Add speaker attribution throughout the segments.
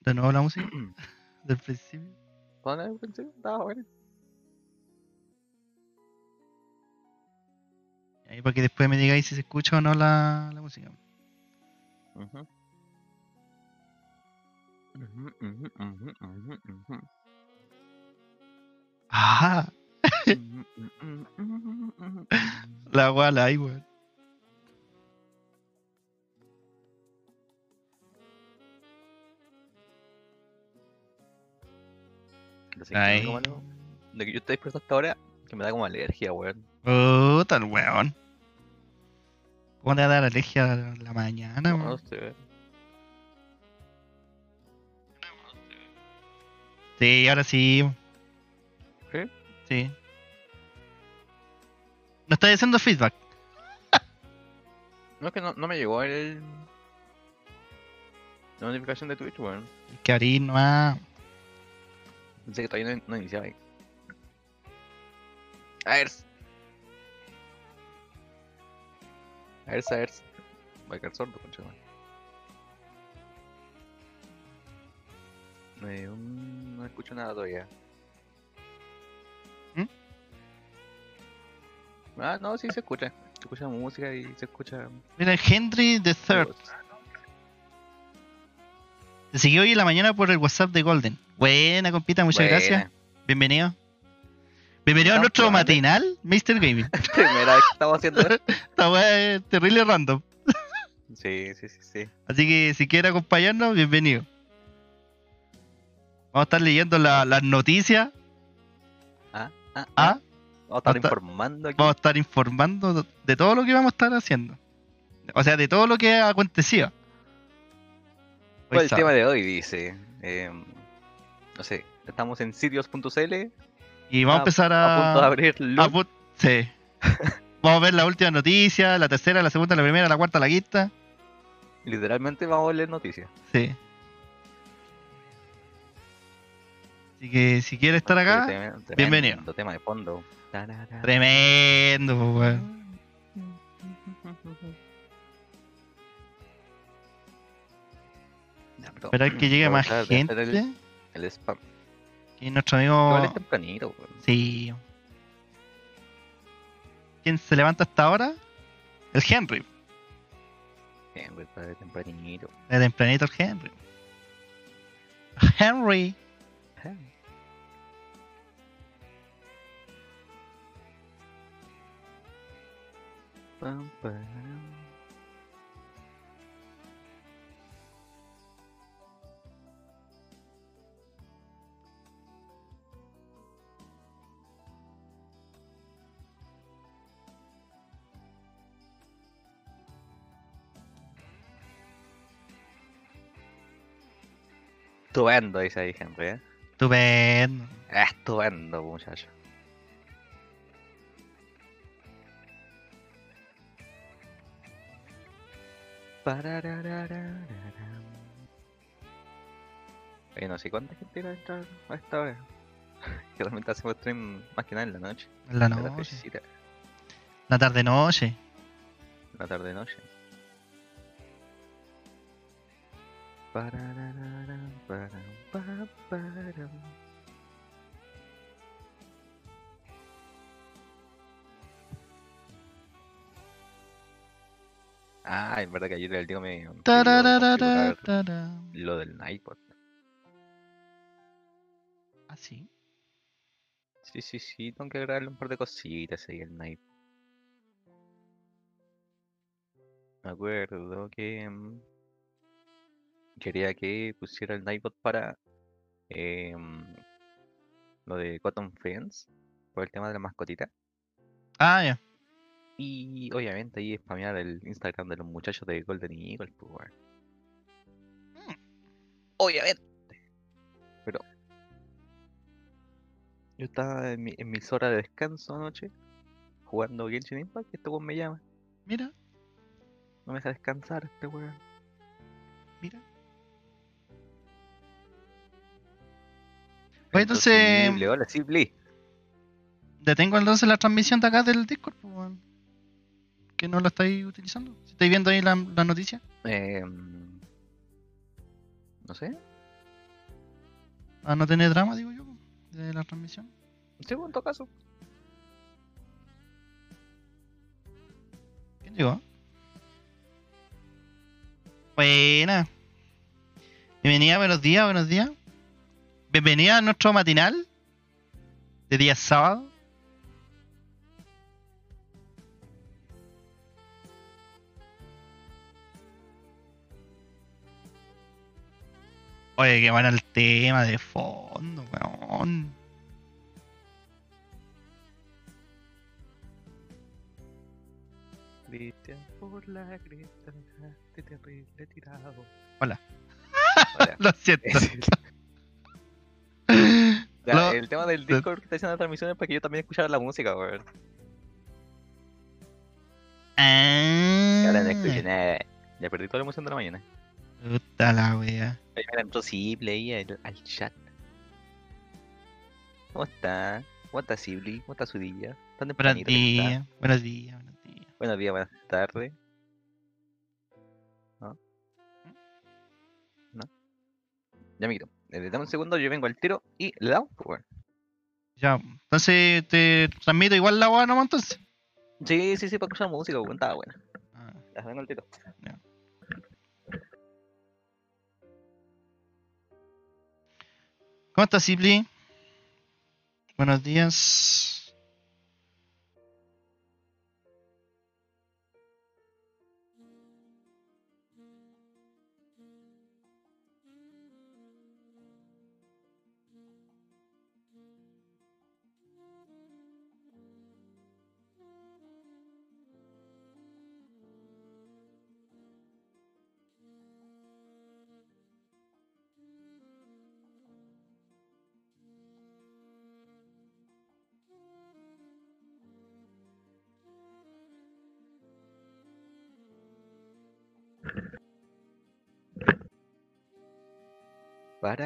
Speaker 1: De nuevo la música. Del principio.
Speaker 2: Ponle el principio, estaba bueno.
Speaker 1: Ahí para que después me digáis si se escucha o no la, la música.
Speaker 2: Ujú. Ujú, ujú, ujú, ujú, ujú.
Speaker 1: ¡Ah!
Speaker 2: Ujú, ujú, ujú, ujú, ujú.
Speaker 1: La guala ahí, weón.
Speaker 2: Lo sé que tengo
Speaker 1: Ahí.
Speaker 2: malo De que yo estoy despierto hasta ahora, que me da como alergia, weón.
Speaker 1: Puta el weón. ¿Cómo te va a dar alergia a la mañana,
Speaker 2: No,
Speaker 1: weón?
Speaker 2: no sé, weón.
Speaker 1: Sí, ahora sí.
Speaker 2: ¿Sí?
Speaker 1: Sí. No estáis haciendo feedback.
Speaker 2: No, es que no, no me llegó el. La notificación de Twitch, weón.
Speaker 1: Que abrir nomás.
Speaker 2: Pensé que todavía no, no iniciaba ahí. A ver. A ver, a ver. Voy a quedar sordo, concha. de madre. Eh, mm, no escucho nada todavía.
Speaker 1: ¿Mm?
Speaker 2: Ah, no, sí se escucha. Se escucha música y se escucha.
Speaker 1: Mira, Henry the Third.
Speaker 2: voz.
Speaker 1: Te siguió hoy en la mañana por el WhatsApp de Golden. Buena, compita, muchas
Speaker 2: Buena.
Speaker 1: gracias. Bienvenido. Bienvenido a
Speaker 2: Estamos ¿eh?
Speaker 1: nuestro matinal,
Speaker 2: probando.
Speaker 1: Mr. Gaming.
Speaker 2: Primera vez que estamos haciendo esto.
Speaker 1: Esta weá es terrible random.
Speaker 2: Sí, sí, sí, sí.
Speaker 1: Así que si quiere acompañarnos, bienvenido. Vamos a estar leyendo la- las noticias.
Speaker 2: Ah, ah,
Speaker 1: Ah,
Speaker 2: Vamos a estar
Speaker 1: hasta-
Speaker 2: informando aquí.
Speaker 1: vamos a estar informando de todo lo que vamos a estar haciendo. O sea, de todo lo que ha acontecido.
Speaker 2: Pues el
Speaker 1: Hoy sábado.
Speaker 2: tema de hoy dice, em, no sé, estamos en sitios.cl,
Speaker 1: Y vamos a
Speaker 2: Ah,
Speaker 1: empezar
Speaker 2: a punto de
Speaker 1: a.
Speaker 2: abrir
Speaker 1: a
Speaker 2: loop,
Speaker 1: pu- sí. vamos a ver la última noticia, la tercera, la segunda, la primera, la cuarta, la quinta.
Speaker 2: literalmente vamos a leer noticias.
Speaker 1: Sí. Así que si quiere estar acá,
Speaker 2: Tremendo, tremendo
Speaker 1: bienvenido.
Speaker 2: tema de fondo. Tarara.
Speaker 1: tremendo, pues, weón.
Speaker 2: Ya, perdón.
Speaker 1: Esperar que llegue
Speaker 2: Voy a
Speaker 1: más
Speaker 2: tratar de hacer
Speaker 1: gente.
Speaker 2: El, el spam.
Speaker 1: Y nuestro
Speaker 2: Igual
Speaker 1: amigo.
Speaker 2: es tempranito, weón.
Speaker 1: Sí. ¿Quién se levanta hasta ahora? El Henry.
Speaker 2: Bien, weón, está de tempranito.
Speaker 1: El tempranito el Henry. Henry.
Speaker 2: Ajá. Pam, pam. Estupendo, dice ahí Henry, ¿eh?
Speaker 1: Estupendo.
Speaker 2: Estupendo, muchacho. Pararararararam. Oye, no sé cuánta gente irá a entrar a esta hora. Generalmente hacemos stream más que nada en la noche.
Speaker 1: En la
Speaker 2: de la
Speaker 1: noche.
Speaker 2: nochecita,
Speaker 1: La tarde noche.
Speaker 2: la tarde-noche. Pararararam, param, pam, param. Ah, es verdad que ayer el tío me pidió configurar
Speaker 1: Tararararara.
Speaker 2: lo del iPod.
Speaker 1: Ah, sí.
Speaker 2: Sí, sí, sí, tengo que agregarle un par de cositas ahí al night. Me acuerdo que mm, quería que pusiera el Nightbot para eh, mm, lo de Cotton Friends, por el tema de la mascotita.
Speaker 1: Ah, ya.
Speaker 2: Y obviamente ahí spamear el Instagram de los muchachos de Golden Eagle, pues weón. Obviamente. Pero. Yo estaba en, mi, en mis horas de descanso anoche, jugando Genshin Impact, y este weón me llama.
Speaker 1: Mira,
Speaker 2: No me deja descansar este weón.
Speaker 1: mira. Oye, entonces-
Speaker 2: Imposible, Hola, Sibli.
Speaker 1: Detengo entonces la transmisión de acá del Discord, pues, weón. Que no la estáis utilizando. Si estáis viendo ahí la, la noticia.
Speaker 2: Em, no sé.
Speaker 1: Ah, no tiene drama, digo yo, de la transmisión.
Speaker 2: Sí, pues, en todo caso.
Speaker 1: ¿Quién llegó? Buena. Bienvenida, buenos días, buenos días. Bienvenida a nuestro matinal de día sábado. Oye, que van al tema de fondo, weón.
Speaker 2: Cristian, por la cresta, dejaste terrible tirado.
Speaker 1: Hola.
Speaker 2: Hola.
Speaker 1: Lo siento. Ah,
Speaker 2: Es el- Ya,
Speaker 1: Lo-
Speaker 2: El tema del Discord que está haciendo la transmisión es para que yo también escuchara la música, weón. Y Ahora no escuché
Speaker 1: Ah,
Speaker 2: nada. Ya perdí toda la emoción de la mañana.
Speaker 1: puta la wea.
Speaker 2: Ahí me entró Sible ahí al, al chat. ¿Cómo está? ¿Cómo está Sible? ¿Cómo está su día? ¿Tan
Speaker 1: Buenos
Speaker 2: tempranito que está?
Speaker 1: días, buenos días, buenos días.
Speaker 2: Buenos días, buenas tardes. ¿No? ¿No? Ya, amiguito. eh, Dame un segundo, yo vengo al tiro y le damos, pues, weón.
Speaker 1: Ya, entonces te transmito igual la wea nomás entonces.
Speaker 2: Sí, sí, sí, para escuchar música, weón. Estaba buena.
Speaker 1: Ah,
Speaker 2: Ya, vengo al tiro.
Speaker 1: ¿Cómo estás, Sibli? Buenos días.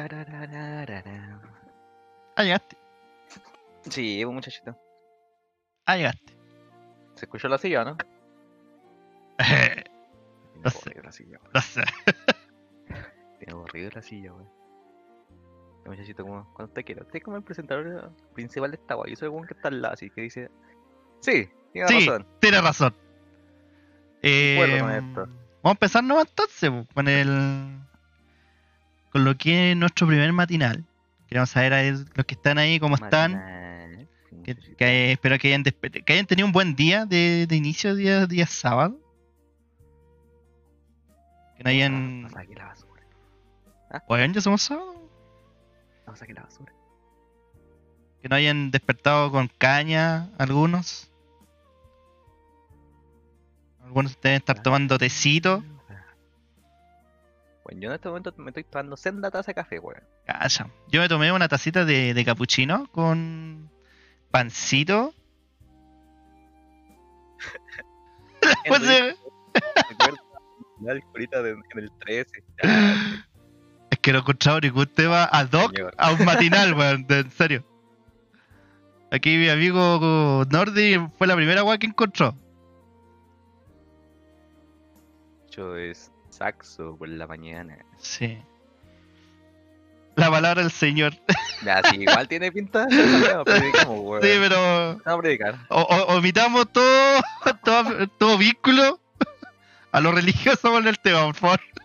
Speaker 2: Parararararara.
Speaker 1: Ah, llegaste,
Speaker 2: Sí, un muchachito.
Speaker 1: ah, llegaste.
Speaker 2: ¿Se escuchó la silla, no? Tiene
Speaker 1: No sé.
Speaker 2: aburrido la silla, weón.
Speaker 1: No sé.
Speaker 2: Tiene aburrido la silla, weón. El muchachito, como, cuando usted quiera. Usted es como el presentador principal de esta weón. Yo soy el weón que está al lado, así que dice. Sí, tiene
Speaker 1: Sí.
Speaker 2: razón.
Speaker 1: Tienes razón. Eh,
Speaker 2: acuerdo con esto.
Speaker 1: vamos a empezar nomás entonces po, con el. Con lo que es nuestro primer matinal. Queremos saber a los que están ahí cómo están.
Speaker 2: Matinal,
Speaker 1: Que,
Speaker 2: muchachito.
Speaker 1: que espero que hayan, despe- que hayan tenido un buen día de, de inicio, día, día sábado. Que no hayan.
Speaker 2: No saque la basura.
Speaker 1: Bueno, ya somos sábado.
Speaker 2: No saque la basura.
Speaker 1: Que no hayan despertado con caña algunos. Algunos deben estar tomando tecito.
Speaker 2: Ah. Bueno, yo en este momento me estoy tomando senda taza de café, weón.
Speaker 1: Calla. Yo me tomé una tacita de, de capuchino con pancito. Pues, eh,
Speaker 2: La curita de, en el 13. Ya,
Speaker 1: es que no he encontrado ningún tema ad hoc
Speaker 2: señor.
Speaker 1: a un matinal, weón, de- en serio. Aquí mi amigo Nordi fue la primera weá que encontró.
Speaker 2: Yo es saxo por la mañana.
Speaker 1: Sí. La palabra del señor. Sí,
Speaker 2: Ya, sí, igual tiene pinta. No predicamos, weón.
Speaker 1: pero
Speaker 2: Vamos a predicar.
Speaker 1: o- o- omitamos todo, todo, todo vínculo a lo religioso con el tema, por favor.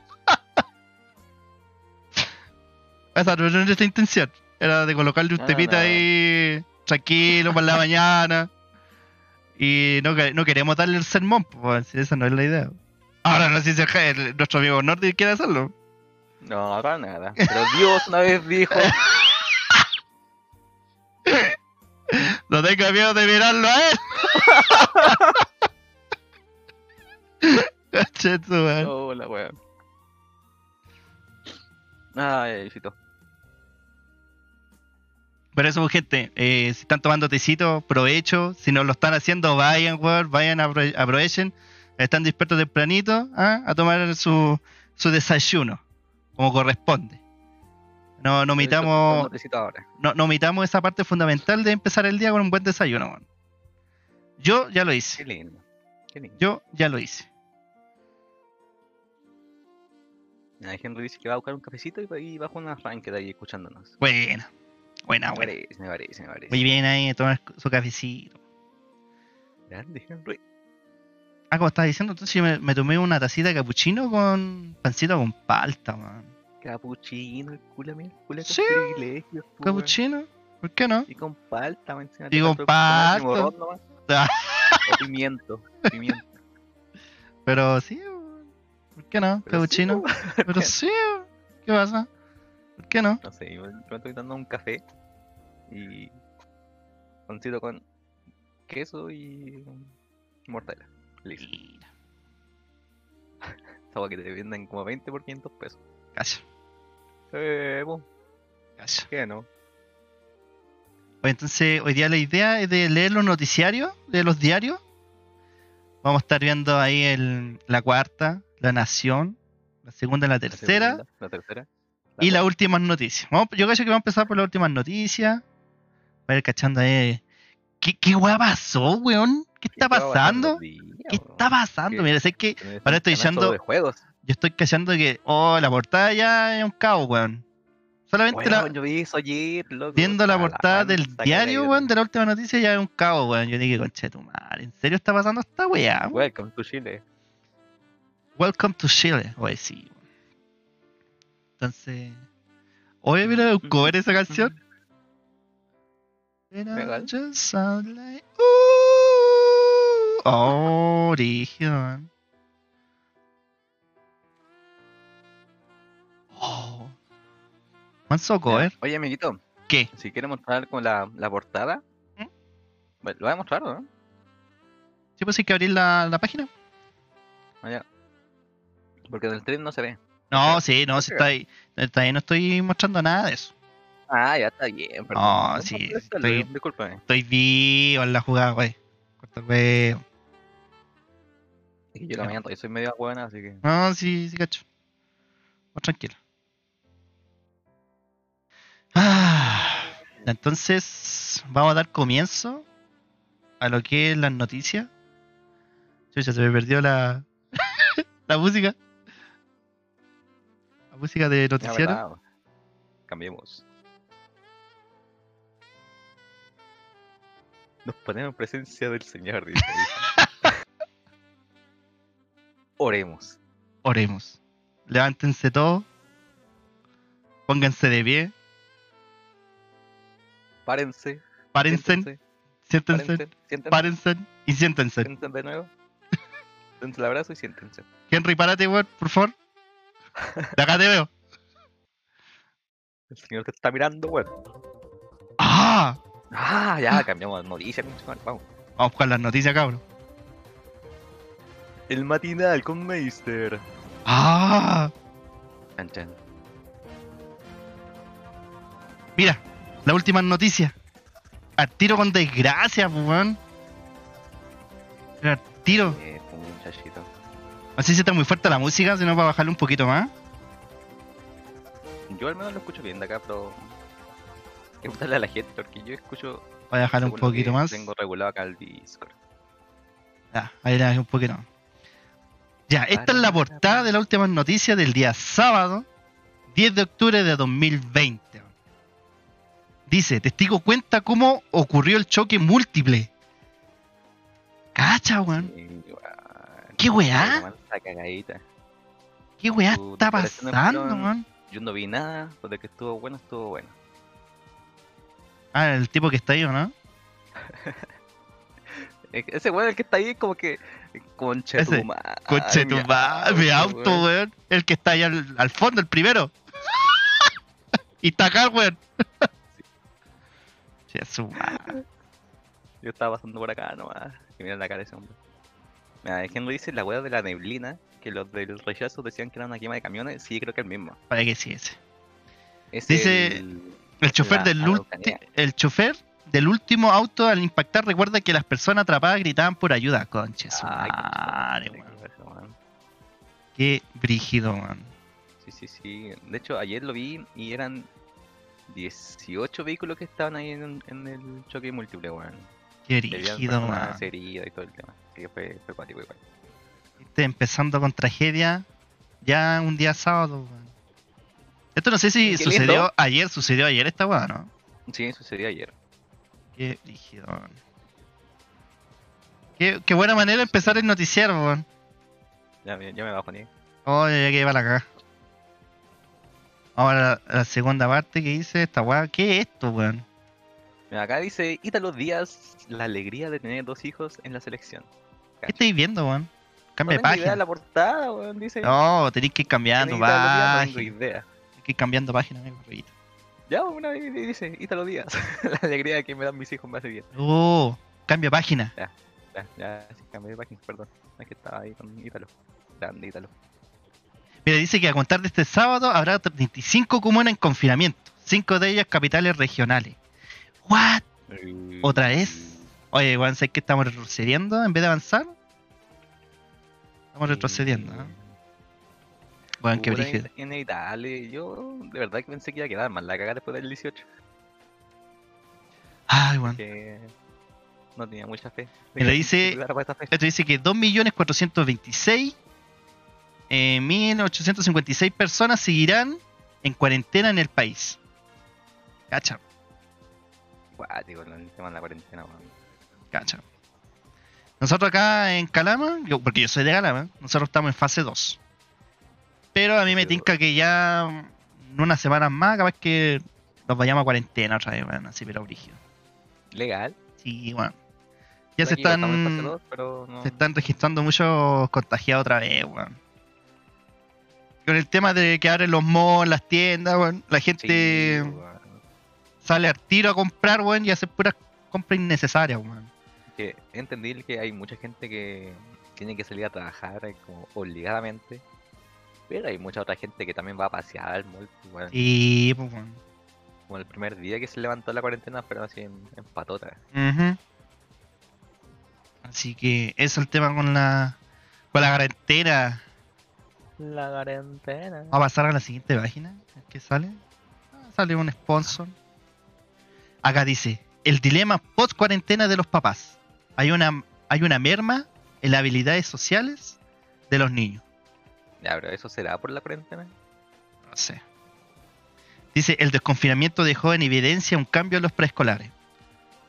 Speaker 1: Esa no era nuestra intención. Era de colocarle un
Speaker 2: No,
Speaker 1: temita
Speaker 2: no.
Speaker 1: ahí tranquilo por la mañana. Y no, que- no queremos darle el sermón, pues si esa no es la idea. Ahora no sé si el- nuestro amigo Nordi quiere hacerlo.
Speaker 2: No, para nada. Pero Dios una vez dijo.
Speaker 1: No tenga miedo de mirarlo a él. Caché tu madre.
Speaker 2: Hola, weón. Ay, hijito.
Speaker 1: Pero eso, pues, gente, eh, si están tomando tecito, provecho. Si no lo están haciendo, vayan, weón, vayan, apro- aprovechen. Están despiertos tempranito ¿ah? a tomar su, su desayuno, como corresponde. No, no omitamos,
Speaker 2: ahora.
Speaker 1: no, no omitamos esa parte fundamental de empezar el día con un buen desayuno. weón. Yo ya lo hice.
Speaker 2: Qué lindo. Qué lindo.
Speaker 1: Yo ya lo hice.
Speaker 2: Ah, Henry dice que va a buscar un cafecito y, va- y baja una arranque ahí escuchándonos.
Speaker 1: Buena, buena, buena.
Speaker 2: Me parece, me parece, me parece.
Speaker 1: Ah, Muy bien ahí a tomar su cafecito.
Speaker 2: Grande, Henry.
Speaker 1: Ah, como estaba diciendo, entonces yo me, me tomé una tacita de capuchino con pancito con palta, man.
Speaker 2: Capuchino, el culo, mira, el culo
Speaker 1: Sí,
Speaker 2: con privilegios, po, weón.
Speaker 1: ¿Capuchino? ¿Por qué no?
Speaker 2: Y con palta, weón, encima
Speaker 1: Y
Speaker 2: te
Speaker 1: con
Speaker 2: faltó tomar
Speaker 1: palta.
Speaker 2: morrón nomás.
Speaker 1: Ah.
Speaker 2: O pimiento, pimiento.
Speaker 1: Pero sí, weón. ¿por qué no?
Speaker 2: Pero sí,
Speaker 1: Capuchino.
Speaker 2: po, weón.
Speaker 1: Pero sí, weón. ¿qué pasa? ¿Por qué no?
Speaker 2: No sé, yo me estoy dando un café y pancito con queso y mortadela. Listo.
Speaker 1: Mira,
Speaker 2: Esa hueá que te venden como 20 por 500 pesos.
Speaker 1: cacha,
Speaker 2: Eh, po,
Speaker 1: cacha.
Speaker 2: ¿qué no?
Speaker 1: Oye, entonces, hoy día la idea es de leer los noticiarios de los diarios. Vamos a estar viendo ahí el, la cuarta, la nación, la segunda y la
Speaker 2: La
Speaker 1: tercera.
Speaker 2: segunda, La tercera.
Speaker 1: y las
Speaker 2: cuarta.
Speaker 1: últimas noticias. Vamos- yo creo que vamos a empezar por las últimas noticias. Para ir cachando ahí. ¿Qué, qué weá pasó, weón? ¿Qué está
Speaker 2: ¿Qué estaba
Speaker 1: pasando?
Speaker 2: los días,
Speaker 1: ¿Qué
Speaker 2: weón?
Speaker 1: está pasando?
Speaker 2: ¿Qué?
Speaker 1: Mira, sé que
Speaker 2: Tenés
Speaker 1: Ahora
Speaker 2: un
Speaker 1: estoy
Speaker 2: canasto
Speaker 1: echando-
Speaker 2: de juegos.
Speaker 1: yo estoy cachando que. Oh, la portada ya es un caos, weón. Solamente
Speaker 2: Bueno,
Speaker 1: la-
Speaker 2: yo vi eso ayer, loco.
Speaker 1: viendo la
Speaker 2: Está
Speaker 1: portada del
Speaker 2: mansa que
Speaker 1: diario,
Speaker 2: hay,
Speaker 1: weón, de la última noticia ya es un caos, weón. Yo dije, conche tu madre, ¿en serio está pasando esta weá? weón?
Speaker 2: Welcome to Chile.
Speaker 1: Welcome to Chile, oye, sí. weón. Entonces. Oye, mira, un cover de esa canción. And I
Speaker 2: Legal.
Speaker 1: just sound like, "Ooh". Oh, origen. man. Oh. eh. Manso cover.
Speaker 2: Ya. Oye, amiguito,
Speaker 1: ¿Qué?
Speaker 2: si quieres mostrar con la, la portada,
Speaker 1: ¿Mm?
Speaker 2: bueno, lo voy a mostrar, ¿no?
Speaker 1: ¿Sí pues hay que abrir la, la página?
Speaker 2: Allá. Porque en el stream no se ve.
Speaker 1: No,
Speaker 2: Ok.
Speaker 1: sí, no, sí
Speaker 2: Ok.
Speaker 1: está ahí. Está ahí, no estoy mostrando nada de eso.
Speaker 2: Ah, ya está bien, perdón.
Speaker 1: No,
Speaker 2: No,
Speaker 1: Ah, sí,
Speaker 2: puede ser,
Speaker 1: estoy-
Speaker 2: weón, Discúlpame.
Speaker 1: Estoy vivo en la jugada, güey. Corta, güey.
Speaker 2: Es que yo la mañana todavía soy medio buena, así que.
Speaker 1: No, sí, sí, cacho. Vos tranquilo. Ah, entonces, vamos a dar comienzo a lo que es las noticias. Chucha, se me perdió la, la música. La música de
Speaker 2: ya,
Speaker 1: noticiero.
Speaker 2: verdad, weón. Cambiemos. Nos ponemos en presencia del Señor, dice. ahí. Oremos.
Speaker 1: Oremos. Levántense todos. Pónganse de pie.
Speaker 2: Párense.
Speaker 1: Párense,
Speaker 2: siéntense,
Speaker 1: siéntense,
Speaker 2: párense, siéntense,
Speaker 1: párense y siéntense.
Speaker 2: siéntense de nuevo. Dense el abrazo y siéntense.
Speaker 1: Henry, párate, weón, por favor. De acá te veo.
Speaker 2: El señor te está mirando, weón.
Speaker 1: ¡Ah!
Speaker 2: Ah, ya, cambiamos de noticia, conche madre, vamos.
Speaker 1: Vamos a buscar las noticias, cabrón.
Speaker 2: El matinal con Meister.
Speaker 1: ¡Ah!
Speaker 2: Chan, chan.
Speaker 1: Mira, las últimas noticias. Al tiro con desgracia, pues, weón. Pero al tiro.
Speaker 2: Eh, un muchachito.
Speaker 1: Así se está muy fuerte la música, si no, para bajarle un poquito más.
Speaker 2: Yo al menos lo escucho bien de acá, pero. Hay que gustarle a la gente, porque yo escucho.
Speaker 1: Voy a bajarle un
Speaker 2: según lo
Speaker 1: poquito
Speaker 2: que
Speaker 1: más.
Speaker 2: Tengo regulado acá el Discord.
Speaker 1: Ah, ahí la dejé un poquito más. Ya, esta es la portada de las últimas noticias del día sábado, 10 de octubre de 2020. Dice, testigo cuenta cómo ocurrió el choque múltiple. Cacha, weón.
Speaker 2: Eh, weón,
Speaker 1: ¿Qué weá?
Speaker 2: la mansa cagadita.
Speaker 1: ¿Qué weá
Speaker 2: Su
Speaker 1: está
Speaker 2: declaración en
Speaker 1: pasando,
Speaker 2: plan-
Speaker 1: man?
Speaker 2: Yo no vi nada, pero de que estuvo bueno, estuvo bueno.
Speaker 1: Ah, el tipo que está ahí, ¿o ¿no?
Speaker 2: E- Ese weón, el que está ahí, como que. Conche
Speaker 1: Ese,
Speaker 2: tu madre.
Speaker 1: Coche, tu
Speaker 2: mi
Speaker 1: ma- mi auto, weón. El que está ahí al, al fondo, el primero. y está acá, weón. Che, su madre.
Speaker 2: Yo estaba pasando por acá nomás. Y mira la cara de ese hombre. Mira, es que no dice la weá de la neblina, que los del rechazo decían que era una quema de camiones. Sí, creo que el mismo.
Speaker 1: Para que sí, ese.
Speaker 2: Es
Speaker 1: Dice-
Speaker 2: el-
Speaker 1: El chofer,
Speaker 2: La
Speaker 1: del ulti-
Speaker 2: Araucanía.
Speaker 1: el chofer del último auto al impactar recuerda que las personas atrapadas gritaban por ayuda. Conche, su
Speaker 2: Ay,
Speaker 1: madre,
Speaker 2: qué
Speaker 1: weón.
Speaker 2: chucha, weón.
Speaker 1: Qué brígido, man.
Speaker 2: Sí, sí, sí. De hecho, ayer lo vi y eran 18 vehículos que estaban ahí en, en el choque múltiple, weón.
Speaker 1: Qué
Speaker 2: Y habían
Speaker 1: brígido,
Speaker 2: personas
Speaker 1: man.
Speaker 2: heridas y todo el tema. Así que fue, fue cuático igual.
Speaker 1: Viste, Empezando con tragedia ya un día sábado, weón. Esto no sé si
Speaker 2: Qué
Speaker 1: sucedió
Speaker 2: lindo.
Speaker 1: ayer, sucedió ayer esta weá, ¿no?
Speaker 2: Sí, sucedió ayer.
Speaker 1: Qué rígido, weón. Qué, qué buena manera de empezar el noticiero, weón.
Speaker 2: Ya, me- ya me bajo, ni.
Speaker 1: Oh, ya que va la cagada. Ahora la, la segunda parte que hice esta weá. ¿Qué es esto, weón?
Speaker 2: Mira, Acá dice Ítalo Díaz, la alegría de tener dos hijos en la selección.
Speaker 1: ¿Qué estáis viendo, weón? Cambia de
Speaker 2: no tengo idea
Speaker 1: página.
Speaker 2: de la portada, weón, dice.
Speaker 1: No, tenéis que ir
Speaker 2: ¿quién
Speaker 1: cambiando
Speaker 2: es Ítalo Díaz? No
Speaker 1: página.
Speaker 2: tengo idea.
Speaker 1: Tenéis que ir cambiando página, amigo. amiguito.
Speaker 2: Ya, una vez dice Ítalo Díaz, la alegría que me dan mis hijos me hace bien.
Speaker 1: Oh, cambia página.
Speaker 2: Ya, ya, sí, cambié de página, perdón. Es que estaba ahí con Ítalo. Grande Ítalo.
Speaker 1: Mira, dice que a contar de este sábado habrá 35 comunas en confinamiento. Cinco de ellas capitales regionales. ¿What? ¿Otra vez? Oye, weón, ¿sabes que estamos retrocediendo en vez de avanzar? Estamos retrocediendo, ¿no? Weón, qué
Speaker 2: Puta,
Speaker 1: brígido.
Speaker 2: in- Inevitable. Yo de verdad que pensé que iba a quedar mal la cagada después del 18.
Speaker 1: Ay, weón.
Speaker 2: Que no tenía mucha fe.
Speaker 1: Mira, dice-
Speaker 2: Claro, para esta fecha.
Speaker 1: Esto dice que 2.426.000 eh, 1.856 personas seguirán en cuarentena en el país. Cacha,
Speaker 2: Cuático, el tema de la cuarentena, weón.
Speaker 1: cacha. Nosotros acá en Calama, yo- porque yo soy de Calama, nosotros estamos en fase 2. Pero a mí me
Speaker 2: Yo-
Speaker 1: tinca que ya en unas semanas más capaz que nos vayamos a cuarentena otra vez, weón, así pero brígido.
Speaker 2: Legal.
Speaker 1: Sí, bueno. Ya se
Speaker 2: Aquí estamos en fase
Speaker 1: están,
Speaker 2: dos, pero no-
Speaker 1: se están registrando muchos contagiados otra vez, weón. Con el tema de que abren los malls, las tiendas, weón, la
Speaker 2: Sí,
Speaker 1: gente
Speaker 2: weón.
Speaker 1: sale al tiro a comprar, weón, y hace puras compras innecesarias, weón.
Speaker 2: Que entendí que hay mucha gente que tiene que salir a trabajar eh, como obligadamente. Pero hay mucha otra gente que también va a pasear al mall, weón.
Speaker 1: Sí, pues, weón.
Speaker 2: Como el primer día que se levantó la cuarentena, pero así en, en patota.
Speaker 1: Ujú. Así que eso es el tema con la con la garantera.
Speaker 2: La cuarentena.
Speaker 1: Vamos a pasar a la siguiente página. ¿Qué sale? Ah, Sale un sponsor. Acá dice, el dilema post cuarentena de los papás. Hay una, hay una merma en las habilidades sociales de los niños.
Speaker 2: Ya, pero eso será por la cuarentena.
Speaker 1: No sé. Dice, el desconfinamiento dejó en evidencia un cambio en los preescolares.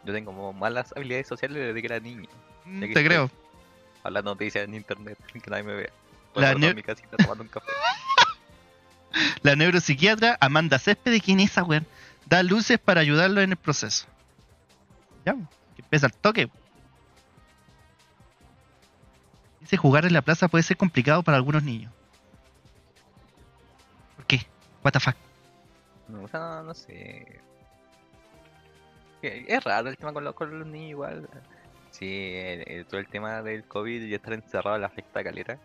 Speaker 2: Yo tengo como malas habilidades sociales desde que era niño.
Speaker 1: Mm,
Speaker 2: Ya que
Speaker 1: Te creo.
Speaker 2: A las noticias en internet, que nadie me vea.
Speaker 1: La
Speaker 2: La
Speaker 1: neu-
Speaker 2: en mi casita tomando un café.
Speaker 1: La neuropsiquiatra Amanda Céspedes, ¿quién es esa weón? Da luces para ayudarlo en el proceso. Ya, que empieza el toque. Dice jugar en la plaza puede ser complicado para algunos niños. ¿Por qué? What the fuck?
Speaker 2: No, o sea, no, no sé. Que Es raro el tema con los, con los niños igual. Sí, el- el- todo el tema del COVID y estar encerrado en la fiesta calera.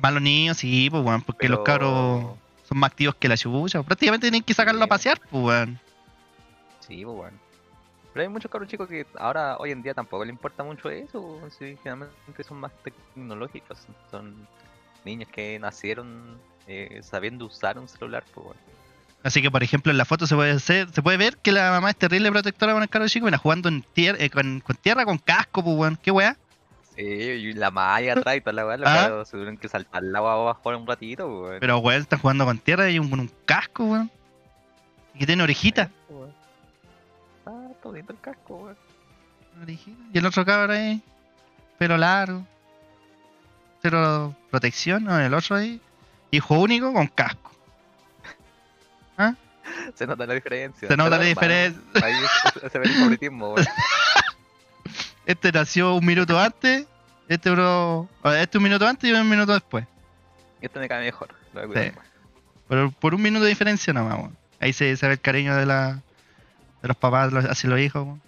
Speaker 1: Para los niños, sí, pues weón, porque los cabros son más activos que la chubucha. Prácticamente tienen que sacarlo a
Speaker 2: Sí.
Speaker 1: pasear, pues weón.
Speaker 2: Sí, pues bueno. Pero hay muchos cabros chicos que ahora, hoy en día, tampoco le importa mucho eso. weón, Sí, generalmente son más tecnológicos. son- Son niños que nacieron eh, sabiendo usar un celular, pues bueno.
Speaker 1: Así que, por ejemplo, en la foto se puede hacer- se puede ver que la mamá es terrible protectora con el cabro chico, mira, jugando en tier- eh, con, con tierra, con casco, pues weón. ¿Qué weá?
Speaker 2: Sí, y la malla atrás y toda la weá, los
Speaker 1: Ah.
Speaker 2: cabros se tuvieron que saltar al agua abajo un ratito, pues, weón.
Speaker 1: Pero, weón, están jugando con tierra y un, con un casco, weón. Y que tiene orejita.
Speaker 2: Ah, está bonito el casco, weón.
Speaker 1: orejita. Y el otro cabrón ahí, pelo largo. Pero protección, ¿no? El otro ahí, hijo único con casco.
Speaker 2: Se nota la diferencia.
Speaker 1: Se nota la
Speaker 2: hermano,
Speaker 1: diferencia.
Speaker 2: Ahí se- se ve el favoritismo, weón.
Speaker 1: Este nació un minuto antes, este bro. o Este un minuto antes y un minuto después.
Speaker 2: Este me cae mejor. Lo voy a cuidar
Speaker 1: Sí.
Speaker 2: más.
Speaker 1: Por, por un minuto de diferencia nomás, weón. Ahí se, se ve el cariño de la de los papás los- hacia los hijos, weón.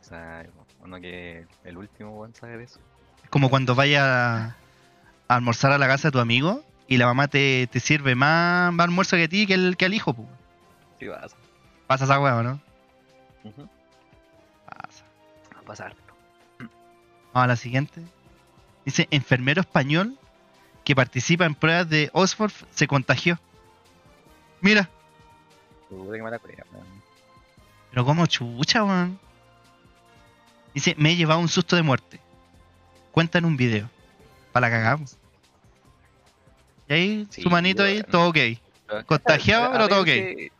Speaker 2: O sea, uno que el último, weón, sabe de eso.
Speaker 1: Es como cuando vayas a a almorzar a la casa de tu amigo y la mamá te, te sirve más, más almuerzo que a ti que, el, que al hijo, pues.
Speaker 2: Sí, pasa.
Speaker 1: Pasa esa hueá, ¿no?
Speaker 2: Ujú.
Speaker 1: Pasa.
Speaker 2: Va a pasar.
Speaker 1: Vamos a la siguiente. Dice, enfermero español que participa en pruebas de Oxford se contagió. Mira,
Speaker 2: Puta que mala cueva, weón.
Speaker 1: pero como chucha, weón. Dice, me he llevado un susto de muerte. Cuenta en un video. Para la cagamos. Y ahí,
Speaker 2: Sí,
Speaker 1: su manito ahí,
Speaker 2: bueno.
Speaker 1: todo ok.
Speaker 2: Pero-
Speaker 1: Contagiado,
Speaker 2: a
Speaker 1: pero todo ok.
Speaker 2: veces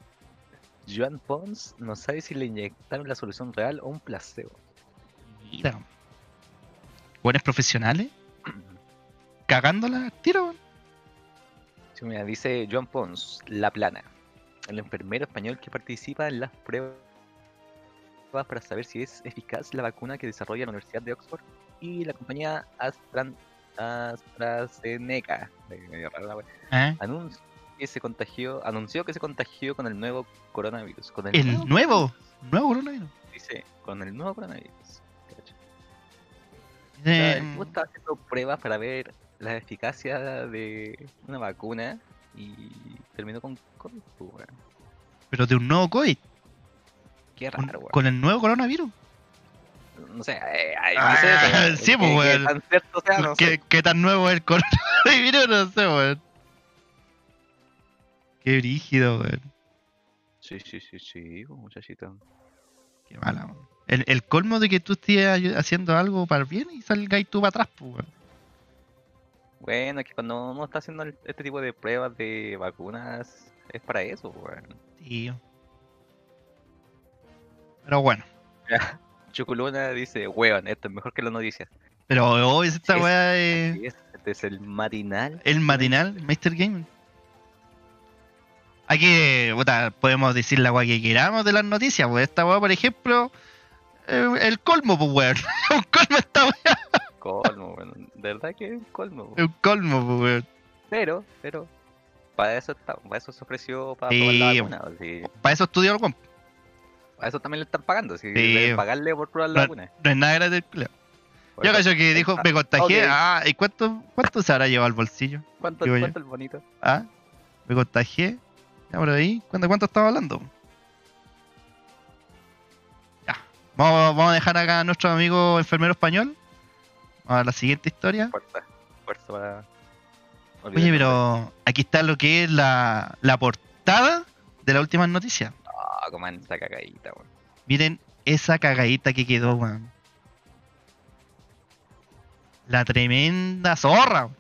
Speaker 2: Joan Pons no sabe si le inyectaron la solución real o un placebo.
Speaker 1: Mira. Buenos profesionales. Cagándola, al tiro. weón.
Speaker 2: Sí, mira, dice Joan Pons, La Plana, el enfermero español que participa en las pruebas para saber si es eficaz la vacuna que desarrolla la Universidad de Oxford y la compañía Astran- AstraZeneca. Eh, medio raro la wea.
Speaker 1: ¿Eh?
Speaker 2: Anunció que se contagió, anunció que se contagió con el nuevo coronavirus. Con el,
Speaker 1: El nuevo, nuevo coronavirus.
Speaker 2: Dice, con el nuevo coronavirus. Cacha. O sea,
Speaker 1: Eh,
Speaker 2: el tipo estaba haciendo pruebas para ver la eficacia de una vacuna y terminó con COVID, po, weón.
Speaker 1: pero de un nuevo COVID.
Speaker 2: Qué
Speaker 1: un-
Speaker 2: raro, weón.
Speaker 1: con el nuevo coronavirus.
Speaker 2: No sé, eh, ay,
Speaker 1: Ah,
Speaker 2: no
Speaker 1: sí,
Speaker 2: sé. weón. Que-
Speaker 1: pues,
Speaker 2: que
Speaker 1: weón.
Speaker 2: tan cierto sea, no
Speaker 1: ¿Qué,
Speaker 2: sé.
Speaker 1: qué tan nuevo es el coronavirus? No sé, weón. Qué brígido, weón.
Speaker 2: Sí, sí, sí, sí, pues, muchachito.
Speaker 1: Qué mala, weón. El, el colmo de que tú estés ayu- haciendo algo para el bien y salgáis tú para atrás, pues, weón.
Speaker 2: Bueno, es que cuando uno está haciendo el- este tipo de pruebas de vacunas, es para eso, pues, weón.
Speaker 1: Tío. Pero bueno.
Speaker 2: Chuculuna dice, weón, esto es mejor que las noticias.
Speaker 1: Pero hoy esta
Speaker 2: Es-
Speaker 1: weá es
Speaker 2: Y es- Este es el matinal.
Speaker 1: el matinal, Mr. Gaming. Aquí, puta, podemos decir la weá que queramos de las noticias, pues esta weá, por ejemplo, eh, el colmo, pues weón. un colmo esta weá,
Speaker 2: Colmo, weón. De verdad que es un colmo, weón.
Speaker 1: un colmo, pues weón.
Speaker 2: Pero, pero, para eso, está- para eso se ofreció para
Speaker 1: Sí, pues.
Speaker 2: probar la
Speaker 1: bo.
Speaker 2: vacuna. o sí.
Speaker 1: Para eso estudió el weón.
Speaker 2: Para eso también le están pagando, si
Speaker 1: Sí,
Speaker 2: deben
Speaker 1: bo.
Speaker 2: pagarle por probar la vacuna.
Speaker 1: No es nada gratis. culiao.
Speaker 2: Por
Speaker 1: Yo
Speaker 2: eso,
Speaker 1: cacho que dijo, me contagié.
Speaker 2: Ok.
Speaker 1: Ah, ¿y cuánto, cuánto se habrá llevado al bolsillo?
Speaker 2: ¿Cuánto,
Speaker 1: digo yo.
Speaker 2: cuánto el bonito?
Speaker 1: Ah, me contagié. Ya por ahí, ¿cuánto, cuánto estaba hablando? Ya. Vamos, vamos a dejar acá a nuestro amigo enfermero español. Vamos a la siguiente historia.
Speaker 2: Fuerza, fuerza para... olvidar
Speaker 1: Oye,
Speaker 2: el nombre.
Speaker 1: pero aquí está lo que es la, la portada de la última noticia.
Speaker 2: Ah, coman esa cagadita, weón.
Speaker 1: Miren esa cagadita que quedó, weón. La tremenda zorra. weón.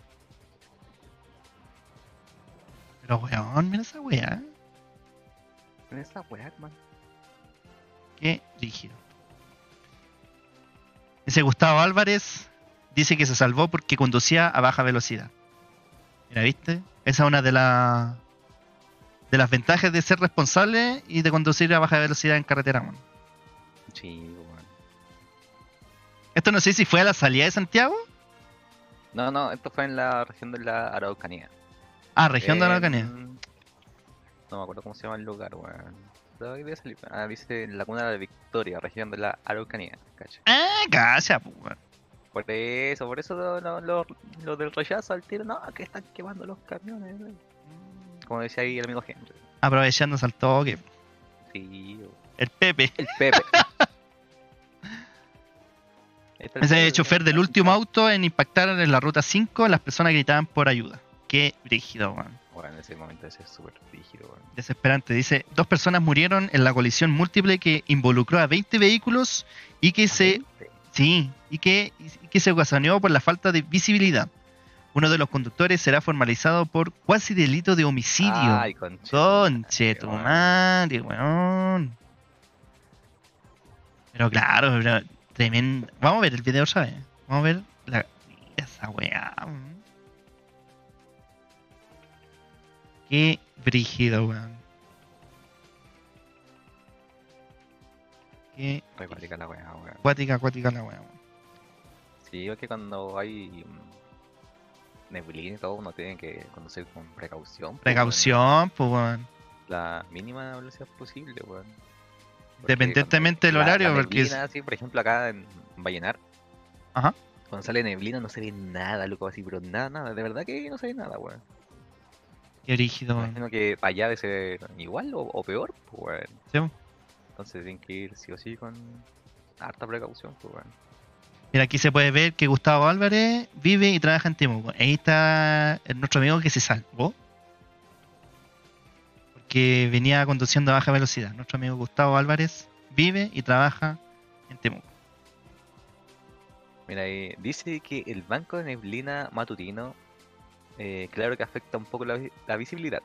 Speaker 1: Pero, weón, mira esa weá.
Speaker 2: Con Esa weá, man.
Speaker 1: Qué rígido. Dice Gustavo Álvarez. Dice que se salvó porque conducía a baja velocidad. Mira, ¿viste? Esa es una de, las de las ventajas de ser responsable y de conducir a baja velocidad en carretera, weón.
Speaker 2: Sí, weón.
Speaker 1: Esto no sé si fue a la salida de Santiago.
Speaker 2: No, no, esto fue en la región de la Araucanía.
Speaker 1: Ah, región
Speaker 2: Eh,
Speaker 1: de Araucanía.
Speaker 2: En- No me acuerdo cómo se llama el lugar, weón. Pero ahí debe salir. Ah, dice Laguna de la Victoria, región de la Araucanía, cacha.
Speaker 1: Ah, cacha, pues, weón.
Speaker 2: Por eso, por eso lo, lo- lo- lo del rechazo al tiro, no, que están quemando los camiones. güey. Como decía ahí el amigo Henry.
Speaker 1: Aprovechándose al toque.
Speaker 2: Sí, güey.
Speaker 1: El Pepe.
Speaker 2: el Pepe. Ahí está el
Speaker 1: Ese
Speaker 2: Pepe,
Speaker 1: chofer
Speaker 2: güey.
Speaker 1: del último auto en impactar en la ruta 5, las personas gritaban por ayuda. Qué brígido, weón.
Speaker 2: Bueno, en ese momento ese es súper rígido, güey.
Speaker 1: Desesperante. Dice, dos personas murieron en la colisión múltiple que involucró a 20 vehículos y que se...
Speaker 2: este,
Speaker 1: Sí, y que, y que se ocasionó por la falta de visibilidad. Uno de los conductores será formalizado por cuasi delito de homicidio.
Speaker 2: Ay, conche.
Speaker 1: Conche tu
Speaker 2: weón.
Speaker 1: madre, weón. Pero claro, pero tremendo. Vamos a ver el video, ¿sabes? Vamos a ver la... esa weá. weón. Qué brígido, weón. Qué
Speaker 2: Re cuática la weá, güey.
Speaker 1: acuática, acuática la weá. weón.
Speaker 2: Sí, es que cuando hay mm, neblina y todo, uno tiene que conducir con precaución. pues, güey.
Speaker 1: Precaución, pues, weón.
Speaker 2: la mínima velocidad posible, weón. Porque
Speaker 1: Independientemente del
Speaker 2: cuando la- la
Speaker 1: horario, porque es-
Speaker 2: neblina, así, por ejemplo, acá en Vallenar.
Speaker 1: Ajá.
Speaker 2: Cuando sale neblina no se ve nada, loco, así, pero nada, nada. De verdad que no se ve nada, weón.
Speaker 1: Qué brígido,
Speaker 2: Me
Speaker 1: weón.
Speaker 2: Imagino que allá debe ser igual o, o peor, pues, weón.
Speaker 1: Sí, po.
Speaker 2: Entonces tienen que ir sí o sí con harta precaución, pues, weón.
Speaker 1: Mira, aquí se puede ver que Gustavo Álvarez vive y trabaja en Temuco. Ahí está el- nuestro amigo que se salvó. Porque venía conduciendo a baja velocidad. Nuestro amigo Gustavo Álvarez vive y trabaja en Temuco.
Speaker 2: eh, Mira, ahí dice que el banco de neblina matutino eh, claro que afecta un poco la, vi- la visibilidad.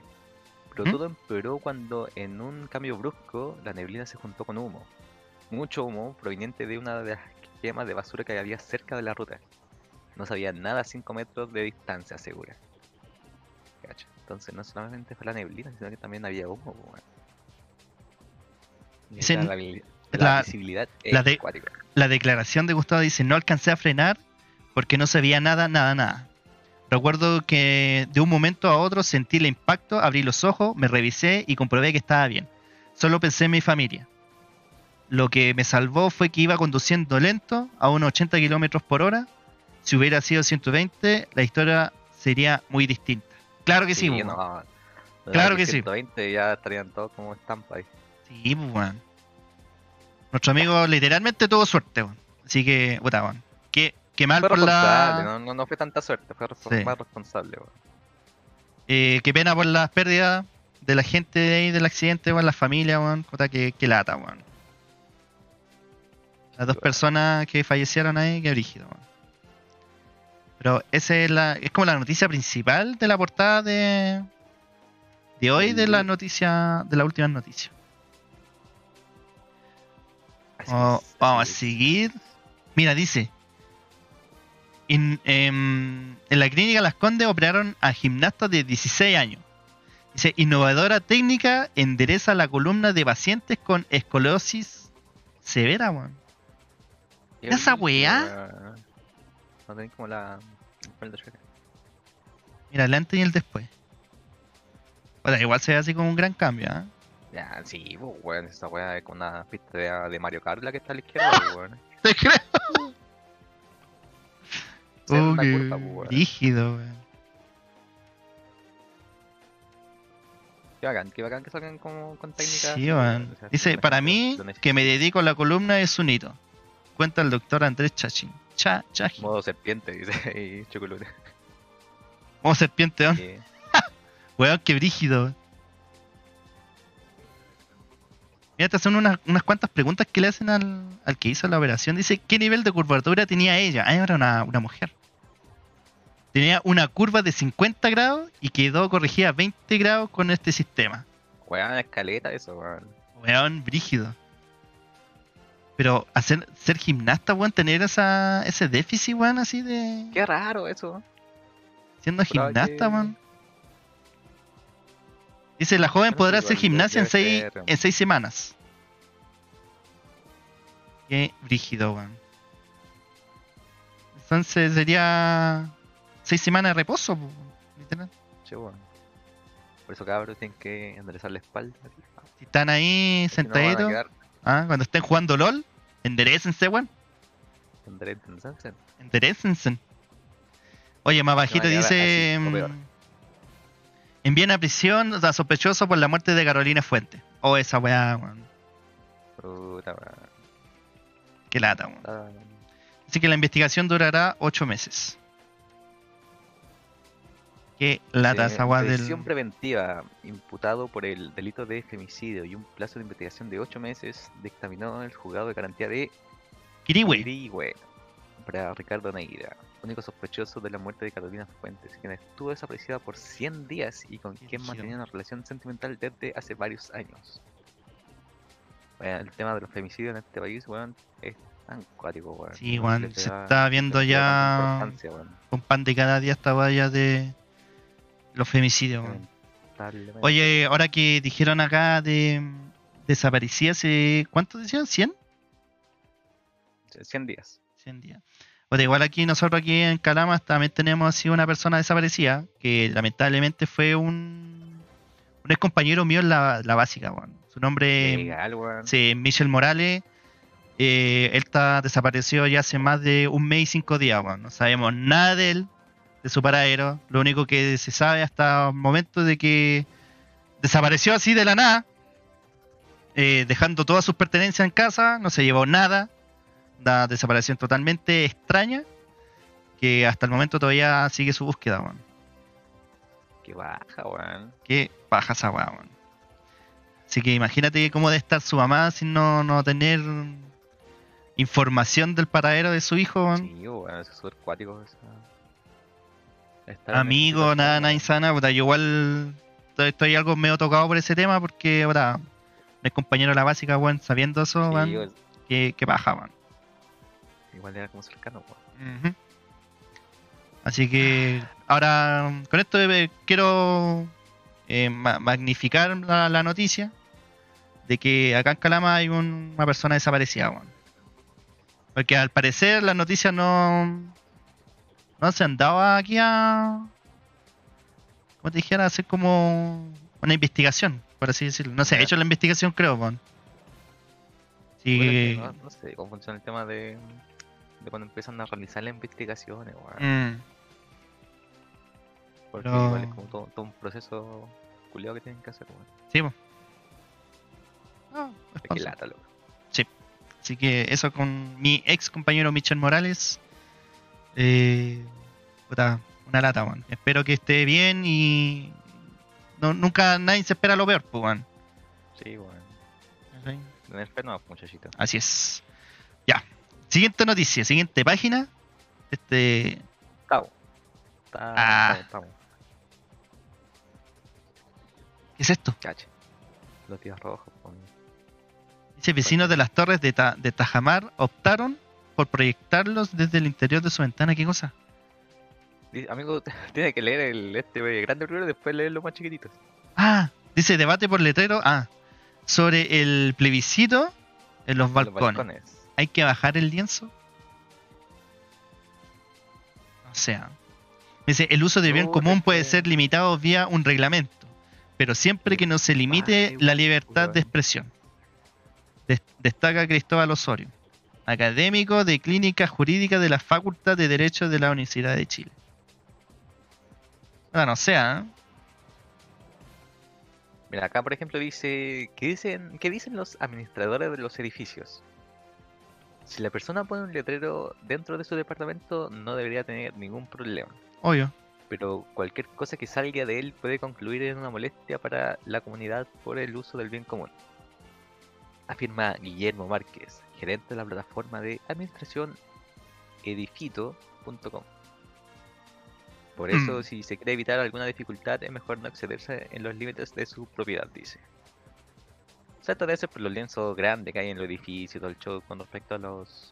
Speaker 2: Pero
Speaker 1: ¿Mm?
Speaker 2: todo empeoró cuando en un cambio brusco la neblina se juntó con humo. Mucho humo proveniente de una de las quemas de basura que había cerca de la ruta. No sabía nada a 5 metros de distancia segura. Cacha. Entonces no solamente fue la neblina, sino que también había humo. po, weón. Y
Speaker 1: Ese
Speaker 2: la,
Speaker 1: n-
Speaker 2: habili-
Speaker 1: la-
Speaker 2: la visibilidad es
Speaker 1: la de-
Speaker 2: acuática.
Speaker 1: La declaración de Gustavo dice, no alcancé a frenar porque no sabía nada, nada, nada. Recuerdo que de un momento a otro sentí el impacto, abrí los ojos, me revisé y comprobé que estaba bien. Solo pensé en mi familia. Lo que me salvó fue que iba conduciendo lento, a unos 80 kilómetros por hora. Si hubiera sido 120, la historia sería muy distinta. Claro que sí,
Speaker 2: Sí,
Speaker 1: po,
Speaker 2: no,
Speaker 1: weón.
Speaker 2: no, no,
Speaker 1: Claro
Speaker 2: aquí
Speaker 1: que sí.
Speaker 2: 120 ya estarían todos como estampa ahí.
Speaker 1: Sí, pues, weón. Nuestro amigo literalmente tuvo suerte, weón. Así que, puta, weón. Qué, qué mal
Speaker 2: Fue
Speaker 1: por la...
Speaker 2: responsable, no, no, no fue tanta suerte, fue refor-
Speaker 1: Sí.
Speaker 2: más responsable. weón.
Speaker 1: Eh, qué pena por las pérdidas de la gente de ahí del accidente, weón, la familia, weón. Puta, qué, qué lata, weón. Las dos
Speaker 2: weón.
Speaker 1: personas que fallecieron ahí, qué brígido, weón. Pero esa es la. es como la noticia principal de la portada de. de hoy de la
Speaker 2: Sí.
Speaker 1: noticia. de la última noticia.
Speaker 2: Así
Speaker 1: Vamos,
Speaker 2: es,
Speaker 1: Oh, vamos a
Speaker 2: así es.
Speaker 1: seguir. Mira, dice. In- em, en la clínica Las Condes operaron a gimnastas de 16 años. Dice, innovadora técnica endereza la columna de pacientes con escoliosis severa, weón.
Speaker 2: Qué
Speaker 1: esa
Speaker 2: brillo,
Speaker 1: weá.
Speaker 2: weón. No tenés como la. el espalda chueca.
Speaker 1: Mira, el antes y el después. Bueno, igual se ve así como un gran cambio, ¿ah?
Speaker 2: Ya, sí, po, weón, esa weá es como una pista de, de Mario Kart la que está a la izquierda, po, weón.
Speaker 1: Te creo.
Speaker 2: Esa es
Speaker 1: Oh,
Speaker 2: una
Speaker 1: qué
Speaker 2: curva, po, pues, weón.
Speaker 1: Rígido, weón.
Speaker 2: Qué bacán, qué bacán que salgan como con técnicas.
Speaker 1: Sí,
Speaker 2: así,
Speaker 1: weón.
Speaker 2: weón, o sea,
Speaker 1: Dice,
Speaker 2: lo
Speaker 1: para mí,
Speaker 2: necesito, lo
Speaker 1: que me
Speaker 2: necesito.
Speaker 1: dedico a la columna es un hito. Cuenta el doctor Andrés Chachin. Cha, Chachin.
Speaker 2: Modo serpiente, dice, y chocolate.
Speaker 1: Oh, serpiente, weón.
Speaker 2: Sí.
Speaker 1: Weón, qué brígido. weón. Mira, estas son unas, unas cuantas preguntas que le hacen al, al que hizo la operación. Dice, ¿qué nivel de curvatura tenía ella? Ah, era una, una mujer. Tenía una curva de 50 grados y quedó corregida a 20 grados con este sistema.
Speaker 2: Weón, escaleta, eso, weón.
Speaker 1: Weón, brígido. Pero hacer, ser gimnasta, weón, tener esa, ese déficit, weón, así de...
Speaker 2: Qué raro eso.
Speaker 1: Siendo
Speaker 2: Esperaba
Speaker 1: gimnasta,
Speaker 2: que-
Speaker 1: man. Dice, la joven
Speaker 2: Bueno,
Speaker 1: podrá
Speaker 2: igual
Speaker 1: hacer
Speaker 2: de-
Speaker 1: gimnasia en
Speaker 2: debe
Speaker 1: seis,
Speaker 2: ser-
Speaker 1: en seis semanas. Qué brígido, weón. Entonces sería seis semanas de reposo, po, literal.
Speaker 2: Che, weón. Por eso, cabros, tienen que enderezar la espalda. así, pa,
Speaker 1: Si están ahí
Speaker 2: porque no van a
Speaker 1: sentaditos,
Speaker 2: quedar
Speaker 1: ah, cuando estén jugando LOL, enderecense, weón.
Speaker 2: Tendré cansancio.
Speaker 1: Enderecense. Oye, más bajito
Speaker 2: quedar
Speaker 1: dice.
Speaker 2: así, o peor.
Speaker 1: mm, Envían a prisión a sospechoso por la muerte de Carolina Fuente. Oh, esa weá, weón.
Speaker 2: Puta, weón.
Speaker 1: Qué lata, weón.
Speaker 2: Ah,
Speaker 1: Así que la investigación durará ocho meses. Qué lata
Speaker 2: eh,
Speaker 1: esa weá
Speaker 2: prisión
Speaker 1: del.
Speaker 2: preventiva, imputado por el delito de femicidio y un plazo de investigación de 8 meses, dictaminó el juzgado de garantía de
Speaker 1: Kiriwe.
Speaker 2: Quirihue para Ricardo Neira, único sospechoso de la muerte de Carolina Fuentes, quien estuvo desaparecida por 100 días y con quien
Speaker 1: Brígido.
Speaker 2: mantenía una relación sentimental desde hace varios años. Bueno, el tema de los femicidios en este país, weón, es tan cuático, weón.
Speaker 1: Sí,
Speaker 2: No se
Speaker 1: weón.
Speaker 2: le
Speaker 1: Se
Speaker 2: da-
Speaker 1: está
Speaker 2: no
Speaker 1: viendo
Speaker 2: se le da tanta
Speaker 1: ya
Speaker 2: importancia, weón,
Speaker 1: un pan de cada día esta valla de los femicidios, weón.
Speaker 2: lamentablemente.
Speaker 1: Oye, ahora que dijeron acá de mm, desaparecía hace. ¿Cuánto decían? ¿100?
Speaker 2: 100 días.
Speaker 1: 100 días. O de igual aquí nosotros aquí en Calama también tenemos así una persona desaparecida que lamentablemente fue un, un ex compañero mío en la, la básica, weón. Su nombre
Speaker 2: Legal, weón.
Speaker 1: es Michel Morales. Eh, él está desaparecido ya hace más de un mes y cinco días, weón. No sabemos nada de él, de su paradero. Lo único que se sabe hasta el momento de que desapareció así de la nada, eh, dejando todas sus pertenencias en casa, no se llevó nada. Una desaparición totalmente extraña que hasta el momento todavía sigue su búsqueda, weón.
Speaker 2: Que baja, weón.
Speaker 1: Qué paja esa weá, weón. Así que imagínate cómo debe estar su mamá sin no, no tener información del paradero de su hijo, weón.
Speaker 2: Sí, weón, eso es súper cuático. eso. Estar en
Speaker 1: Amigo,
Speaker 2: esa
Speaker 1: nada,
Speaker 2: situación,
Speaker 1: nada insana, puta, yo igual estoy, estoy algo medio tocado por ese tema porque, puta, el compañero de la básica, weón, sabiendo eso,
Speaker 2: sí,
Speaker 1: weón,
Speaker 2: igual,
Speaker 1: que, que baja, weón.
Speaker 2: igual era como cercano, weón.
Speaker 1: Ujú. Así que ahora con esto eh, quiero eh, ma- magnificar la, la noticia de que acá en Calama hay un- una persona desaparecida. weón. Porque al parecer las noticias no, no se han dado aquí a, como te dijera, hacer como una investigación, por así decirlo. No se ha
Speaker 2: Ya.
Speaker 1: hecho la investigación, creo. weón. Sí,
Speaker 2: Puta que No, no sé cómo funciona el tema de, de cuando empiezan a realizar las investigaciones, weón.
Speaker 1: mm.
Speaker 2: Porque
Speaker 1: Pero-
Speaker 2: igual es como todo, todo un proceso culiado que tienen que hacer, weón.
Speaker 1: Sí, po. No, es
Speaker 2: Hay que
Speaker 1: pausa.
Speaker 2: lata, loco.
Speaker 1: Así que eso con mi ex compañero Michel Morales. Eh, puta, una lata, weón. Espero que esté bien y. no- nunca nadie se espera lo peor, pues, weón.
Speaker 2: Sí, weón. Tener fe no, muchachito.
Speaker 1: Así es. Ya. Siguiente noticia, siguiente página. Este.
Speaker 2: Estamos.
Speaker 1: Ah.
Speaker 2: Estamos, estamos.
Speaker 1: ¿Qué es esto?
Speaker 2: Cache. Los días rojos, weón.
Speaker 1: Dice: vecinos de las torres de, Ta- de Tajamar optaron por proyectarlos desde el interior de su ventana. ¿Qué cosa?
Speaker 2: Di- Amigo, tienes que leer el este eh, grande primero y después leer los más chiquititos.
Speaker 1: Ah, dice debate por letrero. Ah, sobre el plebiscito en los
Speaker 2: Los
Speaker 1: balcones. ¿Hay que bajar el lienzo? O sea, dice, el uso de bien
Speaker 2: Ah. No,
Speaker 1: común
Speaker 2: es
Speaker 1: puede
Speaker 2: que-
Speaker 1: ser limitado vía un reglamento, pero siempre que no se limite
Speaker 2: Ay,
Speaker 1: la libertad
Speaker 2: weón.
Speaker 1: de expresión. Des- destaca Cristóbal Osorio, académico de Clínica Jurídica de la Facultad de Derecho de la Universidad de Chile. Bueno, o sea, ¿eh?
Speaker 2: Mira, acá por ejemplo dice, ¿qué dicen, ¿qué dicen los administradores de los edificios? Si la persona pone un letrero dentro de su departamento no debería tener ningún problema,
Speaker 1: obvio.
Speaker 2: pero cualquier cosa que salga de él puede concluir en una molestia para la comunidad por el uso del bien común. Afirma Guillermo Márquez, gerente de la plataforma de administración edifito.com. Por eso,
Speaker 1: Mm.
Speaker 2: si se quiere evitar alguna dificultad, es mejor no excederse en los límites de su propiedad, dice. Se establece por los lienzos grandes que hay en los edificios, todo el show con respecto a los.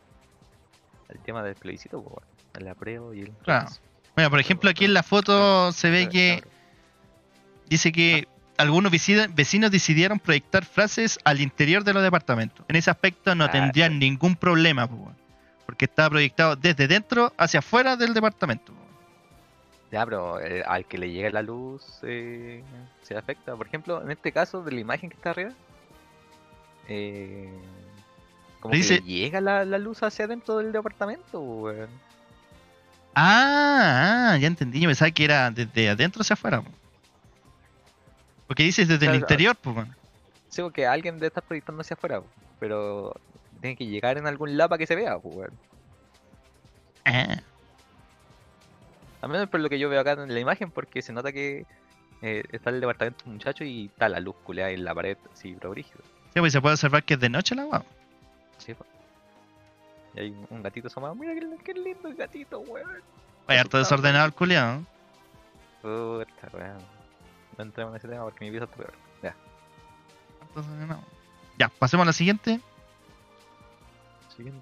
Speaker 2: al tema del plebiscito, pues, bueno, el apruebo y el.
Speaker 1: Claro.
Speaker 2: rechazo.
Speaker 1: Mira, por ejemplo, aquí en la foto se ve
Speaker 2: Claro,
Speaker 1: que
Speaker 2: claro.
Speaker 1: Dice que algunos veci- vecinos decidieron proyectar frases al interior de los departamentos. En ese aspecto no
Speaker 2: Ah,
Speaker 1: tendrían ningún problema, po, weón, porque está proyectado desde dentro hacia afuera del departamento. po.
Speaker 2: Ya, pero eh, al que le llega la luz eh, se le afecta. Por ejemplo, en este caso de la imagen que está arriba, eh, como que
Speaker 1: Dice-
Speaker 2: le llega la, la luz hacia adentro del departamento, weón.
Speaker 1: Ah, ah, ya entendí. Yo pensaba que era desde adentro hacia afuera. po. Porque dices desde el
Speaker 2: Claro,
Speaker 1: interior, po, weón.
Speaker 2: Sí, porque alguien debe estar proyectando hacia afuera, po, pero tiene que llegar en algún lado para que se vea, po, weón.
Speaker 1: Ah,
Speaker 2: Al menos por lo que yo veo acá en la imagen, porque se nota que eh, está el departamento de un muchacho y está la luz culeada en la pared, sí, pero brígido.
Speaker 1: sí, pues se puede observar que es de noche la agua.
Speaker 2: Sí, po. Y hay un- un gatito asomado. Mira qué, qué lindo el gatito, weón.
Speaker 1: Vaya, harto
Speaker 2: Asustado,
Speaker 1: desordenado el culiado.
Speaker 2: Puta, weón. No entremos en ese tema porque mi vida está peor. Ya.
Speaker 1: Entonces, no. Ya, pasemos a la siguiente.
Speaker 2: Siguiente.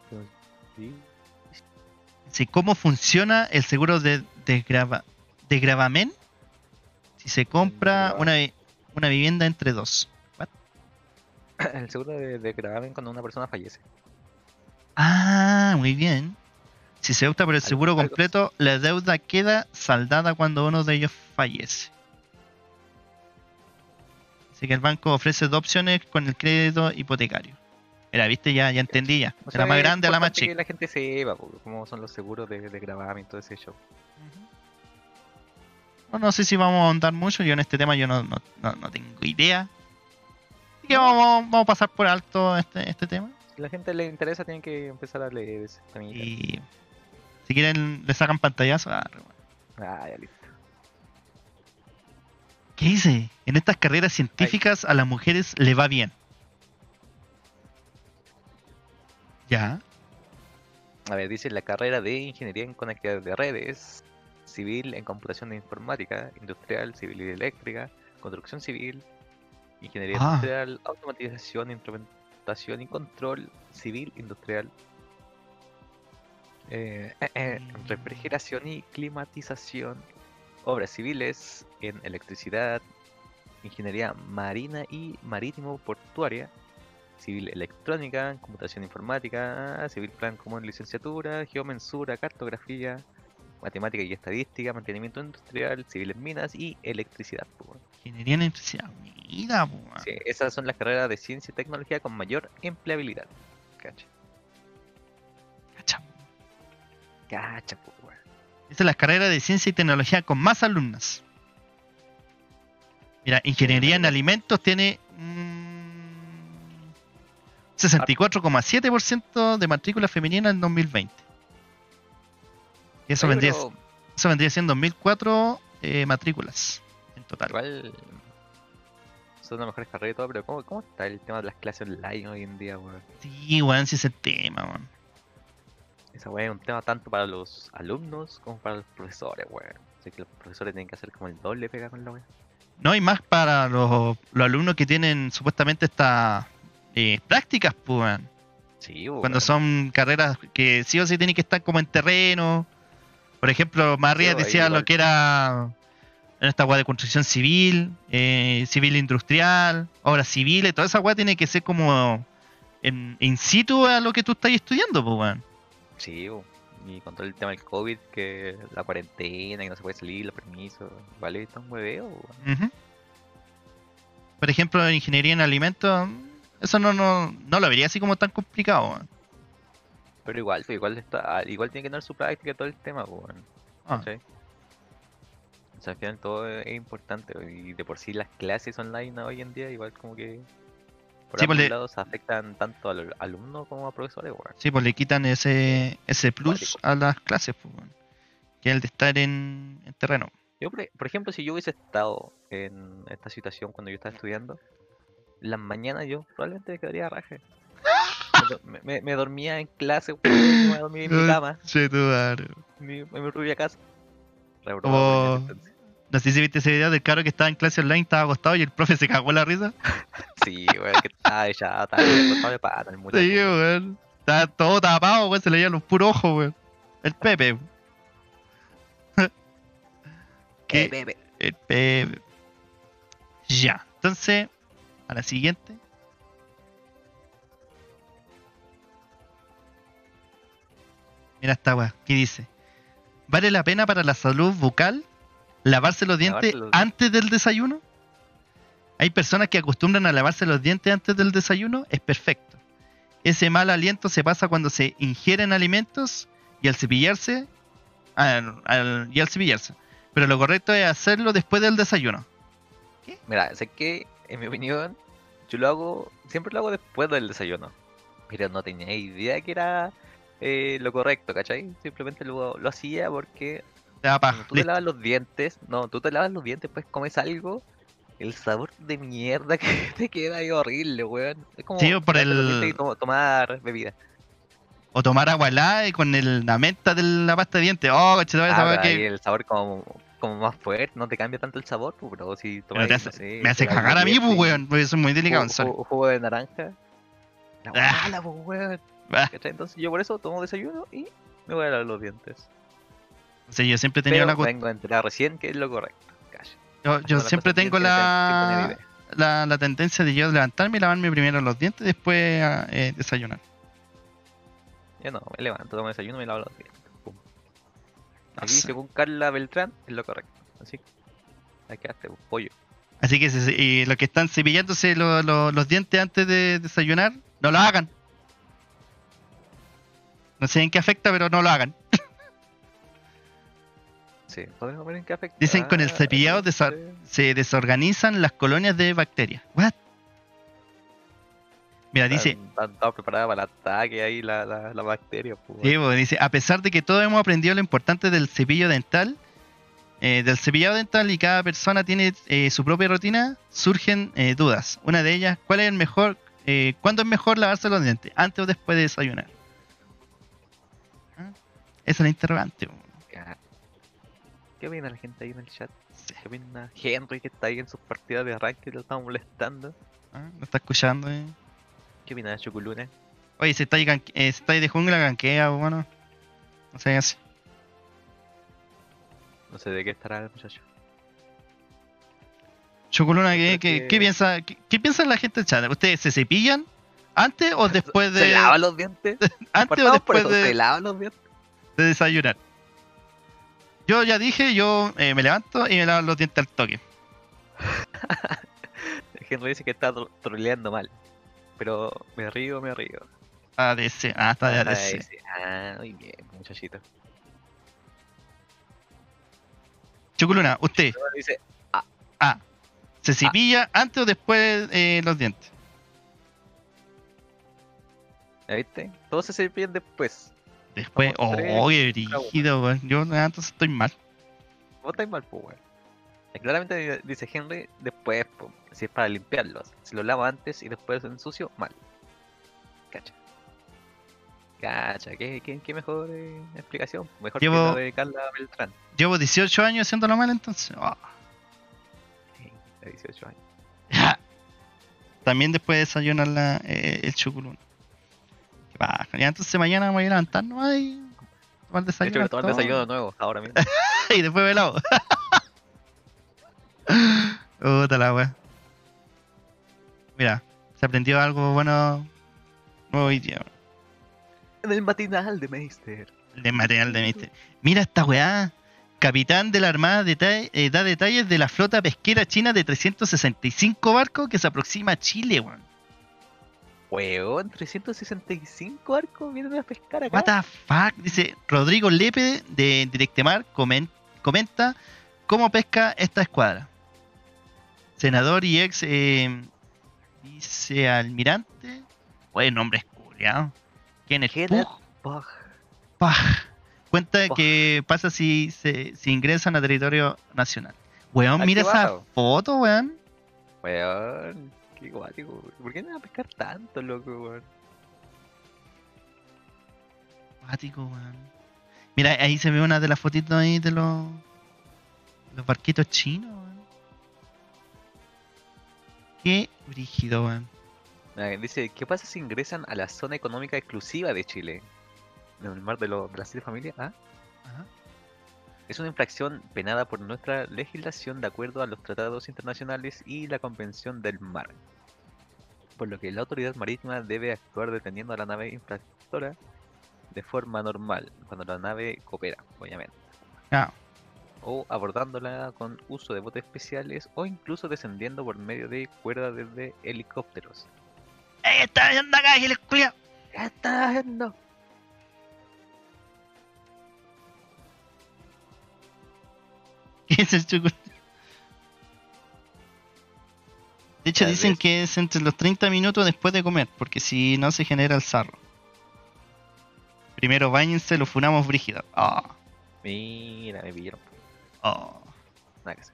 Speaker 1: Sí, ¿Cómo funciona el seguro de desgrava- desgravamen si se compra
Speaker 2: Desgravamen.
Speaker 1: una, vi- una vivienda entre dos?
Speaker 2: El seguro de, de gravamen cuando una persona fallece.
Speaker 1: Ah, muy bien. Si se opta por el
Speaker 2: Algo-
Speaker 1: seguro
Speaker 2: algo así.
Speaker 1: completo, la deuda queda saldada cuando uno de ellos fallece. Así que el banco ofrece dos opciones con el crédito hipotecario. Mira, viste, ya, ya entendí ya.
Speaker 2: O
Speaker 1: De la más
Speaker 2: es
Speaker 1: grande a la más
Speaker 2: importante que
Speaker 1: chica.
Speaker 2: la gente sepa po, cómo son los seguros de, de gravamen y todo ese show.
Speaker 1: No, no sé si vamos a ahondar mucho, yo en este tema yo no, no, no- no tengo idea. Así que
Speaker 2: No.
Speaker 1: vamos, vamos a pasar por alto este, este tema.
Speaker 2: Si la gente le interesa, tienen que empezar a leer ese temita.
Speaker 1: Y si quieren le sacan pantallazo. Ah, re bueno.
Speaker 2: Ah, ya listo.
Speaker 1: ¿Qué dice? En estas carreras científicas a las mujeres le va bien. Ya.
Speaker 2: A ver, dice la carrera de ingeniería en conectividad de redes. civil en computación de informática, industrial, civil y eléctrica, construcción civil, ingeniería
Speaker 1: Ah.
Speaker 2: industrial, automatización, instrumentación y control, civil, industrial, eh, refrigeración y climatización, obras civiles en electricidad, ingeniería marina y marítimo portuaria, civil electrónica, computación informática, civil plan común licenciatura, geomensura, cartografía, matemática y estadística, mantenimiento industrial, civiles minas y electricidad. po, weón.
Speaker 1: Ingeniería en electricidad. Mira, po, weón.
Speaker 2: Sí, esas son las carreras de ciencia y tecnología con mayor empleabilidad. Cacha.
Speaker 1: Cacha.
Speaker 2: Cacha, po, weón.
Speaker 1: Esta es la carrera de ciencia y tecnología con más alumnas. Mira, ingeniería en alimentos tiene mm, 64,7% de matrícula femenina en 2020. Y Eso
Speaker 2: Oye,
Speaker 1: vendría,
Speaker 2: pero
Speaker 1: eso vendría siendo 1004 eh, matrículas en total.
Speaker 2: Igual son las mejores carreras y todo, pero ¿cómo, ¿cómo está el tema de las clases online hoy en día, weón?
Speaker 1: Sí, weón, sí es el tema, weón.
Speaker 2: Esa weá es un tema tanto para los alumnos como para los profesores, weón. Así que los profesores tienen que hacer como el doble pega con la weá.
Speaker 1: No, y más para los, los alumnos que tienen supuestamente estas eh, prácticas, pues, weón.
Speaker 2: Sí, weón.
Speaker 1: cuando son carreras que sí o sí tienen que estar como en terreno. Por ejemplo, Marrias
Speaker 2: Sí, ahí
Speaker 1: decía lo
Speaker 2: igual.
Speaker 1: que era en esta weá de construcción civil, eh, civil industrial, obras civiles, toda esa weá tiene que ser como en, in situ a lo que tú estás estudiando, pues weón.
Speaker 2: Sí, bo. y con todo el tema del COVID, que la cuarentena, que no se puede salir, los permisos, vale, está un hueveo. bo.
Speaker 1: Ujú. Por ejemplo, en ingeniería en alimentos, eso no, no, no lo vería así como tan complicado, weón.
Speaker 2: Pero igual, pues, igual está, igual tiene que tener su práctica todo el tema, bo, weón.
Speaker 1: Ah,
Speaker 2: ¿cachai? O sea, al final todo es es importante, bo, y de por sí las clases online hoy en día, igual como que por
Speaker 1: Sí, pues,
Speaker 2: ambos
Speaker 1: le-
Speaker 2: lados afectan tanto a los alumnos como a profesores, weón.
Speaker 1: Sí, pues le quitan ese, ese plus
Speaker 2: Cuático.
Speaker 1: a las clases, pues, weón. Que es el de estar en, en terreno.
Speaker 2: Yo, por, e- por ejemplo, si yo hubiese estado en esta situación cuando yo estaba estudiando, las mañanas yo probablemente me quedaría raje. Me do- Me, me- me dormía en clase, weón, me dormía en mi cama,
Speaker 1: Che, tu madre.
Speaker 2: en mi, en mi rubia casa. Re broma,
Speaker 1: Oh.
Speaker 2: weón, en ese entonces.
Speaker 1: No sé si viste ese video del caro que estaba en clase online, estaba acostado y el profe se cagó la risa.
Speaker 2: Sí, weón, que estaba ya, estaba acostado de pata el muchacho,
Speaker 1: Sí,
Speaker 2: weón.
Speaker 1: weón. Estaba todo tapado, weón. Se le veían los puros ojos, weón. El Pepe.
Speaker 2: Eh,
Speaker 1: ¿Qué?
Speaker 2: Pepe,
Speaker 1: El Pepe. Ya. Entonces, a la siguiente. Mira esta weá. ¿Qué dice? ¿Vale la pena para la salud bucal lavarse los dientes
Speaker 2: Lavarse los-
Speaker 1: antes del desayuno? Hay personas que acostumbran a lavarse los dientes antes del desayuno. Es perfecto. Ese mal aliento se pasa cuando se ingieren alimentos y al cepillarse. al- al- y al cepillarse. Pero lo correcto es hacerlo después del desayuno.
Speaker 2: Mira, sé que, en mi opinión, yo lo hago, siempre lo hago después del desayuno. Pero no tenía idea que era eh, lo correcto, ¿cachai? Simplemente lo, lo hacía porque
Speaker 1: Te da paja,
Speaker 2: Cuando tú
Speaker 1: Ah,
Speaker 2: te
Speaker 1: listo.
Speaker 2: lavas los dientes, no, tú te lavas los dientes, pues comes algo, el sabor de mierda que te queda ahí horrible, weón. Es como
Speaker 1: Sí, o por
Speaker 2: lavarte los dientes
Speaker 1: el-
Speaker 2: y to- tomar bebida.
Speaker 1: O tomar agua helada y con el- la menta de la pasta de dientes. Oh, coche,
Speaker 2: Ah,
Speaker 1: esa weá
Speaker 2: pero
Speaker 1: que-
Speaker 2: ahí el sabor como, como más fuerte, no te cambia tanto el sabor, pues, pero si
Speaker 1: pero
Speaker 2: tomas,
Speaker 1: te
Speaker 2: no
Speaker 1: hace-
Speaker 2: sé,
Speaker 1: me hace
Speaker 2: te lavas
Speaker 1: cagar
Speaker 2: los
Speaker 1: a mí, pues,
Speaker 2: dientes y
Speaker 1: weón. Porque soy muy delicado,
Speaker 2: jugo-
Speaker 1: sorry.
Speaker 2: jugo- jugo de naranja. La
Speaker 1: Ah.
Speaker 2: mala, pues, weón.
Speaker 1: Ah.
Speaker 2: ¿Cachai? Entonces yo por eso tomo desayuno y me voy a lavar los dientes.
Speaker 1: O sea, yo siempre he tenido
Speaker 2: pero
Speaker 1: la costumbre.
Speaker 2: vengo a enterar recién que es lo correcto. Calla.
Speaker 1: Yo, yo
Speaker 2: Las
Speaker 1: siempre
Speaker 2: cosas bien
Speaker 1: tengo
Speaker 2: que no ten- sin
Speaker 1: la,
Speaker 2: tener idea.
Speaker 1: la, la tendencia de yo levantarme y lavarme primero los dientes y después eh, desayunar.
Speaker 2: Yo no, me levanto, tomo desayuno y me lavo los dientes. pum.
Speaker 1: No
Speaker 2: Aquí,
Speaker 1: sé.
Speaker 2: según Carla Beltrán, es lo correcto. Así que ahí quedaste, pues, pollo.
Speaker 1: Así que si- y los que están cepillándose lo- lo- los dientes antes de desayunar, no lo hagan. No sé en qué afecta, pero no lo hagan.
Speaker 2: Sí, podemos ver en qué afecta.
Speaker 1: Dicen con el cepillado de sa-
Speaker 2: sí.
Speaker 1: Se desorganizan las colonias de bacterias. What? Mira, dice,
Speaker 2: Están- Están todas preparadas para el ataque ahí, la, la, la bacteria. Pues,
Speaker 1: Sí, pues, dice, a pesar de que todos hemos aprendido lo importante del cepillo dental, eh, del cepillado dental y cada persona tiene eh, su propia rutina, surgen eh, dudas. Una de ellas, ¿cuál es el mejor, eh, cuándo es mejor lavarse los dientes? ¿Antes o después de desayunar? ¿Ah? Esa es la interrogante. po.
Speaker 2: weón. ¿Qué opina la gente ahí en el chat?
Speaker 1: Sí.
Speaker 2: ¿Qué opina Henry que está ahí en sus partidas de arranque y lo está molestando?
Speaker 1: Ah, Lo está escuchando. eh.
Speaker 2: ¿Qué opina de Chocoluna?
Speaker 1: Oye, si estáis gan- eh, si estáis de jungla, ganquea, bueno. No sé, así.
Speaker 2: No sé de qué estará el muchacho.
Speaker 1: Chocoluna,
Speaker 2: Yo
Speaker 1: ¿qué,
Speaker 2: creo
Speaker 1: qué-
Speaker 2: que-
Speaker 1: qué piensa, qué, qué piensa la gente del chat? ¿Ustedes se cepillan antes o después
Speaker 2: ¿Se
Speaker 1: de,
Speaker 2: lava los dientes?
Speaker 1: antes o
Speaker 2: Partamos por
Speaker 1: después
Speaker 2: eso, ¿se
Speaker 1: de,
Speaker 2: lava los dientes?
Speaker 1: de desayunar? Yo ya dije, yo eh, me levanto y me lavo los dientes al toque.
Speaker 2: Henry dice que está tro- troleando mal. Pero me río, me río.
Speaker 1: ADC, ah, está de
Speaker 2: Ah,
Speaker 1: ADC.
Speaker 2: ese. Ah, muy bien, muchachito.
Speaker 1: Chocoluna, ¿usted
Speaker 2: Luego Dice,
Speaker 1: se cepilla antes o después eh, los dientes?
Speaker 2: ¿ya ¿viste? Todos se cepillan después.
Speaker 1: Después,
Speaker 2: Estamos tres
Speaker 1: oh, qué brígido, weón. Yo ah, entonces estoy mal.
Speaker 2: Vos estáis mal, pues, weón. Eh, Claramente di- dice Henry, después, po, si es para limpiarlos. Si lo lavo antes y después lo ensucio, mal. Cacha. Cacha, ¿qué, qué, qué mejor eh, explicación? Mejor que
Speaker 1: Llevo-
Speaker 2: la de Carla Beltrán,
Speaker 1: Llevo 18 años haciéndolo mal entonces. Ah.
Speaker 2: de 18 años.
Speaker 1: Ja. También después de desayunar la, eh, el chuculún. Qué paja. Ya entonces mañana me voy a levantar nomás y tomar
Speaker 2: De hecho,
Speaker 1: desayuno.
Speaker 2: voy a tomar
Speaker 1: todo.
Speaker 2: desayuno de nuevo, ahora mismo.
Speaker 1: y después me lavo. Puta la wea. Mira, se aprendió algo bueno nuevo hoy día.
Speaker 2: en el matinal de Meister.
Speaker 1: El de material de mister. Mira esta weá. Capitán de la Armada deta- eh, da detalles de la flota pesquera china de 365 barcos que se aproxima a Chile, weón.
Speaker 2: Weón, 365 arcos vienen a pescar acá.
Speaker 1: What the fuck? Dice Rodrigo Lepe de Directemar comen- comenta cómo pesca esta escuadra. Senador y ex eh, vicealmirante. Buen nombre es culiao. ¿Quién es?
Speaker 2: Kenneth
Speaker 1: Pug?
Speaker 2: Bach.
Speaker 1: Paj. Cuenta
Speaker 2: Paj.
Speaker 1: que pasa si, se, si ingresan a territorio nacional. Weón,
Speaker 2: Ahí
Speaker 1: mira
Speaker 2: te
Speaker 1: esa
Speaker 2: bajo.
Speaker 1: foto, weón.
Speaker 2: Weón, qué guático. weón. ¿Por qué no va a pescar tanto, loco, weón?
Speaker 1: Acuático, weón. Mira, ahí se ve una de las fotitos ahí de los, los barquitos chinos, weón. Qué brígido, weón.
Speaker 2: Ah, Dice, ¿qué pasa si ingresan a la zona económica exclusiva de Chile? En el mar de, lo- de las siete familias, ¿ah?
Speaker 1: Ajá.
Speaker 2: Es una infracción penada por nuestra legislación de acuerdo a los tratados internacionales y la Convención del Mar. Por lo que la autoridad marítima debe actuar deteniendo a la nave infractora de forma normal, cuando la nave coopera, obviamente.
Speaker 1: Ah.
Speaker 2: O abordándola con uso de botes especiales o incluso descendiendo por medio de cuerda desde helicópteros.
Speaker 1: ¡Ey, está viendo acá, Giles culiao!
Speaker 2: ¿Qué estás haciendo?
Speaker 1: ¿Qué es el chucu- De hecho,
Speaker 2: Ya
Speaker 1: dicen
Speaker 2: ves.
Speaker 1: que es entre los 30 minutos después de comer, porque si no se genera el sarro. Primero bañense, lo funamos brígido. Ah,
Speaker 2: Mira, me pillaron.
Speaker 1: ah.
Speaker 2: Nada que hacer.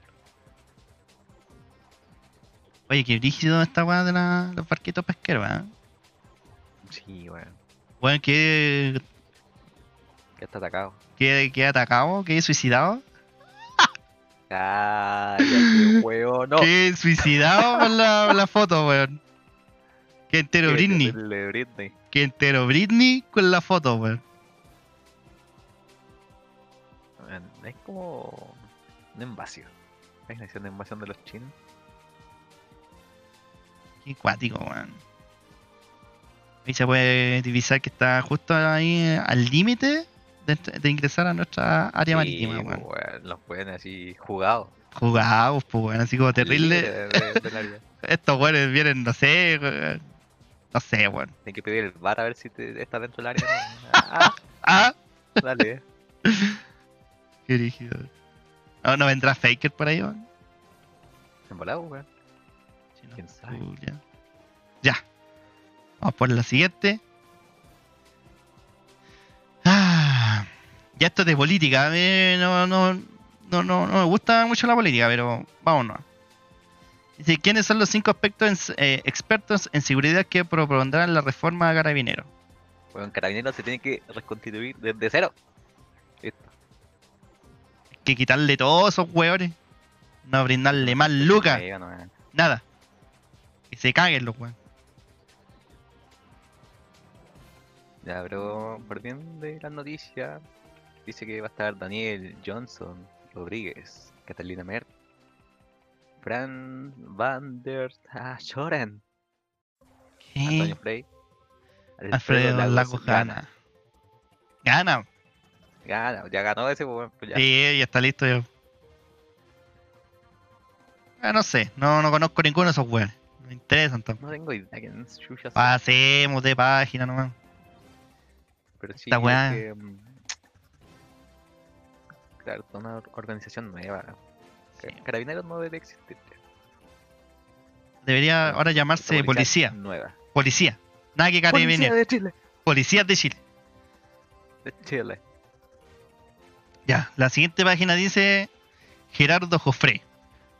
Speaker 1: Oye, qué brígido esta weá de la- los barquitos pesqueros, ¿eh?
Speaker 2: Sí, bueno,
Speaker 1: Bueno, que
Speaker 2: ya está atacado.
Speaker 1: que que atacado, que suicidado,
Speaker 2: Ah, Cállate, huevo, no.
Speaker 1: que suicidado por la, por la foto, weón. Que entero
Speaker 2: Cállate,
Speaker 1: Britney,
Speaker 2: el de Britney.
Speaker 1: que entero Britney con la foto, weón.
Speaker 2: Man, Es como una invasión. ¿Ves la acción de invasión de los chinos?
Speaker 1: Qué cuático, weón. Ahí se puede divisar que está justo ahí eh, al límite de, de ingresar a nuestra área
Speaker 2: Sí,
Speaker 1: marítima,
Speaker 2: pues,
Speaker 1: weón.
Speaker 2: weón, Los pueden así jugados.
Speaker 1: Jugados, pues, weón, así como terrible.
Speaker 2: Libre de- de- del área.
Speaker 1: Estos weones vienen, no sé, weón. No sé, weón.
Speaker 2: Tienen que pedir el bar a ver si te, está dentro del área. ¿no? Ah,
Speaker 1: Ah,
Speaker 2: dale.
Speaker 1: qué rígido. ¿No, ¿No vendrá Faker por ahí, weón?
Speaker 2: En volado, weón.
Speaker 1: Si no,
Speaker 2: ¿Quién sabe?
Speaker 1: tú ya. Ya. Vamos por la siguiente. Ah, ya esto es de política. A mí no, no, no, no, no me gusta mucho la política, pero vámonos. Dice, ¿quiénes son los cinco aspectos en se- eh, expertos en seguridad que propondrán la reforma a Carabineros?
Speaker 2: Weón, Carabineros se tiene que reconstituir desde cero. Listo.
Speaker 1: que quitarle todos esos hueones. No brindarle más lucas.
Speaker 2: Ahí, bueno, eh.
Speaker 1: Nada. Que se caguen los weones.
Speaker 2: Ya, pero por bien de las noticias, dice que va a estar Daniel Johnson, Rodríguez, Catalina Mert, Fran Van der Shoren,
Speaker 1: ¿Qué?
Speaker 2: Antonio Frey,
Speaker 1: Eh. Alfredo Lagos gana. Gana.
Speaker 2: Gana, ya ganó ese, pues, pues ya.
Speaker 1: Sí, ya está listo yo. Ah, no sé, no, no conozco ninguno de esos weones. No me interesan tampoco.
Speaker 2: No tengo idea quién es Xuxa,
Speaker 1: Pasemos de página nomás.
Speaker 2: pero sí,
Speaker 1: esta
Speaker 2: creo
Speaker 1: weá.
Speaker 2: que, mm, Claro, es una or- organización nueva.
Speaker 1: Sí.
Speaker 2: Carabineros no debe existir. ya.
Speaker 1: Debería ahora llamarse
Speaker 2: Esta
Speaker 1: policía.
Speaker 2: Nueva.
Speaker 1: Policía. Nada que
Speaker 2: Policía
Speaker 1: carabineros.
Speaker 2: de Chile.
Speaker 1: Policías de Chile.
Speaker 2: De Chile.
Speaker 1: Ya, la siguiente página dice Gerardo Jofré.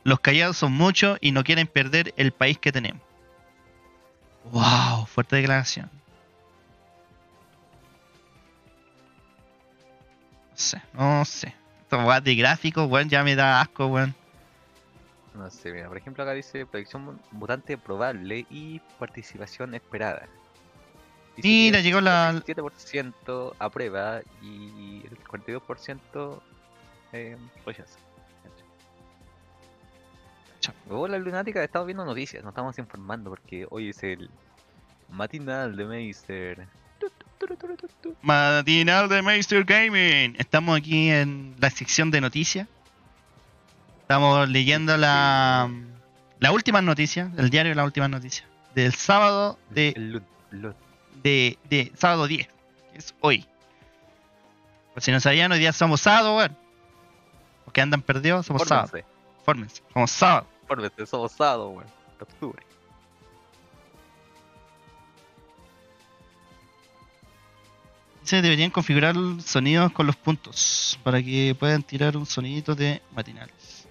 Speaker 1: Los callados son muchos y no quieren perder el país que tenemos. Wow, fuerte declaración. No sé, no sé. Estos weas de gráficos, weón, ya me da asco, weón.
Speaker 2: No sé, mira, por ejemplo acá dice proyección mu- mutante probable y participación esperada. Dice que
Speaker 1: Mira,
Speaker 2: el
Speaker 1: llegó la.
Speaker 2: 7% aprueba y el 42% eh, rechaza.
Speaker 1: Chao.
Speaker 2: Hola Oh, Lunática, estamos viendo noticias, nos estamos informando porque hoy es el matinal de Meister. Tu, tu, tu, tu, tu, tu.
Speaker 1: Matinal de Meister Gaming. Estamos aquí en la sección de noticias. Estamos leyendo la, la última noticia, el diario de las últimas noticias. Del sábado de,
Speaker 2: El Lun- Lun-
Speaker 1: de, de sábado 10, que es hoy. Por si no sabían, hoy día somos sábado, weón. Los que andan perdidos, somos sábado.
Speaker 2: Infórmense,
Speaker 1: Fórmense, somos sábado.
Speaker 2: infórmense, somos sábado, weón, de octubre.
Speaker 1: Se deberían configurar los sonidos con los puntos para que puedan tirar un sonidito de matinales.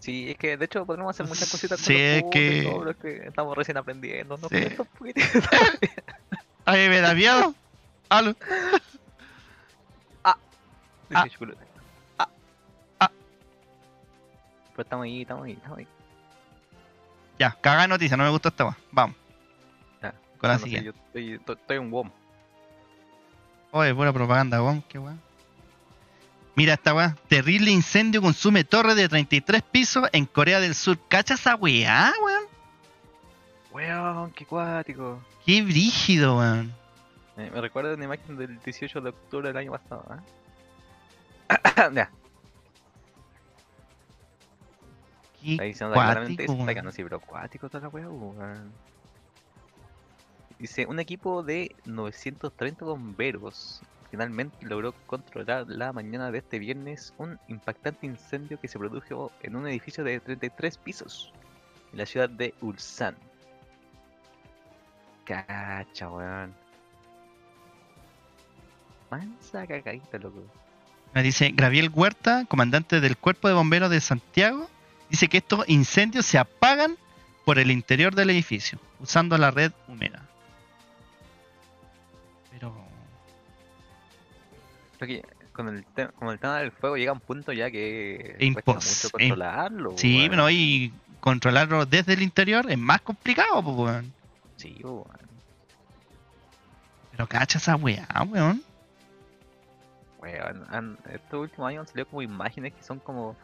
Speaker 2: Sí, es que de hecho podremos hacer muchas cositas
Speaker 1: Sí,
Speaker 2: con los
Speaker 1: es
Speaker 2: puntos
Speaker 1: que-
Speaker 2: y todo, pero es que estamos recién aprendiendo, no
Speaker 1: Sí.
Speaker 2: Estos poquititos.
Speaker 1: ¡Ay, me da miedo! ¡Aló! Ah.
Speaker 2: Dije, "Chulo".
Speaker 1: Ah. Ah.
Speaker 2: Pero estamos ahí, estamos ahí, estamos ahí.
Speaker 1: Ya, caga noticia, no me gustó esta weá. Vamos.
Speaker 2: Ya,
Speaker 1: Con la
Speaker 2: Ah, no sé,
Speaker 1: siguiente.
Speaker 2: yo estoy, to- estoy en WOM.
Speaker 1: Oye, pura propaganda, weón, qué weá. Mira esta weá. Terrible incendio consume torre de 33 pisos en Corea del Sur. ¿Cacha esa weá, weón?
Speaker 2: Weón, qué cuático.
Speaker 1: Qué brígido, weón.
Speaker 2: Eh, me recuerda una imagen del 18 de octubre del año pasado, ¿eh? ya,
Speaker 1: Qué
Speaker 2: está diciendo
Speaker 1: cuático,
Speaker 2: claramente eso, está
Speaker 1: weón.
Speaker 2: quedando así, pero cuático toda la wea, weón. Dice, un equipo de 930 bomberos finalmente logró controlar la mañana de este viernes un impactante incendio que se produjo en un edificio de 33 pisos en la ciudad de Ulsan. Cacha, weón. Mansa cagadita, loco.
Speaker 1: Me dice Gabriel Huerta, comandante del Cuerpo de Bomberos de Santiago, dice que estos incendios se apagan por el interior del edificio, usando la red húmeda. Pero...
Speaker 2: Creo que con el, te- con el tema del fuego llega un punto ya que
Speaker 1: Es
Speaker 2: cuesta
Speaker 1: impos-
Speaker 2: mucho
Speaker 1: es-
Speaker 2: controlarlo.
Speaker 1: Sí,
Speaker 2: weón.
Speaker 1: bueno, y controlarlo desde el interior es más complicado, pues, weón.
Speaker 2: Sí, weón.
Speaker 1: Pero cacha esa weá, weón.
Speaker 2: Weón, han- estos últimos años han salido como imágenes que son como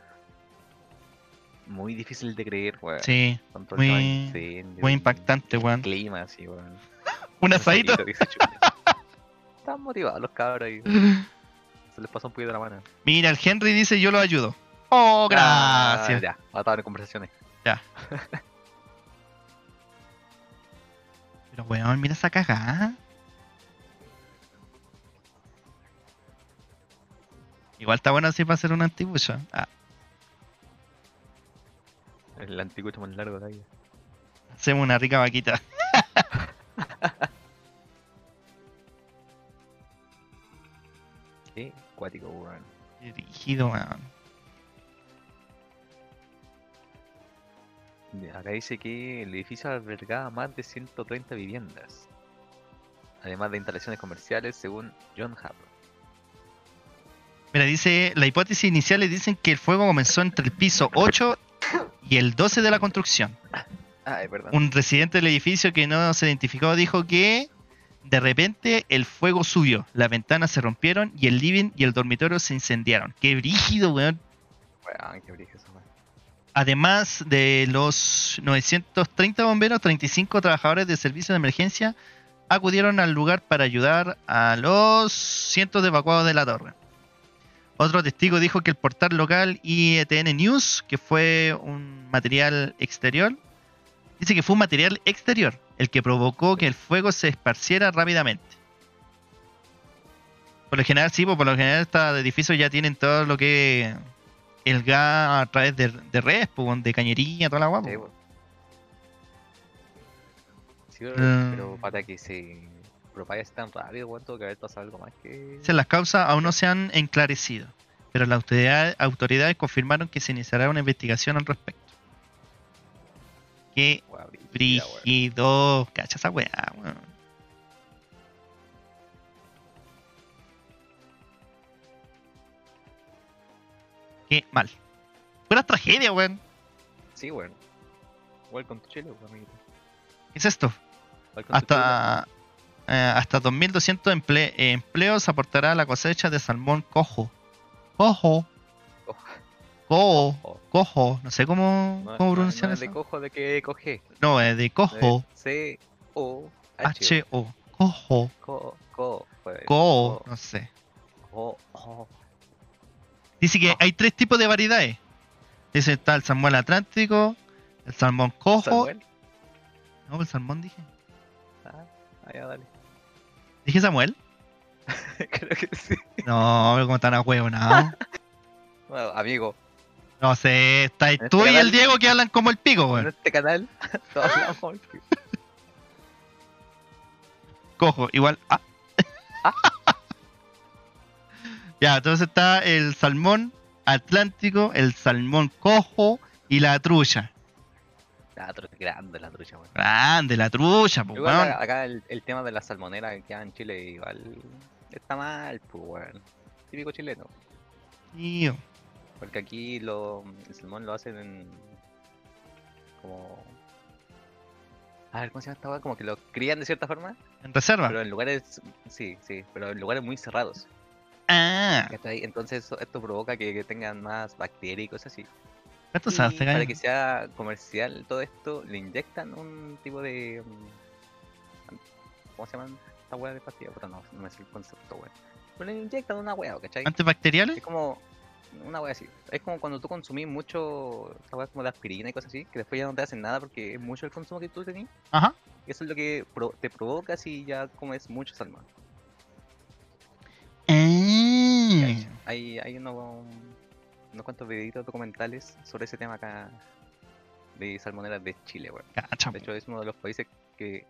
Speaker 2: muy difícil de creer, weón.
Speaker 1: Sí,
Speaker 2: Con todo el tema de
Speaker 1: muy-
Speaker 2: incendios
Speaker 1: muy
Speaker 2: y
Speaker 1: impactante,
Speaker 2: el
Speaker 1: weón.
Speaker 2: Clima, así, weón.
Speaker 1: Un
Speaker 2: Un
Speaker 1: asadito.
Speaker 2: asadito, dice Chucha. Están motivados los cabros ahí. Se les pasó un poquito la mano.
Speaker 1: Mira, el Henry dice yo lo ayudo. Oh, gracias.
Speaker 2: Ah, ya, ahora estaban en conversaciones.
Speaker 1: Pero weón, mira esa cagada. Igual está bueno así para hacer un antibucha. Ah,
Speaker 2: El anticucho más largo de la vida.
Speaker 1: hacemos una rica vaquita.
Speaker 2: Qué cuático, weón.
Speaker 1: Qué rígido, weón.
Speaker 2: Ya, Acá dice que el edificio albergaba más de 130 viviendas, además de instalaciones comerciales, según John Harper.
Speaker 1: Mira, dice, la hipótesis iniciales dicen que el fuego comenzó entre el piso 8 y el 12 de la construcción.
Speaker 2: Ay, perdón.
Speaker 1: Un residente del edificio que no se identificó dijo que de repente el fuego subió, las ventanas se rompieron y el living y el dormitorio se incendiaron. Qué brígido, weón.
Speaker 2: Weón, qué brillo esa weá.
Speaker 1: Además de los 930 bomberos, 35 trabajadores de servicio de emergencia acudieron al lugar para ayudar a los cientos de evacuados de la torre. Otro testigo dijo que el portal local IETN News, que fue un material exterior, dice que fue un material exterior el que provocó que el fuego se esparciera rápidamente. Por lo general, sí, pues, por lo general estos edificios ya tienen todo lo que el gas a través de, de redes, pues, weón, de cañería, toda la pues. guapa.
Speaker 2: Sí, po. Sí, pero,
Speaker 1: Mm.
Speaker 2: pero para que se propague así tan rápido, weón, tuvo que haber pasado algo más que.
Speaker 1: Dicen, las causas aún no se han enclarecido, pero las autoridades, autoridades confirmaron que se iniciará una investigación al respecto. Qué
Speaker 2: Weá, brígida, weón.
Speaker 1: brígido, cacha esa weá, weón. Qué mal. Pura tragedia, weón.
Speaker 2: Sí, weón. Welcome to Chile, weón, amiguito.
Speaker 1: ¿Qué es esto?
Speaker 2: Welcome to
Speaker 1: Hasta, eh, hasta 2.200 emple- eh, empleos aportará la cosecha de salmón cojo. Cojo.
Speaker 2: Cojo.
Speaker 1: Cojo.
Speaker 2: Cojo.
Speaker 1: Cojo. No sé cómo,
Speaker 2: No,
Speaker 1: cómo
Speaker 2: no,
Speaker 1: pronunciar
Speaker 2: no,
Speaker 1: eso.
Speaker 2: de cojo de que coge.
Speaker 1: no, es de cojo.
Speaker 2: C O H
Speaker 1: H-O. Cojo.
Speaker 2: co co joder,
Speaker 1: Cojo. No sé.
Speaker 2: co co-
Speaker 1: Dice que hay tres tipos de variedades. Dice está el salmón atlántico, el salmón cojo.
Speaker 2: Samuel.
Speaker 1: No, el salmón dije.
Speaker 2: Ah, ya, dale.
Speaker 1: ¿Dije Samuel?
Speaker 2: Creo que sí.
Speaker 1: No, pero como tan a huevo, no.
Speaker 2: Bueno, amigo,
Speaker 1: No sé, está
Speaker 2: este
Speaker 1: tú y el
Speaker 2: canal-
Speaker 1: Diego que hablan como el pico,
Speaker 2: en
Speaker 1: weón.
Speaker 2: este canal todos hablamos.
Speaker 1: Cojo, igual. ah. ya, entonces está el salmón atlántico, el salmón cojo y la trucha.
Speaker 2: La trucha grande, la trucha, weón.
Speaker 1: Grande, la trucha, pues,
Speaker 2: Igual
Speaker 1: weón.
Speaker 2: a- acá el, el tema de la salmonera que queda en Chile igual está mal, pues weón. Típico chileno.
Speaker 1: Tío.
Speaker 2: Porque aquí lo, el salmón lo hacen en. como. A ver, ¿cómo se llama esta weá? Como que lo crían de cierta forma,
Speaker 1: En reserva.
Speaker 2: pero en lugares. Sí, sí, pero en lugares muy cerrados.
Speaker 1: Ah,
Speaker 2: ¿cachai? Entonces eso- esto provoca que, que tengan más bacterias y cosas así.
Speaker 1: ¿cuánto
Speaker 2: Y
Speaker 1: sabes,
Speaker 2: para que sea comercial todo esto, le inyectan un tipo de. mm, ¿Cómo se llaman esta hueá de pastilla? Puta, no, no me sé el concepto, weón. Pero le inyectan una hueá, ¿cachai?
Speaker 1: ¿Antibacteriales?
Speaker 2: Es como. Una hueá así. Es como cuando tú consumís mucho. Esta hueá como de aspirina y cosas así, que después ya no te hacen nada porque es mucho el consumo que tú tenés.
Speaker 1: Ajá.
Speaker 2: Eso es lo que pro- te provoca si ya comes mucho salmón.
Speaker 1: Ah.
Speaker 2: ¿cachai? Hay, hay uno- unos cuantos videitos documentales sobre ese tema acá de salmoneras de Chile, weón.
Speaker 1: Ah, Cacha, pues.
Speaker 2: De hecho, es uno de los países que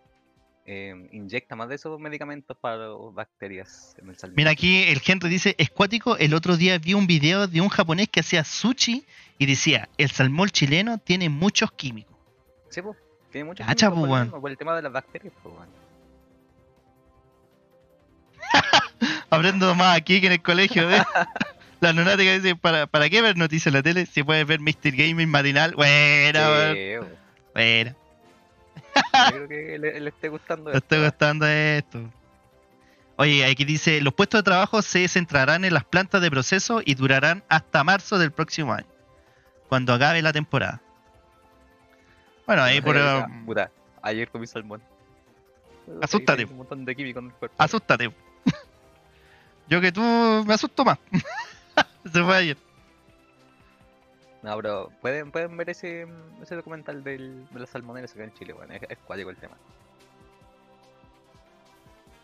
Speaker 2: eh, inyecta más de esos medicamentos para los bacterias en el salmón.
Speaker 1: Mira aquí el Henry dice, es cuático, el otro día vi un video de un japonés que hacía sushi y decía, el salmón chileno tiene muchos químicos.
Speaker 2: Sí, po, tiene mucho
Speaker 1: Cacha,
Speaker 2: químico por,
Speaker 1: po,
Speaker 2: lo
Speaker 1: weón.
Speaker 2: mismo, por el tema de las bacterias, po, weón.
Speaker 1: Aprendo más aquí que en el colegio. ¿eh? La nonática dice, ¿para, ¿para qué ver noticias en la tele? Si puedes ver Mr. Gaming matinal. Buena, weón,
Speaker 2: Sí, weón.
Speaker 1: buena.
Speaker 2: Yo creo que le, le esté
Speaker 1: Te
Speaker 2: gustando esto,
Speaker 1: estoy
Speaker 2: weón.
Speaker 1: gustando esto. Oye, aquí dice, los puestos de trabajo se centrarán en las plantas de proceso y durarán hasta marzo del próximo año, cuando acabe la temporada. Bueno, ahí
Speaker 2: No sé,
Speaker 1: por... um,
Speaker 2: ya, puta, ayer comí salmón. Ahí
Speaker 1: Asústate.
Speaker 2: tengo Un montón de químicos en el cuerpo.
Speaker 1: Asústate. Yo que tú me asusto más. Se fue ayer.
Speaker 2: No, pero pueden, pueden ver ese, ese documental del, de las salmoneras acá en Chile, weón. Es, es cuático el tema.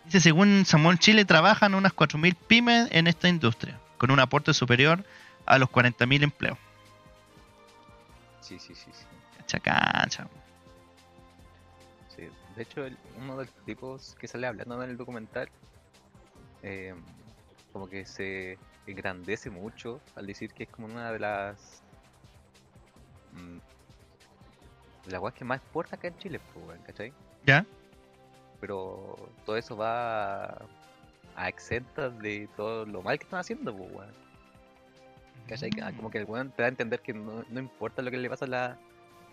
Speaker 1: Dice, según Samuel Chile, trabajan unas 4.000 pymes en esta industria, con un aporte superior a los 40.000 empleos.
Speaker 2: Sí, sí, sí, sí.
Speaker 1: Cacha, cacha.
Speaker 2: Sí, de hecho, el- uno de los tipos que sale hablando en el documental, eh, como que se engrandece mucho al decir que es como una de las. mm, de las weas que más exporta acá en Chile, pues, weón, ¿cachai?
Speaker 1: ¿Ya?
Speaker 2: Pero todo eso va a exentas de todo lo mal que están haciendo, pues, weón. ¿Cachai? Ah, Como que el weón te da a entender que no, no importa lo que le pasa a, la-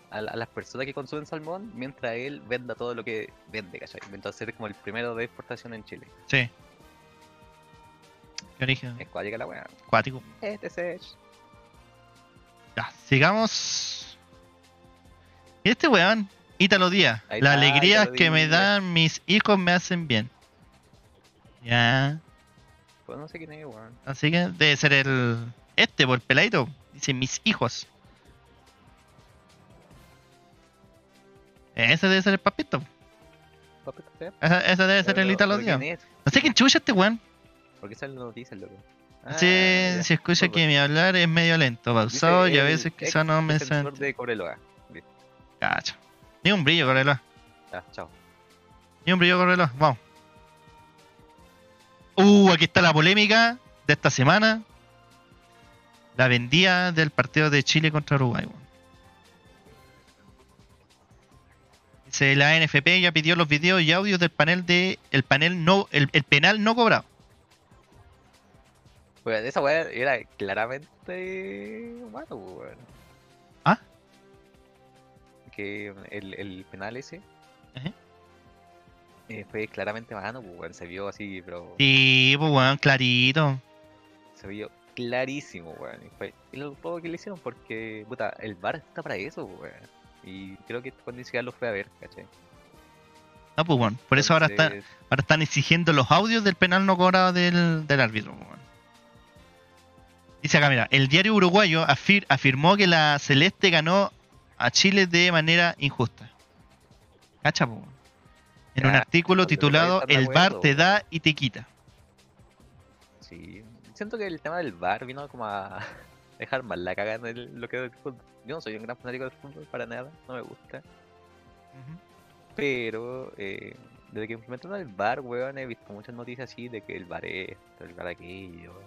Speaker 2: a la- a las personas que consumen salmón, mientras él venda todo lo que vende, ¿cachai? Mientras ser como el primero de exportación en Chile.
Speaker 1: Sí. Qué origen
Speaker 2: Es cuática la weá.
Speaker 1: acuático.
Speaker 2: Este es Edge.
Speaker 1: Ya, sigamos. Y este weón, Ítalo Díaz.
Speaker 2: Ahí
Speaker 1: Las
Speaker 2: está,
Speaker 1: alegrías
Speaker 2: Ítalo
Speaker 1: que me
Speaker 2: Díaz.
Speaker 1: dan mis hijos me hacen bien. Ya.
Speaker 2: Pues no sé quién es, weón.
Speaker 1: Así que debe ser el. Este, por el peladito. Dice mis hijos. Ese debe ser el papito.
Speaker 2: Papi, ¿qué sea?
Speaker 1: Ese, ese debe ser
Speaker 2: Pero-
Speaker 1: el Ítalo
Speaker 2: pero
Speaker 1: Díaz.
Speaker 2: ¿quién es?
Speaker 1: No sé quién chucha este weón.
Speaker 2: ¿Por qué salen las noticias, loco?
Speaker 1: Sí,
Speaker 2: Ah,
Speaker 1: si escucha
Speaker 2: por-
Speaker 1: que mi hablar es medio lento,
Speaker 2: Dice
Speaker 1: pausado y a
Speaker 2: el
Speaker 1: veces
Speaker 2: ex
Speaker 1: quizá no me
Speaker 2: defensor
Speaker 1: sent...
Speaker 2: de Coreloa.
Speaker 1: Cacho. Ni un brillo, Correloa.
Speaker 2: Ah, chao.
Speaker 1: Ni un brillo, Correloa. Vamos. Uh, aquí está la polémica de esta semana. La vendida del partido de Chile contra Uruguay. weón. Dice la ANFP ya pidió los videos y audios del panel de el panel no el, el penal no cobrado.
Speaker 2: Weón, Pues, esa weá era claramente humano, weón.
Speaker 1: ¿Ah?
Speaker 2: Que el, el penal ese
Speaker 1: Ajá.
Speaker 2: eh, fue claramente humano, weón. Se vio así, pero
Speaker 1: Sí, pues weón, clarito.
Speaker 2: se vio clarísimo, weón. Y fue el robo que le hicieron porque, puta, el bar está para eso, weón. Y creo que cuando siquiera lo fue a ver, ¿cachai?
Speaker 1: No, pues weón. Por eso ahora está,
Speaker 2: Entonces,
Speaker 1: Ahora están exigiendo los audios del penal no cobrado del, del árbitro. po, weón. Dice acá, mira, el diario uruguayo afir- afirmó que la Celeste ganó a Chile de manera injusta. Cacha, po, weón. En un
Speaker 2: Ya,
Speaker 1: artículo
Speaker 2: lo que
Speaker 1: titulado
Speaker 2: estáis
Speaker 1: El bar
Speaker 2: hablando,
Speaker 1: te
Speaker 2: weón.
Speaker 1: da y te quita.
Speaker 2: Sí. Siento que el tema del bar vino como a dejar mal la caga en el- lo que es el fútbol. Yo no soy un gran fanático del fútbol para nada, no me gusta. Pero eh, desde que implementaron el bar, weón, he visto muchas noticias así de que el bar esto, el bar aquello.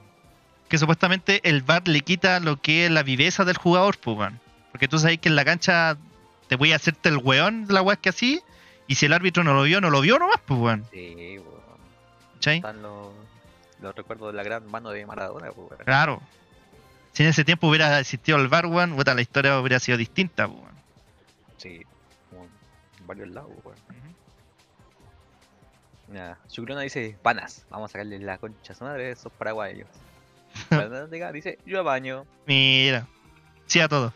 Speaker 1: Que supuestamente el bar le quita lo que es la viveza del jugador, po, weón. Porque tú sabes que en la cancha te voy a hacerte el weón de la weá que así. Y si el árbitro no lo vio, no lo vio nomás, pues, weón.
Speaker 2: Sí, weón.
Speaker 1: ¿Cachai?
Speaker 2: Están los, los recuerdos de la gran mano de Maradona, weón.
Speaker 1: Claro. Si en ese tiempo hubiera existido el bar, weón, puta, la historia hubiera sido distinta, po, weón.
Speaker 2: Sí, como en varios lados, weón. Nada, Chucrona dice, panas, vamos a sacarle la concha a su madre de esos paraguayos. Fernandega dice, yo baño,
Speaker 1: Mira. Sí a todo.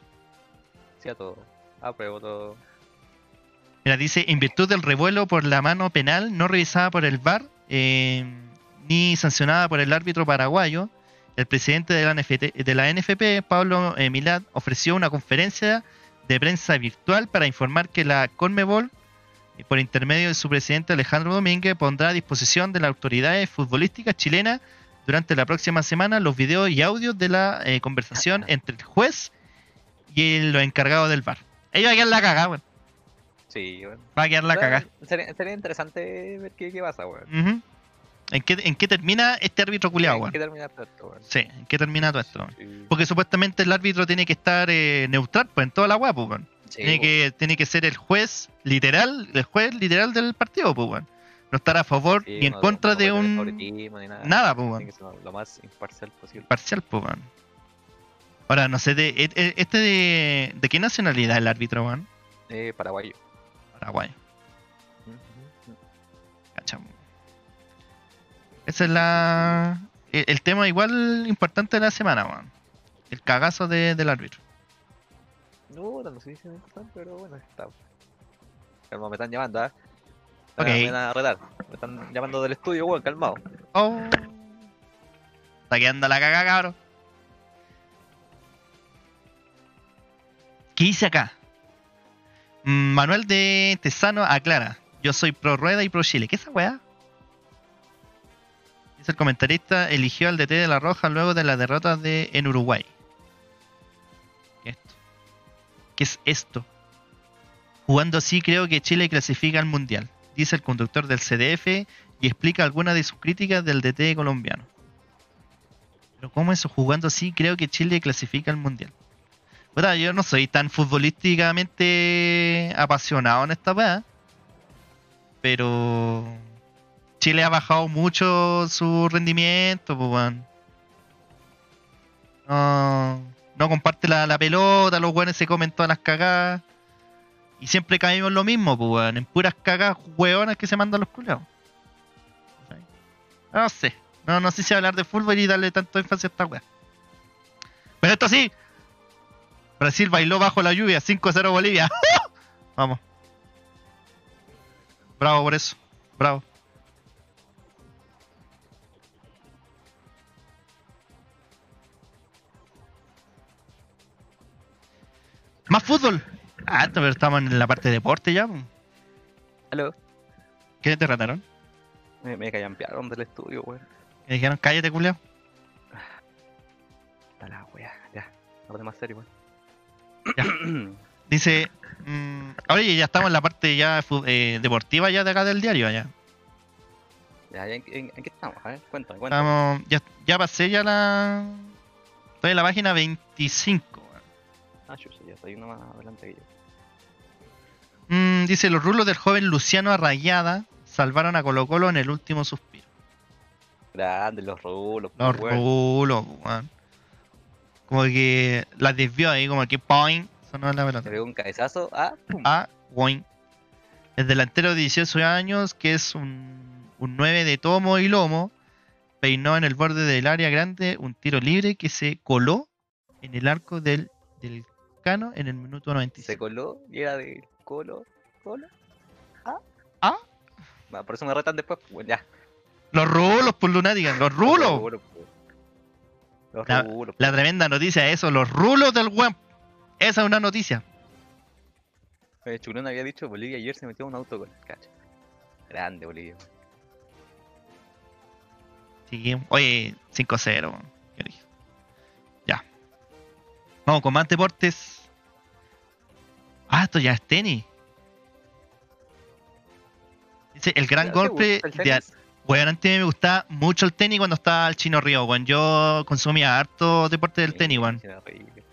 Speaker 2: sí a todo, apruebo todo.
Speaker 1: Mira, dice, en virtud del revuelo por la mano penal no revisada por el bar, eh, ni sancionada por el árbitro paraguayo, el presidente de la, NFT de la NFP, Pablo eh, Milad, ofreció una conferencia de prensa virtual para informar que la Conmebol, eh, por intermedio de su presidente Alejandro Domínguez, pondrá a disposición de las autoridades futbolísticas chilenas durante la próxima semana los videos y audios de la eh, conversación entre el juez y el- los encargados del bar. Ellos aquí en la cagada, weón.
Speaker 2: Sí, weón.
Speaker 1: Va a quedar la
Speaker 2: Bueno,
Speaker 1: cagada.
Speaker 2: Sería, sería interesante ver qué, qué pasa, weón.
Speaker 1: Ujú. ¿En, qué, ¿En qué termina este árbitro culiado,
Speaker 2: Hay
Speaker 1: weón?
Speaker 2: que terminar todo esto, weón.
Speaker 1: Sí, ¿en qué termina todo esto? weón?
Speaker 2: Sí.
Speaker 1: Porque supuestamente el árbitro tiene que estar eh, neutral, pues en toda la weá, pues, weón.
Speaker 2: Sí,
Speaker 1: Tiene
Speaker 2: weón.
Speaker 1: que, tiene que ser el juez literal, el juez literal del partido, pues, weón. No estar a favor
Speaker 2: Sí,
Speaker 1: ni en
Speaker 2: no-
Speaker 1: contra
Speaker 2: no
Speaker 1: de
Speaker 2: puede tener
Speaker 1: un.
Speaker 2: favoritismo ni nada.
Speaker 1: Nada, pues,
Speaker 2: Tiene
Speaker 1: weón.
Speaker 2: que ser lo- lo más imparcial posible.
Speaker 1: Parcial, pues, weón. Ahora, no sé, de, e- e- ¿este de, de qué nacionalidad es el árbitro, weón?
Speaker 2: Eh, paraguayo. Mm,
Speaker 1: Paraguay,
Speaker 2: Ujú.
Speaker 1: cachamos. Esa es la. El, el tema igual importante de la semana, weón. El cagazo de- del árbitro.
Speaker 2: No, mm. no, no sé si es importante, pero bueno, está. Calma, me están llamando, ¿ah?
Speaker 1: Ok.
Speaker 2: Me van a retar. Me están llamando del estudio, weón, calmado.
Speaker 1: Oh. Está quedando la caga, cabrón. ¿Qué hice acá? Mm, Manuel de Tesano aclara. Yo soy pro rueda y pro Chile. ¿Qué es esa weá? Dice el comentarista, eligió al DT de La Roja luego de la derrota de, en Uruguay. ¿Qué es esto? ¿Qué es esto? Jugando así creo que Chile clasifica al Mundial, dice el conductor del CDF y explica algunas de sus críticas del DT colombiano. Pero como eso, jugando así, creo que Chile clasifica al Mundial. Puta, yo no soy tan futbolísticamente apasionado en esta weá. Pero Chile ha bajado mucho su rendimiento, pues weón. No, no comparte la, la pelota, los weones se comen todas las cagadas. Y siempre caímos en lo mismo, pues, weón. En puras cagadas weonas que se mandan los culeados. No sé. No, no sé si hablar de fútbol y darle tanto énfasis a esta weá. Pero esto sí. Brasil bailó bajo la lluvia. 5-0 Bolivia. Vamos. Bravo por eso. Bravo. Más fútbol. Ah, esto, pero estamos en la parte de deporte ya. po.
Speaker 2: Aló.
Speaker 1: ¿Qué te trataron?
Speaker 2: Me, me callampearon del estudio, weón.
Speaker 1: ¿Te dijeron cállate, culiao?
Speaker 2: Está la weá, ya. Ahora más serio,
Speaker 1: Ya.
Speaker 2: weón.
Speaker 1: Dice, mm, oye, ya estamos en la parte ya fu- eh, deportiva ya de acá del diario ya.
Speaker 2: ya, ya, ¿en, en- en qué estamos? A ver, cuéntame, cuéntame.
Speaker 1: Estamos, ya, ya pasé ya la... Estoy en la página 25. weón.
Speaker 2: Ah, chucha, ya estoy uno más adelante que yo.
Speaker 1: Mm, dice, los rulos del joven Luciano Arrayada salvaron a Colo Colo en el último suspiro.
Speaker 2: Grande, los rulos,
Speaker 1: Los
Speaker 2: weón.
Speaker 1: rulos, weón. Como que la desvió ahí, como que point. Sonó la pelota.
Speaker 2: Le pegó un cabezazo, ah, pum.
Speaker 1: a Wayne. El delantero de 18 años, que es un, un 9 de tomo y lomo, peinó en el borde del área grande un tiro libre que se coló en el arco del, del Cano en el minuto
Speaker 2: se
Speaker 1: 95.
Speaker 2: coló y era de colo, colo, ah,
Speaker 1: Ah.
Speaker 2: Va, por eso me retan después, pues, ya.
Speaker 1: Los rulos, por Lunatican, los rulos.
Speaker 2: Rulo, pues. Los
Speaker 1: La-
Speaker 2: rulos, pues.
Speaker 1: La tremenda noticia, eso, los rulos del Web. Esa es una noticia.
Speaker 2: Eh, Churón había dicho Bolivia ayer se metió a un autogol. Cacha. Grande Bolivia.
Speaker 1: Sí, oye, 5-0. weón. Yo dije. Ya. Vamos con más deportes. Ah, esto ya es tenis. Dice, el gran
Speaker 2: Ya, ¿te
Speaker 1: golpe
Speaker 2: gusta el
Speaker 1: de...
Speaker 2: tenis?
Speaker 1: Bueno, antes me gustaba mucho el tenis cuando estaba el chino Río, weón. Yo consumía harto deporte del
Speaker 2: Sí,
Speaker 1: tenis, weón.
Speaker 2: era horrible.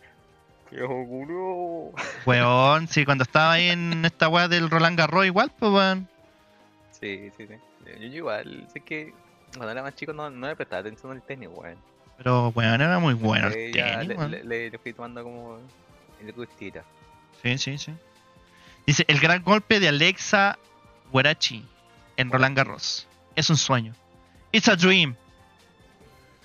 Speaker 2: ¡Qué oscuro!
Speaker 1: Weón, sí, cuando estaba ahí en esta weá del Roland Garros igual, pues, weón.
Speaker 2: Sí, sí, sí. Eh, Yo igual, sé que cuando era más chico no, no le prestaba atención al tenis, weón.
Speaker 1: Pero, weón, era muy bueno
Speaker 2: Eh,
Speaker 1: el
Speaker 2: ya
Speaker 1: tenis,
Speaker 2: le,
Speaker 1: weón.
Speaker 2: le- le- le fui tomando como el gustito.
Speaker 1: Sí, sí, sí. Dice, el gran golpe de Alexa Guarachi en Roland Garros. Es un sueño. It's a dream.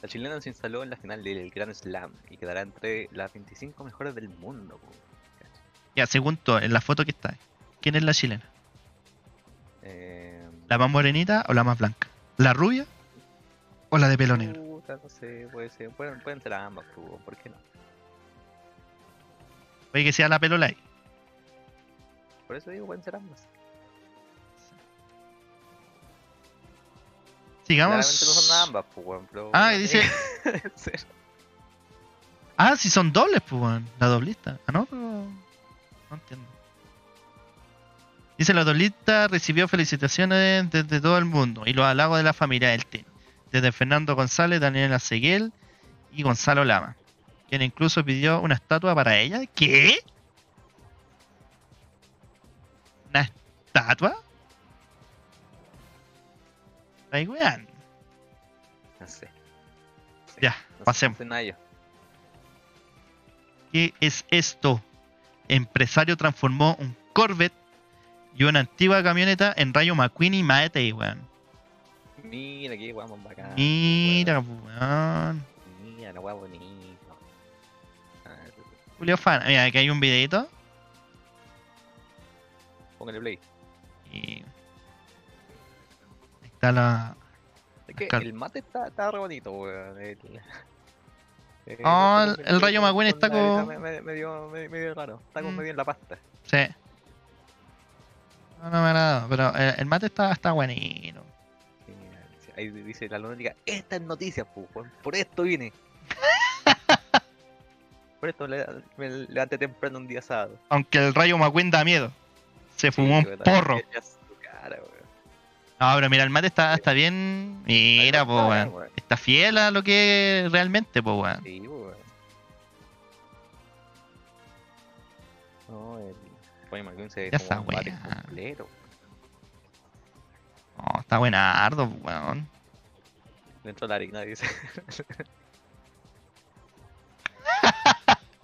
Speaker 2: La chilena se instaló en la final del Grand Slam y quedará entre las 25 mejores del mundo. po.
Speaker 1: Ya, según todo, en la foto que está. ¿Quién es la chilena?
Speaker 2: Eh,
Speaker 1: ¿La más morenita o la más blanca? ¿La rubia o la de pelo negro?
Speaker 2: puta, no sé, puede ser. Pueden, pueden ser ambas, po, ¿por qué no?
Speaker 1: Oye, que sea la pelo light.
Speaker 2: Por eso digo, pueden ser ambas. Claramente no son
Speaker 1: Sigamos.
Speaker 2: ambas, pues, weón, pero.
Speaker 1: Ah,
Speaker 2: una
Speaker 1: dice-
Speaker 2: tiene que ser.
Speaker 1: Ah, si son dobles, pues, weón. La doblista. Ah, no, pero... No entiendo. Dice, la doblista recibió felicitaciones desde todo el mundo y los halagos de la familia del tenis. Desde Fernando González, Daniela Seguel y Gonzalo Lama. Quien incluso pidió una estatua para ella. ¿Qué? ¿Una estatua? Ay, weón.
Speaker 2: No sé. Sí,
Speaker 1: Ya,
Speaker 2: no sé,
Speaker 1: pasemos.
Speaker 2: no sé nada yo.
Speaker 1: ¿Qué es esto? Empresario transformó un Corvette y una antigua camioneta en Rayo McQueen y Maete, weón.
Speaker 2: Mira, qué weón más bacán. po,
Speaker 1: Mira, weón.
Speaker 2: weón. Mira, la weá bonita. Ah,
Speaker 1: Julio Fan. Mira, aquí hay un videito.
Speaker 2: Póngale play.
Speaker 1: Y... Ahí está la...
Speaker 2: Es que
Speaker 1: Claro.
Speaker 2: el mate está, está re bonito, weón. El... Eh,
Speaker 1: Ah,
Speaker 2: no sé
Speaker 1: el-
Speaker 2: por
Speaker 1: el
Speaker 2: qué,
Speaker 1: Rayo
Speaker 2: con-
Speaker 1: McQueen
Speaker 2: con
Speaker 1: está
Speaker 2: la grita
Speaker 1: como-
Speaker 2: me- me- Medio, medio, medio raro. Está como
Speaker 1: Mm.
Speaker 2: medio en la pasta.
Speaker 1: Sí. No, no me agrada, pero eh, el mate está, está buenito.
Speaker 2: Sí, mira, dice- eh, Ahí dice la lunática, esta es noticia, po, weón, por esto vine. por esto le- me levanté temprano un día sábado.
Speaker 1: Aunque el Rayo McQueen da miedo. Se fumó
Speaker 2: Sí,
Speaker 1: un
Speaker 2: weón,
Speaker 1: porro.
Speaker 2: ya- ya su cara, weón.
Speaker 1: No, pero mira, el mate está, está bien... Mira,
Speaker 2: Ahí
Speaker 1: po,
Speaker 2: está,
Speaker 1: weón.
Speaker 2: weón.
Speaker 1: Está fiel a lo que es realmente, po, weón.
Speaker 2: Sí, weón. No, el Rayo McQueen se ve
Speaker 1: Ya
Speaker 2: como
Speaker 1: esa
Speaker 2: un bate
Speaker 1: weá.
Speaker 2: completo.
Speaker 1: Oh, está buenardo, weón.
Speaker 2: Dentro de la arena dice.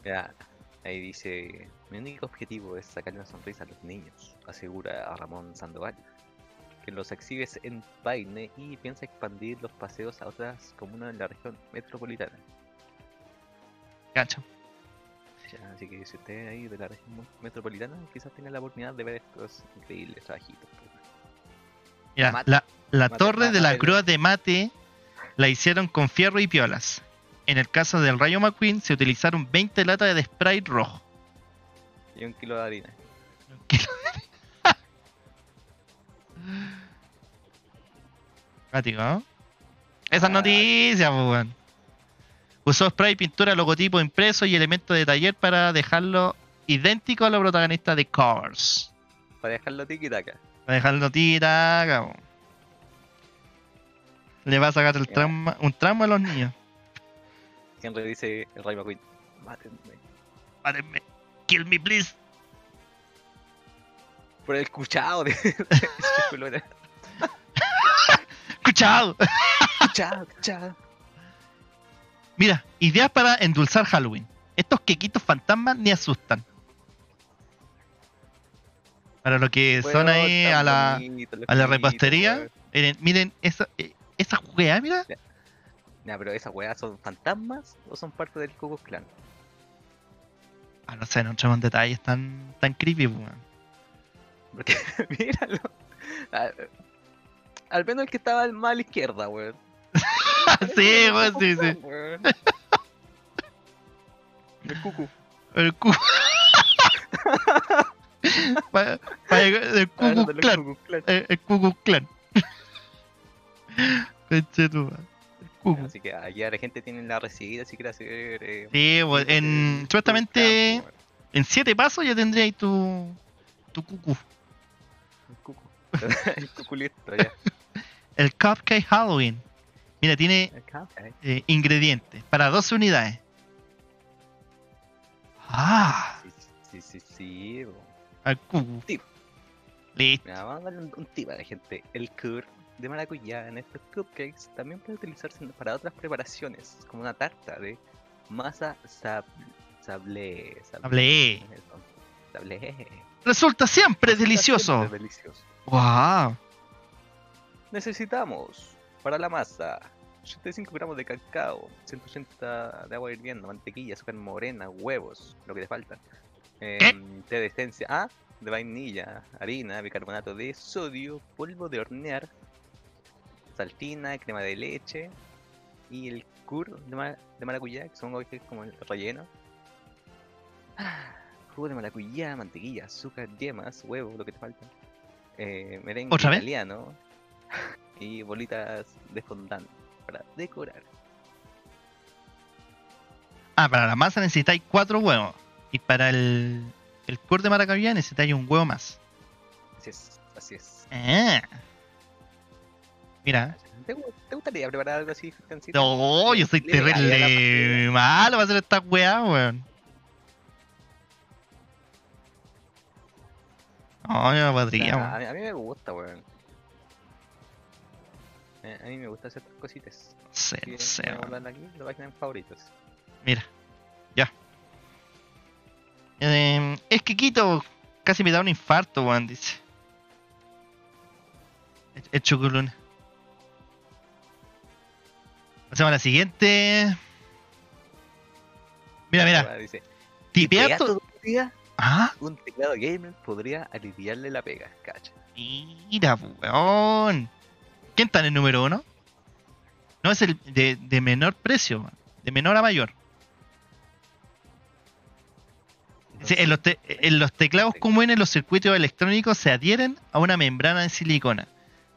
Speaker 2: Ya, ahí dice, mi único objetivo es sacar una sonrisa a los niños, asegura a Ramón Sandoval, que los exhibes en Paine y piensa expandir los paseos a otras comunas de la región metropolitana.
Speaker 1: Cacho.
Speaker 2: Ya, así que si usted ahí de la región mu- metropolitana, quizás tenga la oportunidad de ver estos increíbles trabajitos. pues,
Speaker 1: Ya,
Speaker 2: Mate.
Speaker 1: la, la
Speaker 2: Mate,
Speaker 1: torre de
Speaker 2: mate,
Speaker 1: la
Speaker 2: mate.
Speaker 1: cruz de mate la hicieron con fierro y piolas. En el caso del Rayo McQueen se utilizaron 20 latas de Sprite rojo.
Speaker 2: Y un kilo de harina.
Speaker 1: Ático, ¿no? Esas
Speaker 2: Ah.
Speaker 1: noticias, pues, weón. Usó spray, pintura, logotipo impreso y elementos de taller para dejarlo idéntico a los protagonistas de Cars.
Speaker 2: Para dejarlo tiquitaca.
Speaker 1: Para dejarlo tira, weón. Le va a sacar el
Speaker 2: Ya.
Speaker 1: trauma, un trauma a los niños.
Speaker 2: Henry dice el Ray McQueen, mátenme.
Speaker 1: Párenme. Kill me, please.
Speaker 2: Por el cuchado de.
Speaker 1: Escuchado.
Speaker 2: cuchado, cuchado.
Speaker 1: Mira, ideas para endulzar Halloween. Estos quequitos fantasmas ni asustan. Para lo que son
Speaker 2: Weón,
Speaker 1: ahí
Speaker 2: tan
Speaker 1: a la,
Speaker 2: bonito, los
Speaker 1: a la
Speaker 2: quesitos,
Speaker 1: repostería.
Speaker 2: weón.
Speaker 1: Miren, miren esa, eh, esa weá, mira.
Speaker 2: Nah, pero esas weas son fantasmas o son parte del Ku Klux Klan.
Speaker 1: Ah, no sé, no entremos en detalles tan, tan creepy, weón.
Speaker 2: Porque, míralo. Ah, Al menos el que estaba al mal izquierda, weón.
Speaker 1: sí,
Speaker 2: Ese
Speaker 1: weón,
Speaker 2: Ku Klux
Speaker 1: sí, sí.
Speaker 2: Klan, weón. El cucu.
Speaker 1: El cu. Pa- pa- el Ku
Speaker 2: Hablando
Speaker 1: Klux
Speaker 2: del
Speaker 1: Klan.
Speaker 2: Ku Klux Klan.
Speaker 1: El el Ku Klux Klan. Conchetumare. El Ku Klux
Speaker 2: Así que allá la gente tiene la recibida si quiere hacer. eh,
Speaker 1: Sí, weón,
Speaker 2: tipo de-
Speaker 1: en,
Speaker 2: de
Speaker 1: supuestamente
Speaker 2: campo, weón.
Speaker 1: en siete pasos ya tendrías tu, tu cucu.
Speaker 2: El cucu. El cuculito, ya.
Speaker 1: El Cupcake Halloween. Mira, tiene
Speaker 2: Acá, ahí.
Speaker 1: eh, ingredientes para 12 unidades. Ah,
Speaker 2: Sí, sí, sí, sí. weón.
Speaker 1: al cucu.
Speaker 2: Tip.
Speaker 1: Listo.
Speaker 2: Mira, vamos a darle un, un tip a la gente. El cur de maracuyá en estos cupcakes también puede utilizarse en- para otras preparaciones, como una tarta de masa sab- sablé.
Speaker 1: Sablé.
Speaker 2: eso, Sablé.
Speaker 1: Resulta siempre
Speaker 2: Resulta
Speaker 1: delicioso.
Speaker 2: siempre delicioso.
Speaker 1: Wow.
Speaker 2: Necesitamos para la masa 85 gramos de cacao, 180 de agua hirviendo, mantequilla, azúcar morena, huevos, lo que te falta.
Speaker 1: ¿Eh?
Speaker 2: em, té de esencia A, de vainilla, harina, bicarbonato de sodio, polvo de hornear, saltina, crema de leche y el cur de, ma- de maracuyá, que supongo que es como el relleno. Ah, Jugo de maracuyá, mantequilla, azúcar, yemas, huevos, lo que te falta. Eh, merengue
Speaker 1: ¿Otra vez?
Speaker 2: italiano y bolitas de fondant para decorar.
Speaker 1: Ah, para la masa necesitáis cuatro huevos. Y para el, el cur de maracuyá necesitáis un huevo más.
Speaker 2: Así es, así es.
Speaker 1: Ah. Mira.
Speaker 2: ¿Te, gu- te gustaría preparar algo así, Cristiancito?
Speaker 1: No, yo soy
Speaker 2: Le pegaría a la
Speaker 1: terrible malo para hacer esta weá, weón. No, yo no podría,
Speaker 2: Nah,
Speaker 1: weón.
Speaker 2: a, mí, a mí me gusta, weón. Eh, A mí me gusta hacer estas cositas.
Speaker 1: No sé,
Speaker 2: Si
Speaker 1: no
Speaker 2: quieren,
Speaker 1: sé,
Speaker 2: me
Speaker 1: weón.
Speaker 2: mandan aquí, lo página en favoritos.
Speaker 1: Mira, ya. Eh, es que Quito casi me da un infarto, weón, dice. El- El chocolate. Pasemos a la siguiente. Mira, mira.
Speaker 2: Ahora Dice,
Speaker 1: Tipear
Speaker 2: "Pega
Speaker 1: tu...
Speaker 2: todo el día,
Speaker 1: Ah,
Speaker 2: un teclado gamer podría aliviarle la pega, cacha.
Speaker 1: Mira, pu- weón. ¿Quién está en el número uno? No es el de, de menor precio, weón. de menor a mayor. Sí, en, los te- en los teclados comunes, los circuitos electrónicos se adhieren a una membrana de silicona.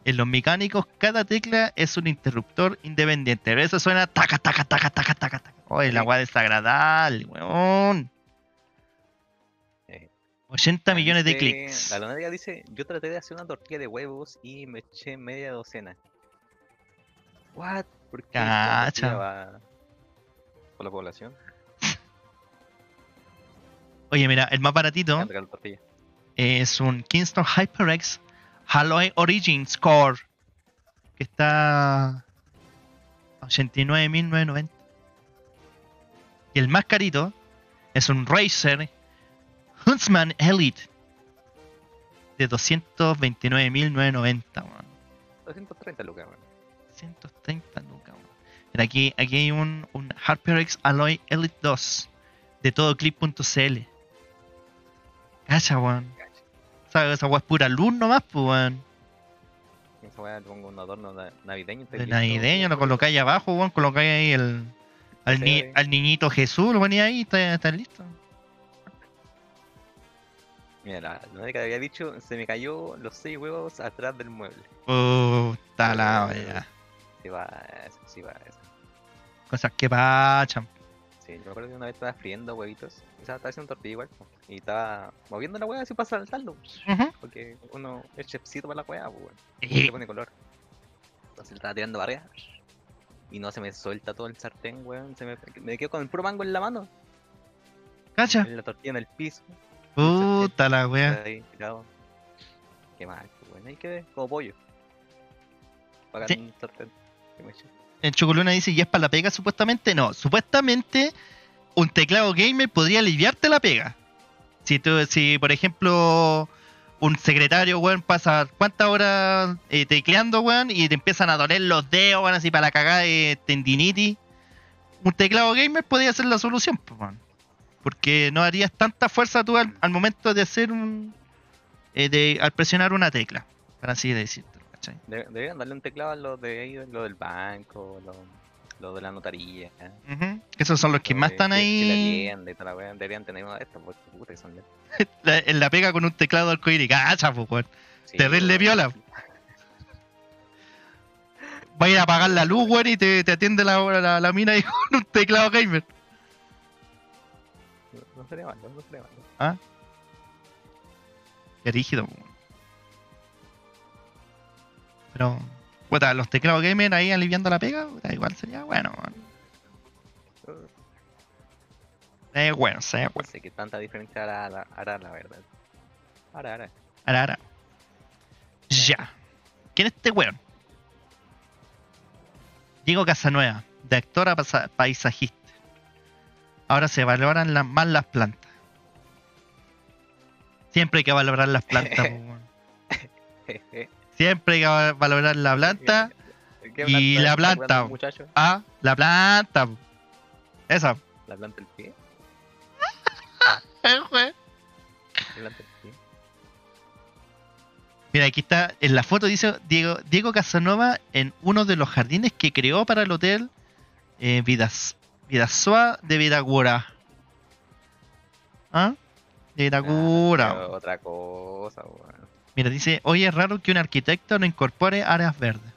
Speaker 1: En los mecánicos, cada tecla es un interruptor independiente. Pero eso suena taca, taca, taca, taca, taca, taca. Oh, el
Speaker 2: Sí.
Speaker 1: agua desagradable, weón.
Speaker 2: Sí.
Speaker 1: 80 millones de
Speaker 2: Dice-
Speaker 1: clics.
Speaker 2: La Lonariga dice, yo traté de hacer una tortilla de huevos y me eché media docena. What? ¿Por qué?
Speaker 1: Cacha.
Speaker 2: ¿Por por la población?
Speaker 1: Oye, mira, el más
Speaker 2: Me
Speaker 1: baratito
Speaker 2: encanta la tortilla.
Speaker 1: es un Kingston HyperX Haloy Origins Core que está a 89.990. Y el más carito es un Racer Huntsman Elite de 229.990, weón.
Speaker 2: 230 lucas, weón.
Speaker 1: 130 lucas, weón. Mira, aquí, aquí hay un, un HarperX Alloy Elite 2 de todoclip.cl. Cacha, weón.
Speaker 2: Cacha.
Speaker 1: ¿Sabes? Esa weá es pura luz nomás, pues, weón.
Speaker 2: Esa weá le pongo un adorno na- navideño. y está
Speaker 1: De
Speaker 2: listo,
Speaker 1: navideño,
Speaker 2: weón.
Speaker 1: lo colocáis abajo, weón. Colocáis ahí el, al, ni-
Speaker 2: Sí.
Speaker 1: al niñito Jesús, lo ponéis ahí y está, está listo.
Speaker 2: Mira, la, la única que había dicho, se me cayó los seis huevos atrás del mueble.
Speaker 1: Puta la wea.
Speaker 2: Sí va eso, sí va eso.
Speaker 1: Cosas que pachan.
Speaker 2: Sí, yo me acuerdo que una vez estaba friendo huevitos. O sea, estaba haciendo tortilla igual. po, Y estaba moviendo la hueá así para saltarlo.
Speaker 1: Ujú.
Speaker 2: Porque uno es chefcito para la hueá, pues, weón.
Speaker 1: Eh,
Speaker 2: Le pone color. Entonces le estaba tirando barriga. Y no se me suelta todo el sartén, weón. Se me, me quedo con el puro mango en la mano.
Speaker 1: Cacha.
Speaker 2: La tortilla en el piso.
Speaker 1: Puta la wea.
Speaker 2: Ahí, tirado. Qué mal, pues, weón. Ahí quedé, como pollo. Para
Speaker 1: Sí.
Speaker 2: un sartén. que me eché.
Speaker 1: El Chocoluna dice, ¿y es para la pega supuestamente? No, supuestamente un teclado gamer podría aliviarte la pega. Si, tú, si por ejemplo, un secretario, weón, pasa cuántas horas eh, tecleando, weón, y te empiezan a doler los dedos, weón, así para la cagada de tendinitis, un teclado gamer podría ser la solución, po, weón. Porque no harías tanta fuerza tú al, al momento de hacer un... eh, de, al presionar una tecla, para así decirte, ¿cachai?
Speaker 2: Debe- Deberían darle un teclado a los de ahí, lo del banco, lo, lo de la notaría. ¿eh?
Speaker 1: Ujú. Esos son los que
Speaker 2: Lo
Speaker 1: más
Speaker 2: de-
Speaker 1: están
Speaker 2: que- que la
Speaker 1: ahí...
Speaker 2: tienda y toda la wea, Deberían tener uno de estos, porque puta que son lentos.
Speaker 1: la, en la pega con un teclado arcoíris. ¡Cacha, po, weón!
Speaker 2: Sí,
Speaker 1: Terrible
Speaker 2: weón.
Speaker 1: viola. Va a ir a apagar la luz, weón, y te, te atiende la, la, la mina ahí con un teclado gamer.
Speaker 2: No, no sería malo, no sería malo.
Speaker 1: Qué rígido, po, weón. Pero, puta, los teclados gamer ahí aliviando la pega, puta, igual sería bueno, weón. Eh, bueno, sí,
Speaker 2: No
Speaker 1: bueno.
Speaker 2: sé qué tanta diferencia hará, la- hará la verdad. Ahora, ahora.
Speaker 1: Ahora, ahora. Ya. ¿Quién es este weón? Diego Casanueva, de actor a pasa- paisajista. Ahora se valoran las- más las plantas. Siempre hay que valorar las plantas, po, weón. Siempre hay que va- valorar la planta Y la planta, po.
Speaker 2: Muchacho?
Speaker 1: a la planta. po. Esa.
Speaker 2: La planta del pie.
Speaker 1: Eh, weón.
Speaker 2: La planta del pie.
Speaker 1: Mira, aquí está, en la foto dice Diego, Diego Casanova en uno de los jardines que creó para el hotel eh, Vidas, Vidasoa de Vitacura. ¿Ah? De Vitacura.
Speaker 2: Ah, Otra cosa, weón.
Speaker 1: Mira, dice, hoy es raro que un arquitecto no incorpore áreas verdes.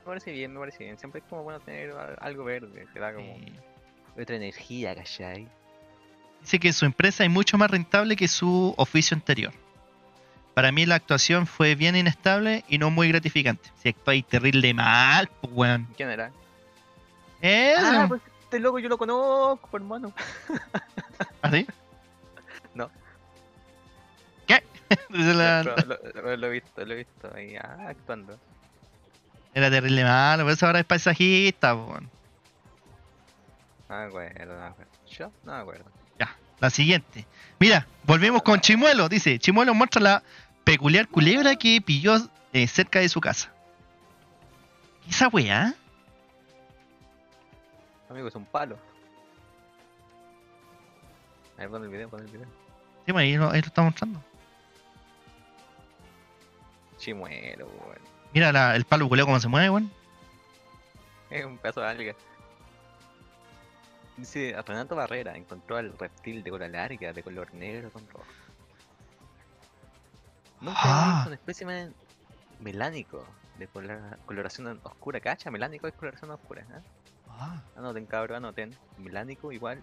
Speaker 2: Me parece bien, me parece bien. Siempre es como bueno tener al- algo verde. Te da como
Speaker 1: Eh,
Speaker 2: otra energía, ¿cachai?
Speaker 1: Dice que su empresa es mucho más rentable que su oficio anterior. Para mí la actuación fue bien inestable y no muy gratificante. Si actuáis terrible mal, pues weón.
Speaker 2: ¿Quién era?
Speaker 1: Eso.
Speaker 2: Ah, pues este loco yo lo conozco, por hermano.
Speaker 1: ¿Así?
Speaker 2: No.
Speaker 1: ¿Qué? Dice la-
Speaker 2: Lo, lo- lo he visto, lo he visto ahí ah, actuando.
Speaker 1: era terrible malo, por eso ahora es paisajista, po, weón.
Speaker 2: No me acuerdo, no me acuerdo. Yo no me acuerdo.
Speaker 1: Ya, la siguiente. Mira, volvemos con Chimuelo, dice. Chimuelo muestra la peculiar culebra que pilló eh, cerca de su casa. ¿Qué esa weá?
Speaker 2: Amigo, es un palo. A ver, pon el video, pon el video.
Speaker 1: Sí, bueno, ahí lo, ahí lo está mostrando.
Speaker 2: Chimuelo, weón.
Speaker 1: Mira la- el palo culeo cómo se mueve, weón.
Speaker 2: Es un pedazo de alga. Dice, a Renato Barrera encontró al reptil de cola larga, de color negro con rojo. Nunca he
Speaker 1: Ah.
Speaker 2: visto un espécimen melánico, de cola- coloración oscura. Cacha, melánico es coloración oscura. ¿eh?
Speaker 1: Ah,
Speaker 2: Anoten, cabrón, anoten. Melánico igual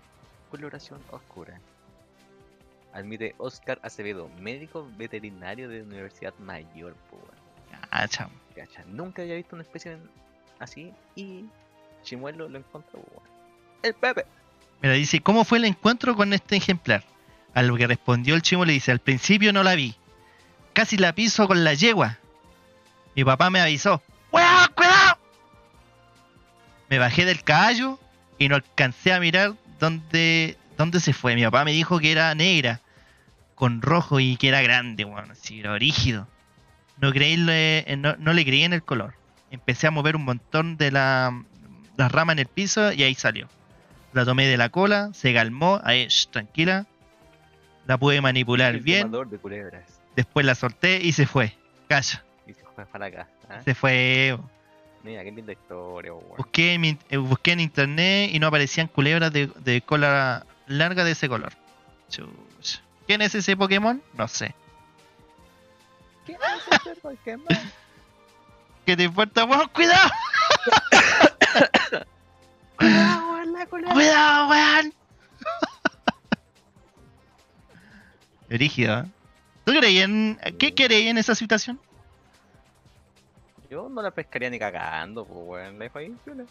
Speaker 2: coloración oscura. Admite Oscar Acevedo, médico veterinario de Universidad Mayor, pues, po, weón.
Speaker 1: cacha, weón.
Speaker 2: Cacha, Nunca había visto una especie así y Chimuelo lo encontró, po, weón. El Pepe.
Speaker 1: Mira, dice, ¿cómo fue el encuentro con este ejemplar? A lo que respondió el chimo le dice, al principio no la vi. Casi la piso con la yegua. Mi papá me avisó. ¡Cuidado, cuidado! me bajé del caballo y no alcancé a mirar dónde, dónde se fue. Mi papá me dijo que era negra, con rojo y que era grande, weón. Así, era rígido. No, creí, le- eh, no, no le creí en el color. Empecé a mover un montón de la, las ramas en el piso y ahí salió. La tomé de la cola, se calmó, ahí, sh, tranquila. La pude manipular
Speaker 2: El
Speaker 1: bien,
Speaker 2: fumador de culebras.
Speaker 1: después la solté y se fue. Calla,
Speaker 2: Y se fue para acá. ¿ah?
Speaker 1: se fue. weón.
Speaker 2: Mira, qué linda historia, pues, weón.
Speaker 1: Busqué en, mi- eh, busqué en internet y no aparecían culebras de, de cola larga de ese color. Chuch. ¿Quién es ese Pokémon? No sé.
Speaker 2: ¿Qué haces, ser Pokémon?
Speaker 1: ¿Qué te importa? ¡Weón, cuidado!
Speaker 2: Cuidado, weón, la culebra.
Speaker 1: ¡Cuidado, weón! Rígido, ¿eh? ¿Tú creí en. ¿Qué creí en esa situación?
Speaker 2: Yo no la pescaría ni cagando, pues, weón. La dejo ahí, chula.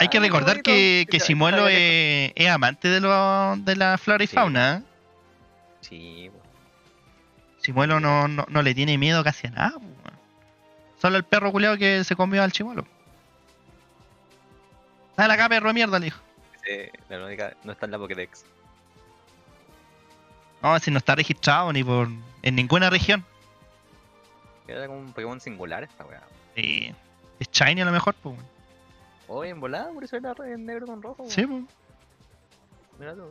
Speaker 1: Hay que
Speaker 2: ay,
Speaker 1: recordar
Speaker 2: bonito,
Speaker 1: que, que
Speaker 2: ya,
Speaker 1: Chimuelo
Speaker 2: ya, ya,
Speaker 1: es, es amante de, lo, de la flora y
Speaker 2: Sí.
Speaker 1: fauna. ¿eh?
Speaker 2: Sí, pues, weón.
Speaker 1: Chimuelo no, no, no le tiene miedo casi a nada. po, weón. Solo el perro culeado que se comió al chimuelo. Sal acá, perro de mierda, le dijo.
Speaker 2: Ese- la única, no está en la Pokédex.
Speaker 1: No, si no está registrado ni por en ninguna región.
Speaker 2: Era como un Pokémon singular esta weá.
Speaker 1: Sí. es shiny a lo mejor, pues.
Speaker 2: Oye, en volada, por eso era re- en negro con rojo.
Speaker 1: Sí,
Speaker 2: weón.
Speaker 1: po.
Speaker 2: Mira tú.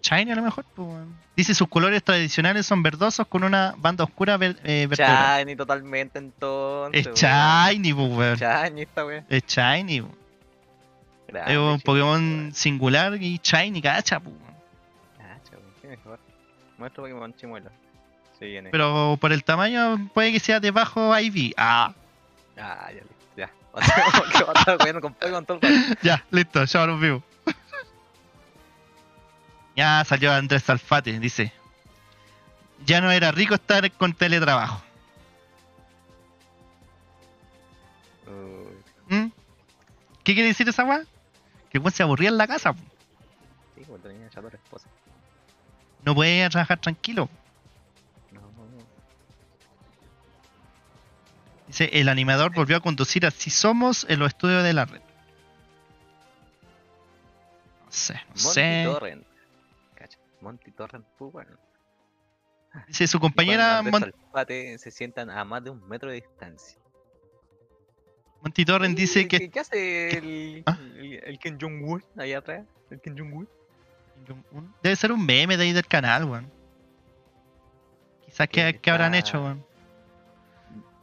Speaker 1: Shiny a lo mejor, pues. Dice sus colores tradicionales son verdosos con una banda oscura ver- eh, vertebral.
Speaker 2: Shiny totalmente entonces.
Speaker 1: Es
Speaker 2: weón.
Speaker 1: shiny, pues, weón.
Speaker 2: Shiny esta weá.
Speaker 1: Es shiny. po.
Speaker 2: Grande,
Speaker 1: Es un
Speaker 2: chico,
Speaker 1: Pokémon
Speaker 2: weón.
Speaker 1: singular y shiny, cacha, pues.
Speaker 2: Ah, chico, qué mejor. Muestra Pokémon chimuelo. Se viene.
Speaker 1: Pero por el tamaño puede que sea de bajo IV. Ah.
Speaker 2: Ah, ya listo. Ya. O sea, como que va a estar weando con Pokémon todo el rato.
Speaker 1: Ya, listo, ya los vivo. Ya salió Andrés Salfate, dice. Ya no era rico estar con teletrabajo.
Speaker 2: Uy,
Speaker 1: ¿Mm? ¿Qué quiere decir esa weá? Que el weón se aburría en la casa. po.
Speaker 2: sí, weón, tenía ya dos esposas.
Speaker 1: No podía trabajar tranquilo.
Speaker 2: No, no.
Speaker 1: Dice, el animador volvió a conducir a Si Somos en los estudios de la red. No sé, no sé.
Speaker 2: Monty Torrent. Cacha. Monty Torrent, pues bueno.
Speaker 1: Dice, su
Speaker 2: Juan
Speaker 1: compañera
Speaker 2: Andrés
Speaker 1: Mon-
Speaker 2: Alfate se sientan a más de un metro de distancia.
Speaker 1: Monty Torrent dice
Speaker 2: Uy,
Speaker 1: que
Speaker 2: ¿Qué, qué hace el,
Speaker 1: ¿Ah?
Speaker 2: el, el Kim Jong-un allá atrás? ¿El Kim Jong-un?
Speaker 1: Debe ser un meme de ahí del canal, weón. Quizás
Speaker 2: Sí,
Speaker 1: que, que habrán
Speaker 2: está-
Speaker 1: hecho, weón.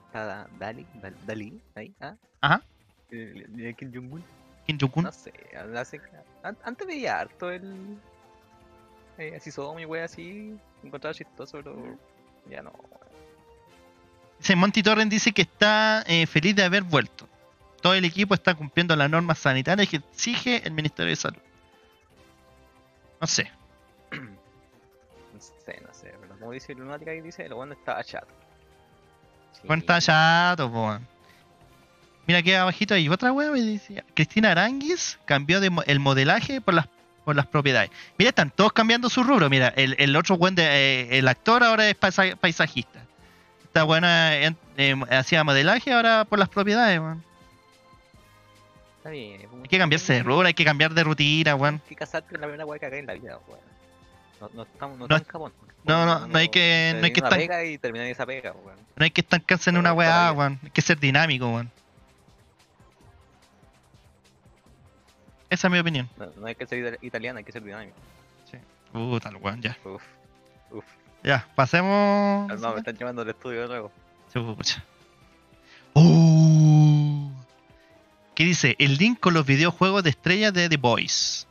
Speaker 2: Está Da- Dali, Dal- Dalí, ahí, ¿ah?
Speaker 1: Ajá.
Speaker 2: El, el Kim Jong-un,
Speaker 1: Kim Jong-un.
Speaker 2: no sé, hace, an- antes veía harto el. eh, así somos mi wea así, encontraba chistoso,
Speaker 1: Mm.
Speaker 2: pero. Ya no.
Speaker 1: Dice, Monty Torren dice que está eh, feliz de haber vuelto. Todo el equipo está cumpliendo las normas sanitarias que exige el Ministerio de Salud. No sé.
Speaker 2: No sé, no sé, pero como dice Lunática ahí, dice, lo bueno estaba chato. Sí,
Speaker 1: Bueno, está chato, po, weón. Mira que abajito hay otra weón y dice, Cristina Aranguis cambió de mo- el modelaje por las por las propiedades. Mira, están todos cambiando su rubro. Mira, el, el otro weón, de, eh, el actor ahora es paisa- paisajista. Esta buena hacía modelaje ahora por las propiedades, weón.
Speaker 2: Está bien,
Speaker 1: Hay que cambiarse de
Speaker 2: rol
Speaker 1: rubro, hay que cambiar de rutina, weón.
Speaker 2: que casarte con la primera weá que hagáis en la vida, weón. No, no estamos, no,
Speaker 1: No
Speaker 2: estamos en Japón.
Speaker 1: no, no, no hay que- no hay que
Speaker 2: termináis una
Speaker 1: estar-
Speaker 2: pega y termináis esa pega, weón.
Speaker 1: No hay que estancarse en
Speaker 2: Todo
Speaker 1: una
Speaker 2: es para
Speaker 1: weá,
Speaker 2: allá.
Speaker 1: weón. Hay que ser dinámico, weón. Esa es mi opinión.
Speaker 2: No, no hay que ser ita- italiano, hay que ser dinámico.
Speaker 1: Puta, el weón, ya.
Speaker 2: Uf, uf.
Speaker 1: Ya, pasemos.
Speaker 2: Calma, me están llamando al estudio de nuevo.
Speaker 1: Chucha. Uh. ¿Qué dice? El link con los videojuegos de estrellas de The Boys.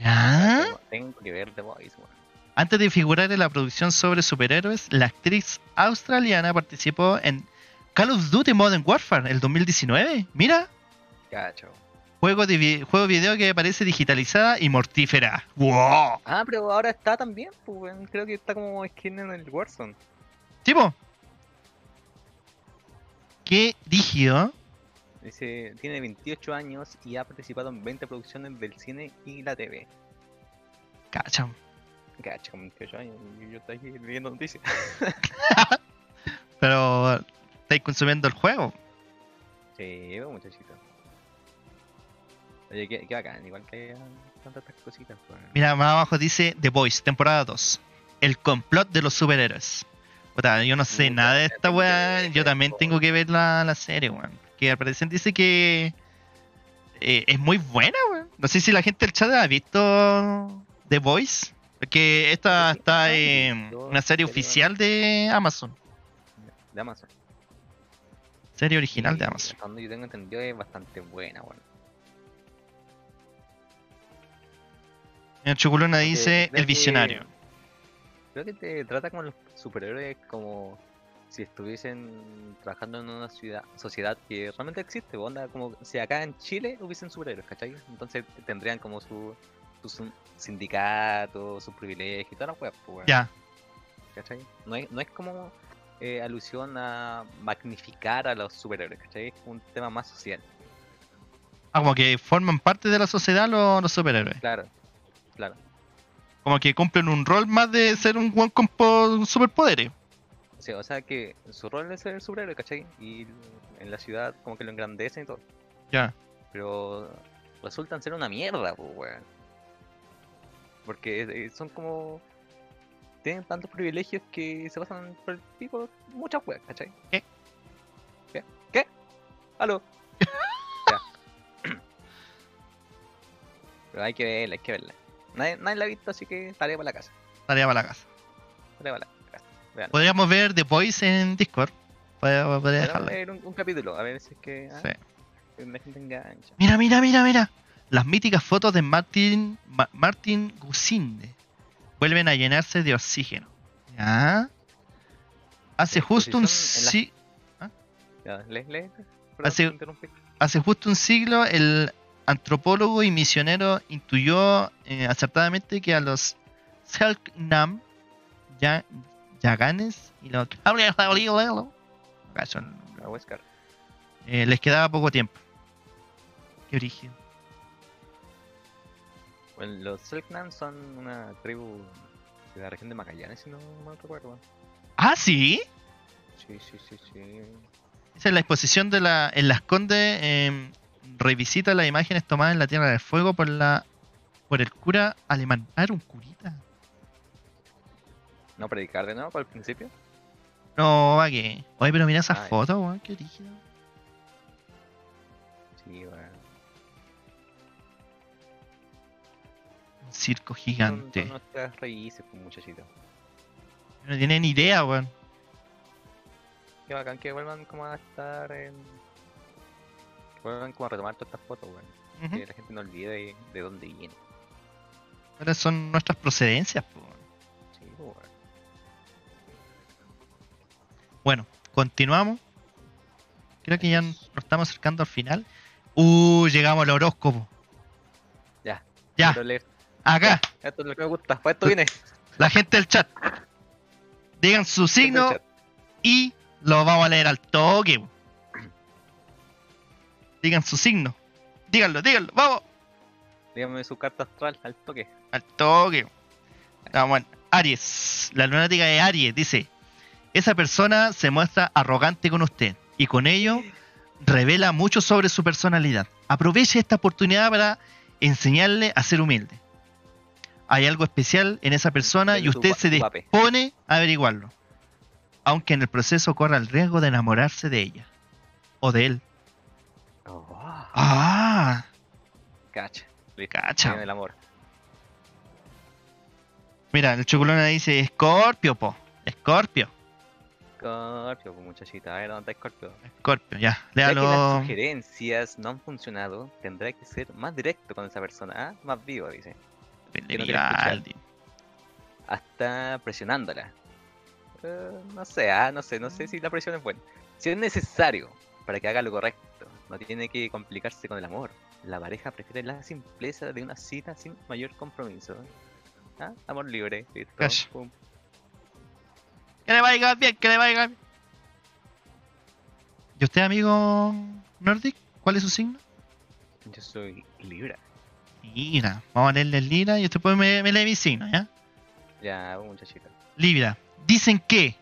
Speaker 1: ¿Ya?
Speaker 2: Tengo- Tengo que ver The Voice, weón.
Speaker 1: Antes de figurar en la producción sobre superhéroes, la actriz australiana participó en Call of Duty Modern Warfare el 2019. Mira.
Speaker 2: Cacho.
Speaker 1: Juego, de vi- juego video que aparece digitalizada y mortífera. ¡Wow!
Speaker 2: Ah, pero ahora está también, pues, weón. Creo que está como skin en el Warzone.
Speaker 1: Tipo. Qué rígido.
Speaker 2: Dice, tiene 28 años y ha participado en 20 producciones del cine y la TV.
Speaker 1: Cacha.
Speaker 2: Cacho, con 28 años. y Yo estoy aquí leyendo noticias.
Speaker 1: Pero estáis consumiendo el juego.
Speaker 2: Sí, weón, muchachito. Oye, qué, qué bacán, igual que hayan tantas estas cositas. pues.
Speaker 1: Mira, más abajo dice The Voice, temporada 2. El complot de los superhéroes. Puta, yo no sé
Speaker 2: Puta,
Speaker 1: nada de
Speaker 2: ya
Speaker 1: esta
Speaker 2: tengo
Speaker 1: weá.
Speaker 2: que
Speaker 1: Yo
Speaker 2: ver,
Speaker 1: también
Speaker 2: po.
Speaker 1: tengo que ver la, la serie, weón. Que al parecer dice que eh, es muy buena, weón. No sé si la gente del chat ha visto The Voice. Porque esta
Speaker 2: Sí,
Speaker 1: está
Speaker 2: sí,
Speaker 1: en
Speaker 2: yo
Speaker 1: una serie
Speaker 2: creo.
Speaker 1: oficial de Amazon.
Speaker 2: De Amazon.
Speaker 1: Serie original de
Speaker 2: Y
Speaker 1: Amazon.
Speaker 2: Hasta donde yo tengo entendido es bastante buena, bueno.
Speaker 1: El Chocolona dice
Speaker 2: Eh, creo
Speaker 1: El
Speaker 2: que-
Speaker 1: Visionario.
Speaker 2: Creo que te trata como los superhéroes como si estuviesen trabajando en una ciudad, sociedad que realmente existe, onda, como si acá en Chile hubiesen superhéroes, ¿cachai? Entonces tendrían como su, su, sin- sindicato, sus privilegios y toda la weá, pues, weón,
Speaker 1: Ya,
Speaker 2: ¿cachai? No es, no es como eh, alusión a magnificar a los superhéroes, ¿cachai? Es un tema más social.
Speaker 1: Ah, como que forman parte de la sociedad los, los superhéroes.
Speaker 2: Claro, claro.
Speaker 1: Como que cumplen un rol más de ser un buen con po- superpoderes.
Speaker 2: O sea, o sea que su rol es ser superhéroe, ¿cachai? Y en la ciudad como que lo engrandecen y todo.
Speaker 1: Ya.
Speaker 2: Pero resultan ser una mierda, pues, weón. Porque eh, son como... Tienen tantos privilegios que se pasan por el pico muchas weas, ¿cachai?
Speaker 1: ¿Qué?
Speaker 2: ¿Qué? ¿Qué? ¿Aló? Ya. Pero hay que verla, hay que verla. Nadie, nadie la ha visto, así que tarea para la casa.
Speaker 1: Tarea para la casa.
Speaker 2: Tarea para la casa. Vean.
Speaker 1: Podríamos ver The Voice en Discord. Podría, podría
Speaker 2: Podemos
Speaker 1: dejarla.
Speaker 2: leer un, un capítulo, a ver si es que ah,
Speaker 1: Sí.
Speaker 2: la gente engancha.
Speaker 1: Mira, mira, mira, mira. Las míticas fotos de Martin, Ma- Martin Gusinde vuelven a llenarse de oxígeno. Ya. Hace
Speaker 2: Eh,
Speaker 1: justo un
Speaker 2: posición en la-
Speaker 1: si-
Speaker 2: Ya, lee, lee. Perdón,
Speaker 1: Hace-
Speaker 2: te interrumpí.
Speaker 1: Hace justo un siglo, el antropólogo y misionero intuyó eh, acertadamente que a los Selknam, ya, Yaganes y los. Cacho,
Speaker 2: A Huescar.
Speaker 1: eh, les quedaba poco tiempo. Qué origen.
Speaker 2: Bueno, los Selknam son una tribu de la región de Magallanes, si no mal recuerdo.
Speaker 1: Ah, sí.
Speaker 2: Sí, sí, sí, sí.
Speaker 1: Esa es la exposición de la, en Las Condes. eh, revisita las imágenes tomadas en la Tierra del Fuego por la por el cura alemán. Ah, era un curita.
Speaker 2: No predicar de nuevo para el principio.
Speaker 1: No, va que. Oye, pero mira esa
Speaker 2: Ay.
Speaker 1: foto, weón, qué origen.
Speaker 2: Sí, bueno.
Speaker 1: Un circo
Speaker 2: Son-
Speaker 1: gigante.
Speaker 2: Son nuestras raíces, pues, muchachito.
Speaker 1: No tienen idea, weón.
Speaker 2: Qué bacán que vuelvan como a estar en. que vuelvan como a retomar todas estas fotos, weón.
Speaker 1: Ujú.
Speaker 2: Que la gente no olvide de dónde viene.
Speaker 1: Ahora son nuestras procedencias, po.
Speaker 2: Sí, pues, weón.
Speaker 1: Bueno, continuamos. Creo que ya nos estamos acercando al final. Uh, llegamos al horóscopo.
Speaker 2: Ya.
Speaker 1: Ya,
Speaker 2: Quiero leer.
Speaker 1: acá,
Speaker 2: Esto es lo que me gusta. Para esto viene.
Speaker 1: la gente del chat. Digan su signo
Speaker 2: Escucha.
Speaker 1: y lo vamos a leer al toque. po. Digan su signo. Díganlo, díganlo, vamos.
Speaker 2: Dígame su carta astral al toque.
Speaker 1: Al toque. Vamos en Aries. La lunática de Aries dice: Esa persona se muestra arrogante con usted y con ello revela mucho sobre su personalidad. Aproveche esta oportunidad para enseñarle a ser humilde. Hay algo especial en esa persona y
Speaker 2: Dele tu
Speaker 1: usted
Speaker 2: pa-
Speaker 1: se
Speaker 2: tu pape.
Speaker 1: dispone a averiguarlo. Aunque en el proceso corra el riesgo de enamorarse de ella o de él. ¡Ah!
Speaker 2: Oh, Cacha. Listo.
Speaker 1: Cacha.
Speaker 2: Viene el amor.
Speaker 1: Mira, el chocolona dice: Escorpio, po. Escorpio.
Speaker 2: Scorpio, pues, muchachita. A ver, ¿dónde está Scorpio?
Speaker 1: Scorpio, ya.
Speaker 2: Ya que las
Speaker 1: Léalo.
Speaker 2: sugerencias no han funcionado, tendrá que ser más directo con esa persona. Ah, Más vivo, dice.
Speaker 1: Dele
Speaker 2: no quiere
Speaker 1: Vivaldi.
Speaker 2: Hasta presionándola. Eh, no sé, ah, no sé, no sé si la presión es buena. Si es necesario para que haga lo correcto, no tiene que complicarse con el amor. La pareja prefiere la simpleza de una cita sin mayor compromiso. Ah, amor libre, listo.
Speaker 1: Cacha.
Speaker 2: pum.
Speaker 1: Que le vaya bien, que le vaya bien. ¿Y usted, amigo Nordic? ¿Cuál es su signo?
Speaker 2: Yo soy Libra.
Speaker 1: Libra. Vamos a leerle Libra y usted puede me, me lee mi signo, ¿ya?
Speaker 2: Ya, un muchachito.
Speaker 1: Libra. Dicen que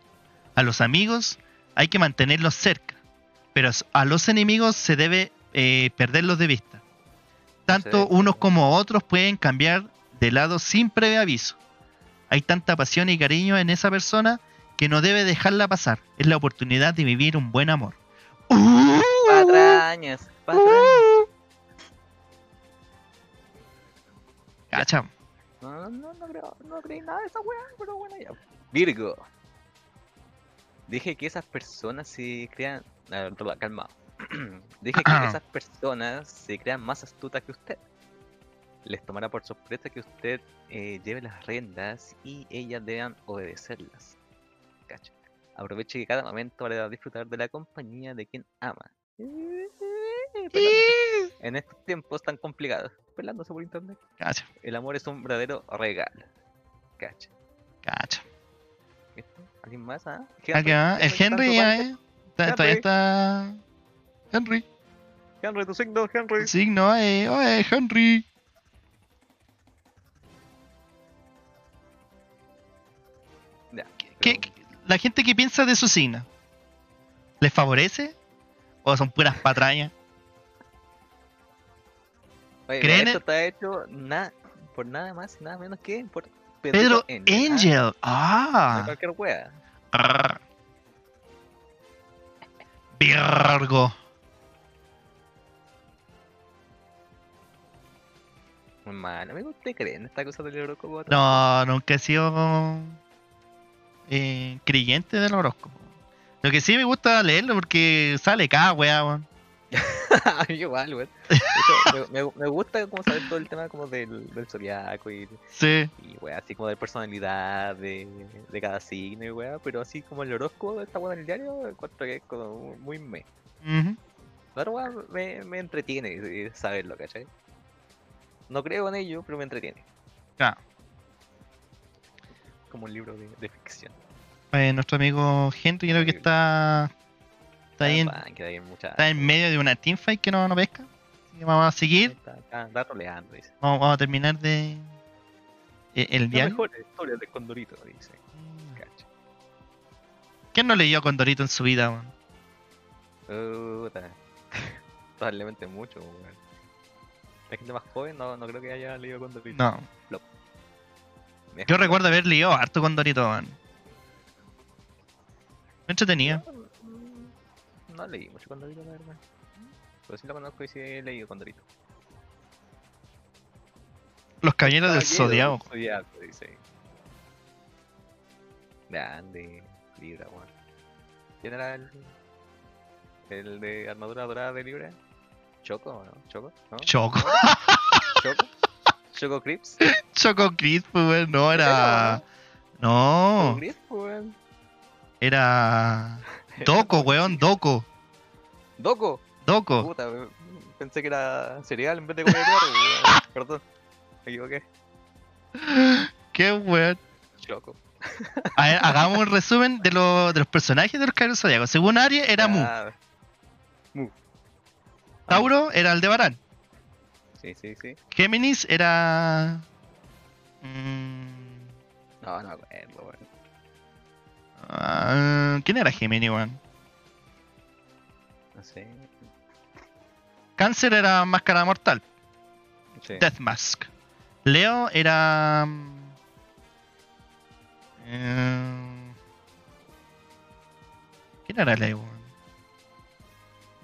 Speaker 1: a los amigos hay que mantenerlos cerca, pero a los enemigos se debe eh, perderlos de vista. tanto unos como otros pueden cambiar de lado sin previo aviso. Hay tanta pasión y cariño en esa persona que no debe dejarla pasar. Es la oportunidad de vivir un buen amor. ¡Uh!
Speaker 2: Patrañas, patrañas.
Speaker 1: Cacha.
Speaker 2: No, no, no, no creo, no creí nada de esa weá, pero bueno ya. Virgo. Dije que esas personas se crean. Ah, perdón, calmado. Dije que esas personas se crean más astutas que usted. Les tomará por sorpresa que usted eh, lleve las riendas y ellas deban obedecerlas. Cacha. Aproveche que cada momento para disfrutar de la compañía de quien ama. En estos tiempos tan complicados, pelándose por internet.
Speaker 1: Cacha,
Speaker 2: El amor es un verdadero regalo. Cacha.
Speaker 1: cacha.
Speaker 2: ¿Listo? ¿Alguien más? ah?
Speaker 1: Acá, el
Speaker 2: está en tu
Speaker 1: Henry ya,
Speaker 2: parte.
Speaker 1: eh. Está- Todavía está. Henry. eh.
Speaker 2: Henry, tu signo, Henry.
Speaker 1: El signo, eh. Oye, Henry.
Speaker 2: Ya,
Speaker 1: ¿Qué,
Speaker 2: pero-
Speaker 1: qué- la gente que piensa de su signo, ¿les favorece? ¿O son puras patrañas? ¿creen
Speaker 2: Oye, pero
Speaker 1: en-
Speaker 2: esto está hecho na- por nada más y nada menos que por
Speaker 1: Pedro
Speaker 2: ¿ah?
Speaker 1: Angel.
Speaker 2: No
Speaker 1: Ah.
Speaker 2: cualquier wea.
Speaker 1: Arr. Virgo.
Speaker 2: Hermano, amigo, ¿usted cree en esta cosa del horóscopo?
Speaker 1: No, nunca he sido eh, creyente del horóscopo. Lo que sí me gusta leerlo porque sale cada weá, weón.
Speaker 2: A mí igual, weón. De hecho, me, me- me gusta como saber todo el tema como del, del zodiaco y,
Speaker 1: Sí.
Speaker 2: y wea, así como de personalidad de, de cada signo y wea, pero así como el horóscopo de esta wea del diario, encuentro que es como muy me.
Speaker 1: Ujú.
Speaker 2: La otra wea me, me entretiene eh, saberlo, ¿cachai? No creo en ello, pero me entretiene.
Speaker 1: Claro.
Speaker 2: Como un libro de, de ficción.
Speaker 1: Eh, nuestro amigo Henry creo que está, está, ahí en,
Speaker 2: Ah, pan, que hay mucha-
Speaker 1: está en medio de una teamfight que no, no pesca. Así que vamos a seguir.
Speaker 2: Está, está, está roleando, dice.
Speaker 1: Vamos, vamos a terminar de eh, el
Speaker 2: La
Speaker 1: diario.
Speaker 2: mejor historia de Condorito, dice. Cacha.
Speaker 1: ¿Quién no leyó Condorito en su vida, weón?
Speaker 2: Puta. Probablemente mucho, weón. La gente más joven no, no creo que haya leído Condorito.
Speaker 1: No.
Speaker 2: Mejor
Speaker 1: Yo recuerdo haber leído harto Condorito, weón. Me entretenía.
Speaker 2: Mm, No, no leí mucho Condorito, la verdad. Pero sí lo conozco y sí he leído Condorito.
Speaker 1: Los Caballeros del
Speaker 2: Caballero
Speaker 1: Zodiaco.
Speaker 2: del Zodiaco, dice. Grande, Libra, weón. ¿Quién era el, el de armadura dorada de Libra? ¿Choco o no? ¿Choco? ¿No?
Speaker 1: Choco.
Speaker 2: ¿Choco? ¿Choco Crips?
Speaker 1: Choco Crisp, weón. No era.
Speaker 2: Era,
Speaker 1: No.
Speaker 2: Crips, weón.
Speaker 1: Era. Doco, weón. Doco.
Speaker 2: ¡Doco!
Speaker 1: Doco.
Speaker 2: Puta, we- pensé que era cereal en vez de comedor, weón. Perdón, me equivoqué.
Speaker 1: Qué weón.
Speaker 2: Choco.
Speaker 1: A ver, hagamos un resumen de, lo- de los personajes de los Caballeros del Zodiaco. Según Aries, era Mu.
Speaker 2: Ah, Mu. Ah, Mu.
Speaker 1: Tauro era Aldebarán.
Speaker 2: Sí, sí, sí.
Speaker 1: Géminis era. mm,
Speaker 2: No, no me acuerdo, weón.
Speaker 1: ah, ¿Quién era Géminis, weón?
Speaker 2: No sé.
Speaker 1: Cáncer era Máscara Mortal,
Speaker 2: Sí.
Speaker 1: Death Mask. Leo era. mm, eh, ¿Quién era Leo? weón?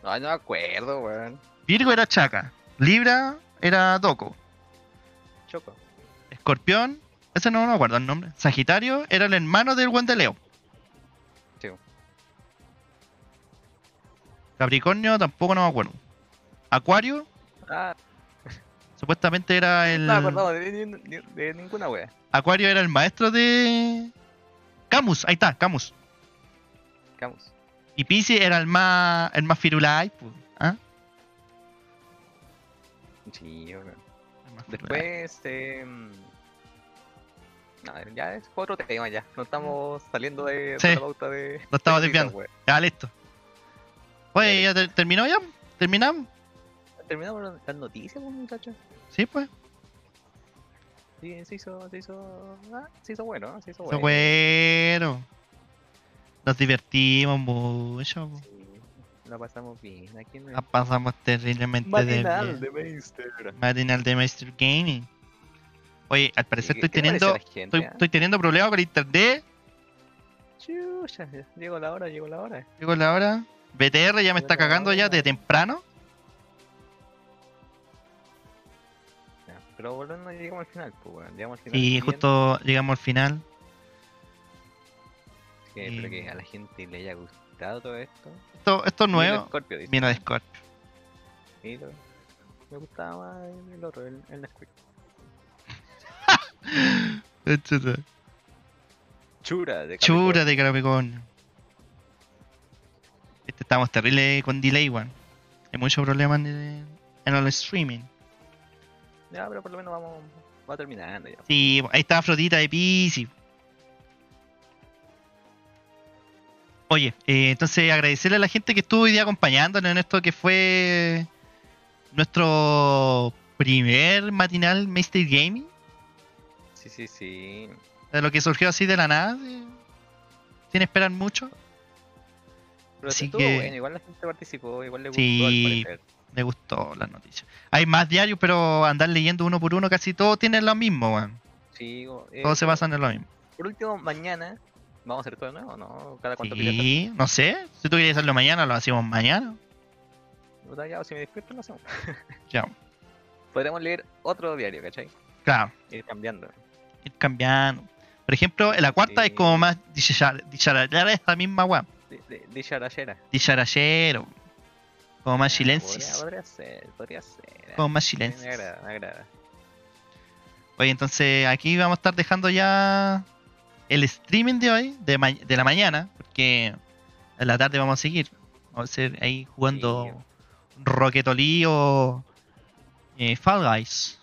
Speaker 2: No, no me acuerdo, weón.
Speaker 1: Virgo era Chaka. Libra era Doco.
Speaker 2: Choco.
Speaker 1: Escorpión, ese no me acuerdo el nombre. Sagitario era el hermano del buen de Leo.
Speaker 2: Sí.
Speaker 1: Capricornio tampoco no me acuerdo. Acuario,
Speaker 2: Ah,
Speaker 1: supuestamente era el.
Speaker 2: no me acordaba de, ni- ni- de ninguna wea.
Speaker 1: Acuario era el maestro de. Camus, ahí está, Camus.
Speaker 2: Camus.
Speaker 1: Y Pisces era el más. el más firulai, pu, ¿ah?
Speaker 2: Sí, weón.
Speaker 1: El más firulai.
Speaker 2: Después, eh. No, ya es otro tema ya. No estamos saliendo de,
Speaker 1: Sí.
Speaker 2: de la pauta de.
Speaker 1: Nos estamos
Speaker 2: de noticias,
Speaker 1: desviando.
Speaker 2: weón.
Speaker 1: Ya, listo. Oye, ya te- terminó ya. Terminamos.
Speaker 2: Terminamos las noticias, pues, muchachos.
Speaker 1: Sí, pues.
Speaker 2: Sí, se hizo, se hizo, ah, se hizo bueno, ¿no? se hizo
Speaker 1: Eso
Speaker 2: bueno.
Speaker 1: bueno. Nos divertimos mucho. pu.
Speaker 2: Sí. la pasamos bien. Aquí en el
Speaker 1: La pasamos terriblemente de
Speaker 2: matinal
Speaker 1: bien.
Speaker 2: de Meister.
Speaker 1: Matinal de Master Gaming. Oye, al parecer
Speaker 2: ¿Qué-
Speaker 1: estoy
Speaker 2: qué le parece a
Speaker 1: teniendo,
Speaker 2: la gente,
Speaker 1: estoy,
Speaker 2: ah?
Speaker 1: estoy teniendo problemas con internet.
Speaker 2: Chucha, ya llegó la hora, llegó la hora.
Speaker 1: Llegó la hora. BTR ya me está
Speaker 2: Llegó la
Speaker 1: cagando ya de
Speaker 2: hora.
Speaker 1: temprano.
Speaker 2: Ya, pero volviendo, llegamos al final, pues, weón. Llegamos al final.
Speaker 1: Y
Speaker 2: bien,
Speaker 1: justo llegamos al final.
Speaker 2: que- espero que
Speaker 1: eh,
Speaker 2: a la gente le haya gustado todo esto.
Speaker 1: Esto, esto es
Speaker 2: Vino
Speaker 1: nuevo
Speaker 2: Scorpio, dice.
Speaker 1: viene de Scorpio.
Speaker 2: Sí, lo- Me gustaba más el el otro, el, el Nesquik.
Speaker 1: Chuta.
Speaker 2: Chura de
Speaker 1: Chura
Speaker 2: Capricornio.
Speaker 1: de Capricornio. Este, estamos terrible con delay, weón. Hay muchos problemas en el, en el streaming.
Speaker 2: Ya, pero por lo menos vamos, va terminando ya.
Speaker 1: Sí, ahí está Afrodita de Pisces. Oye, eh, entonces agradecerle a la gente que estuvo hoy día acompañándonos en esto que fue nuestro primer matinal Master Gaming,
Speaker 2: Sí, sí, sí.
Speaker 1: de lo que surgió así de la nada, eh, sin esperar mucho.
Speaker 2: Pero
Speaker 1: Así
Speaker 2: estuvo
Speaker 1: que-
Speaker 2: bueno, igual la gente participó, igual le gustó
Speaker 1: Sí.
Speaker 2: al parecer.
Speaker 1: Me gustó las noticias. Hay más diarios, pero andar leyendo uno por uno, casi todos tienen lo mismo, weón.
Speaker 2: Sí, o- eh,
Speaker 1: Todos se basan en lo mismo.
Speaker 2: Por último, mañana vamos a hacer todo de nuevo, ¿no? Cada cuánto pilla hacer?
Speaker 1: Sí, no sé. Si tú quieres hacerlo mañana, lo hacemos mañana.
Speaker 2: O sea, ya, o si me despierto, lo hacemos.
Speaker 1: Ya,
Speaker 2: Podríamos leer otro diario, ¿cachai?
Speaker 1: claro.
Speaker 2: Ir cambiando.
Speaker 1: ir cambiando. Por ejemplo, en la cuarta es como más dicharachera esta misma weá.
Speaker 2: De, de, de charachera.
Speaker 1: Dicharachero. Como más
Speaker 2: Ah,
Speaker 1: silencis.
Speaker 2: Podría, podría ser, podría ser.
Speaker 1: Como más
Speaker 2: Me- Me
Speaker 1: silencis.
Speaker 2: agrada, me agrada.
Speaker 1: Oye, entonces aquí vamos a estar dejando ya el streaming de hoy, de, ma- de la mañana, porque en la tarde vamos a seguir. Vamos a ser ahí jugando Roquetolí o eh, Fall Guys.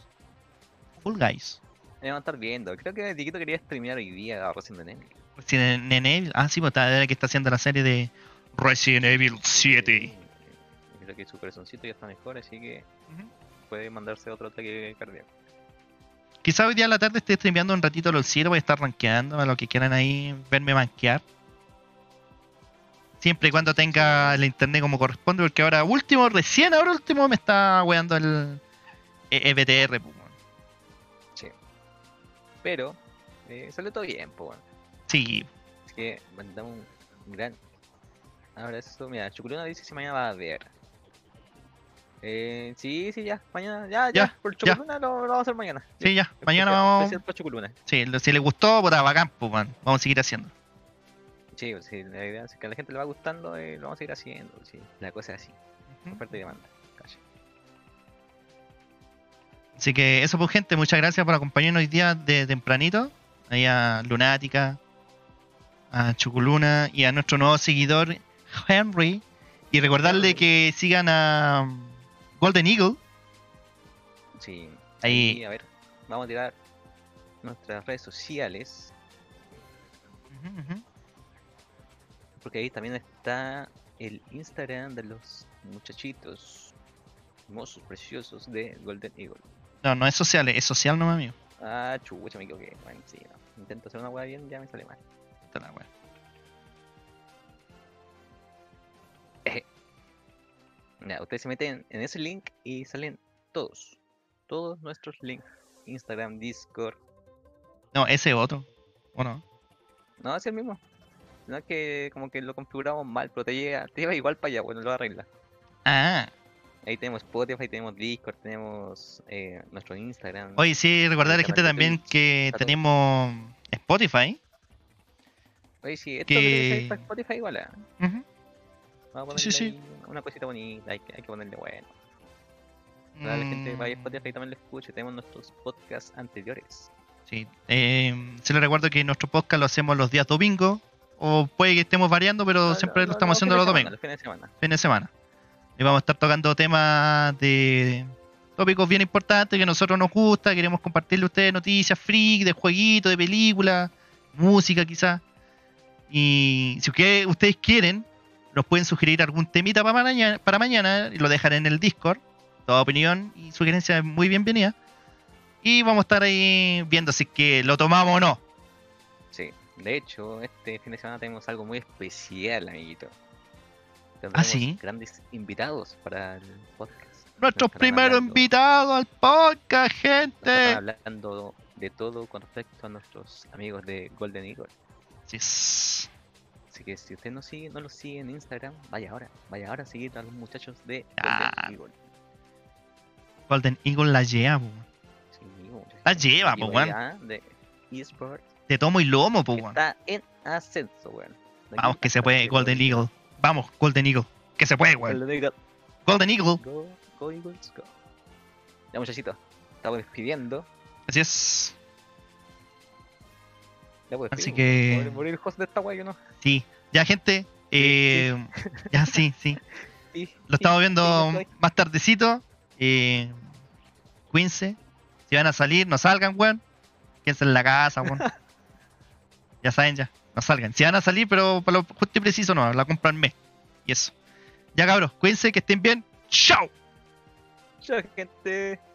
Speaker 1: Full Guys.
Speaker 2: Me van a estar viendo. Creo que Diquito quería streamear hoy día a Resident Evil.
Speaker 1: Resident Evil. Ah, sí, pues está- era el que está haciendo la serie de Resident Evil 7.
Speaker 2: Sí, Creo que su corazoncito ya está mejor, así que
Speaker 1: Ujú.
Speaker 2: puede mandarse otro ataque cardíaco.
Speaker 1: Quizá hoy día en la tarde esté streameando un ratito los cielos, voy a estar rankeando a los que quieran ahí verme banquear. Siempre y cuando tenga el internet como corresponde, porque ahora último, recién ahora último me está weando el E- EBTR. po, weón.
Speaker 2: Pero eh, salió todo bien, pues. bueno.
Speaker 1: Sí,
Speaker 2: Así que mandamos un gran abrazo. Mira, Chuculuna dice si mañana va a ver. Eh, sí, sí, ya, mañana, ya, ya,
Speaker 1: Ya,
Speaker 2: por
Speaker 1: ya.
Speaker 2: Chuculuna Lo, lo vamos a hacer mañana.
Speaker 1: sí, ya. Mañana
Speaker 2: Especial-
Speaker 1: vamos.
Speaker 2: Especial por Chuculuna.
Speaker 1: Sí, lo- si les gustó, puta bacán, po, weón. Vamos a seguir haciendo.
Speaker 2: Sí, pues, sí, la idea es que a la gente le va gustando, eh, lo vamos a ir haciendo, sí. La cosa es así, oferta y demanda. Calle.
Speaker 1: Así que eso, pues, gente. Muchas gracias por acompañarnos hoy día de tempranito. Ahí a Lunática, a Chuculuna y a nuestro nuevo seguidor, Henry. Y recordarle
Speaker 2: Henry.
Speaker 1: que sigan a um, Golden Eagle.
Speaker 2: Sí.
Speaker 1: Ahí.
Speaker 2: Y, a ver, vamos a tirar nuestras redes sociales.
Speaker 1: Ujú, ujú.
Speaker 2: Porque ahí también está el Instagram de los muchachitos hermosos, preciosos de Golden Eagle.
Speaker 1: No, no es social, es social nomás mío.
Speaker 2: Ah, chucha, me equivoqué. Bueno, sí, no. Intento hacer una hueá bien, ya me sale mal.
Speaker 1: Puta la wea.
Speaker 2: Ya, ustedes se meten en ese link y salen todos. Todos nuestros links. Instagram, Discord.
Speaker 1: No, ese es otro. ¿O no?
Speaker 2: No, es el mismo. No es que como que lo configuramos mal, pero te llega, te lleva igual para allá, bueno, lo arregla.
Speaker 1: Ah,
Speaker 2: Ahí tenemos Spotify, tenemos Discord, tenemos eh, nuestro Instagram.
Speaker 1: oye, sí, recordar a la
Speaker 2: Instagram,
Speaker 1: gente también
Speaker 2: Twitch,
Speaker 1: que
Speaker 2: está todo.
Speaker 1: tenemos Spotify.
Speaker 2: Oye, sí, esto
Speaker 1: que-
Speaker 2: que... para Spotify igual. ah.
Speaker 1: Ujú.
Speaker 2: Vamos a
Speaker 1: Sí,
Speaker 2: ponerle
Speaker 1: sí,
Speaker 2: ahí una cosita bonita, hay que, hay que ponerle bueno. Para la gente que vaya a
Speaker 1: Mm.
Speaker 2: Spotify también lo escuche, tenemos nuestros podcasts anteriores.
Speaker 1: Sí. Eh, se les recuerdo que nuestro podcast lo hacemos los días domingo. O puede que estemos variando, pero
Speaker 2: No,
Speaker 1: siempre
Speaker 2: no,
Speaker 1: lo
Speaker 2: no,
Speaker 1: estamos haciendo
Speaker 2: fines
Speaker 1: los
Speaker 2: de semana,
Speaker 1: domingos,
Speaker 2: Los fines de semana.
Speaker 1: fin de semana. Y vamos a estar tocando temas de tópicos bien importantes que a nosotros nos gusta. Queremos compartirle a ustedes noticias freak, de jueguitos, de películas, música quizás. Y si ustedes, ustedes quieren, nos pueden sugerir algún temita para mañana, para mañana y lo dejaré en el Discord. Toda opinión y sugerencia es muy bienvenida. Y vamos a estar ahí viendo si es que lo tomamos o no.
Speaker 2: Sí, de hecho, este fin de semana tenemos algo muy especial, amiguito. Tendremos
Speaker 1: ¿Ah, sí?
Speaker 2: grandes invitados para el podcast.
Speaker 1: Nuestros
Speaker 2: Estarán
Speaker 1: primeros
Speaker 2: hablando-
Speaker 1: invitados al podcast, gente.
Speaker 2: Estarán hablando de todo con respecto a nuestros amigos de Golden Eagle.
Speaker 1: Sí, s-
Speaker 2: Así que si usted no sigue, no los sigue en Instagram, vaya ahora, vaya ahora a seguir a los muchachos de
Speaker 1: Ah.
Speaker 2: Golden Eagle.
Speaker 1: Golden Eagle la lleva, po.
Speaker 2: Sí, muchachos.
Speaker 1: La lleva, po, Ah, weón.
Speaker 2: Rivalidad de eSport
Speaker 1: De tomo y lomo, po,
Speaker 2: que
Speaker 1: weón.
Speaker 2: está en ascenso, weón. De
Speaker 1: Vamos,
Speaker 2: aquí
Speaker 1: que se
Speaker 2: hasta
Speaker 1: puede, Golden Eagle. Vamos, Golden Eagle. Que se puede, weón.
Speaker 2: Golden Eagle.
Speaker 1: Golden Eagle.
Speaker 2: Go, go Eagles, go. Ya muchachito, estamos despidiendo.
Speaker 1: Así es.
Speaker 2: Ya pues,
Speaker 1: Así
Speaker 2: despedimos.
Speaker 1: que-
Speaker 2: Morir- Morir el host de esta wey, ¿no?
Speaker 1: Sí. Ya, gente. eh, ya, sí, sí.
Speaker 2: Y-
Speaker 1: Lo estamos viendo
Speaker 2: sí, estoy.
Speaker 1: más tardecito. Eh, cuídense. Si van a salir, no salgan, weón. Quédense en la casa, weón. ya saben, ya. No salgan. Si van a salir, pero para lo justo y preciso, no. La compran mes. Y eso. Ya, cabros. Cuídense, que estén bien. ¡Chao!
Speaker 2: Chao, gente.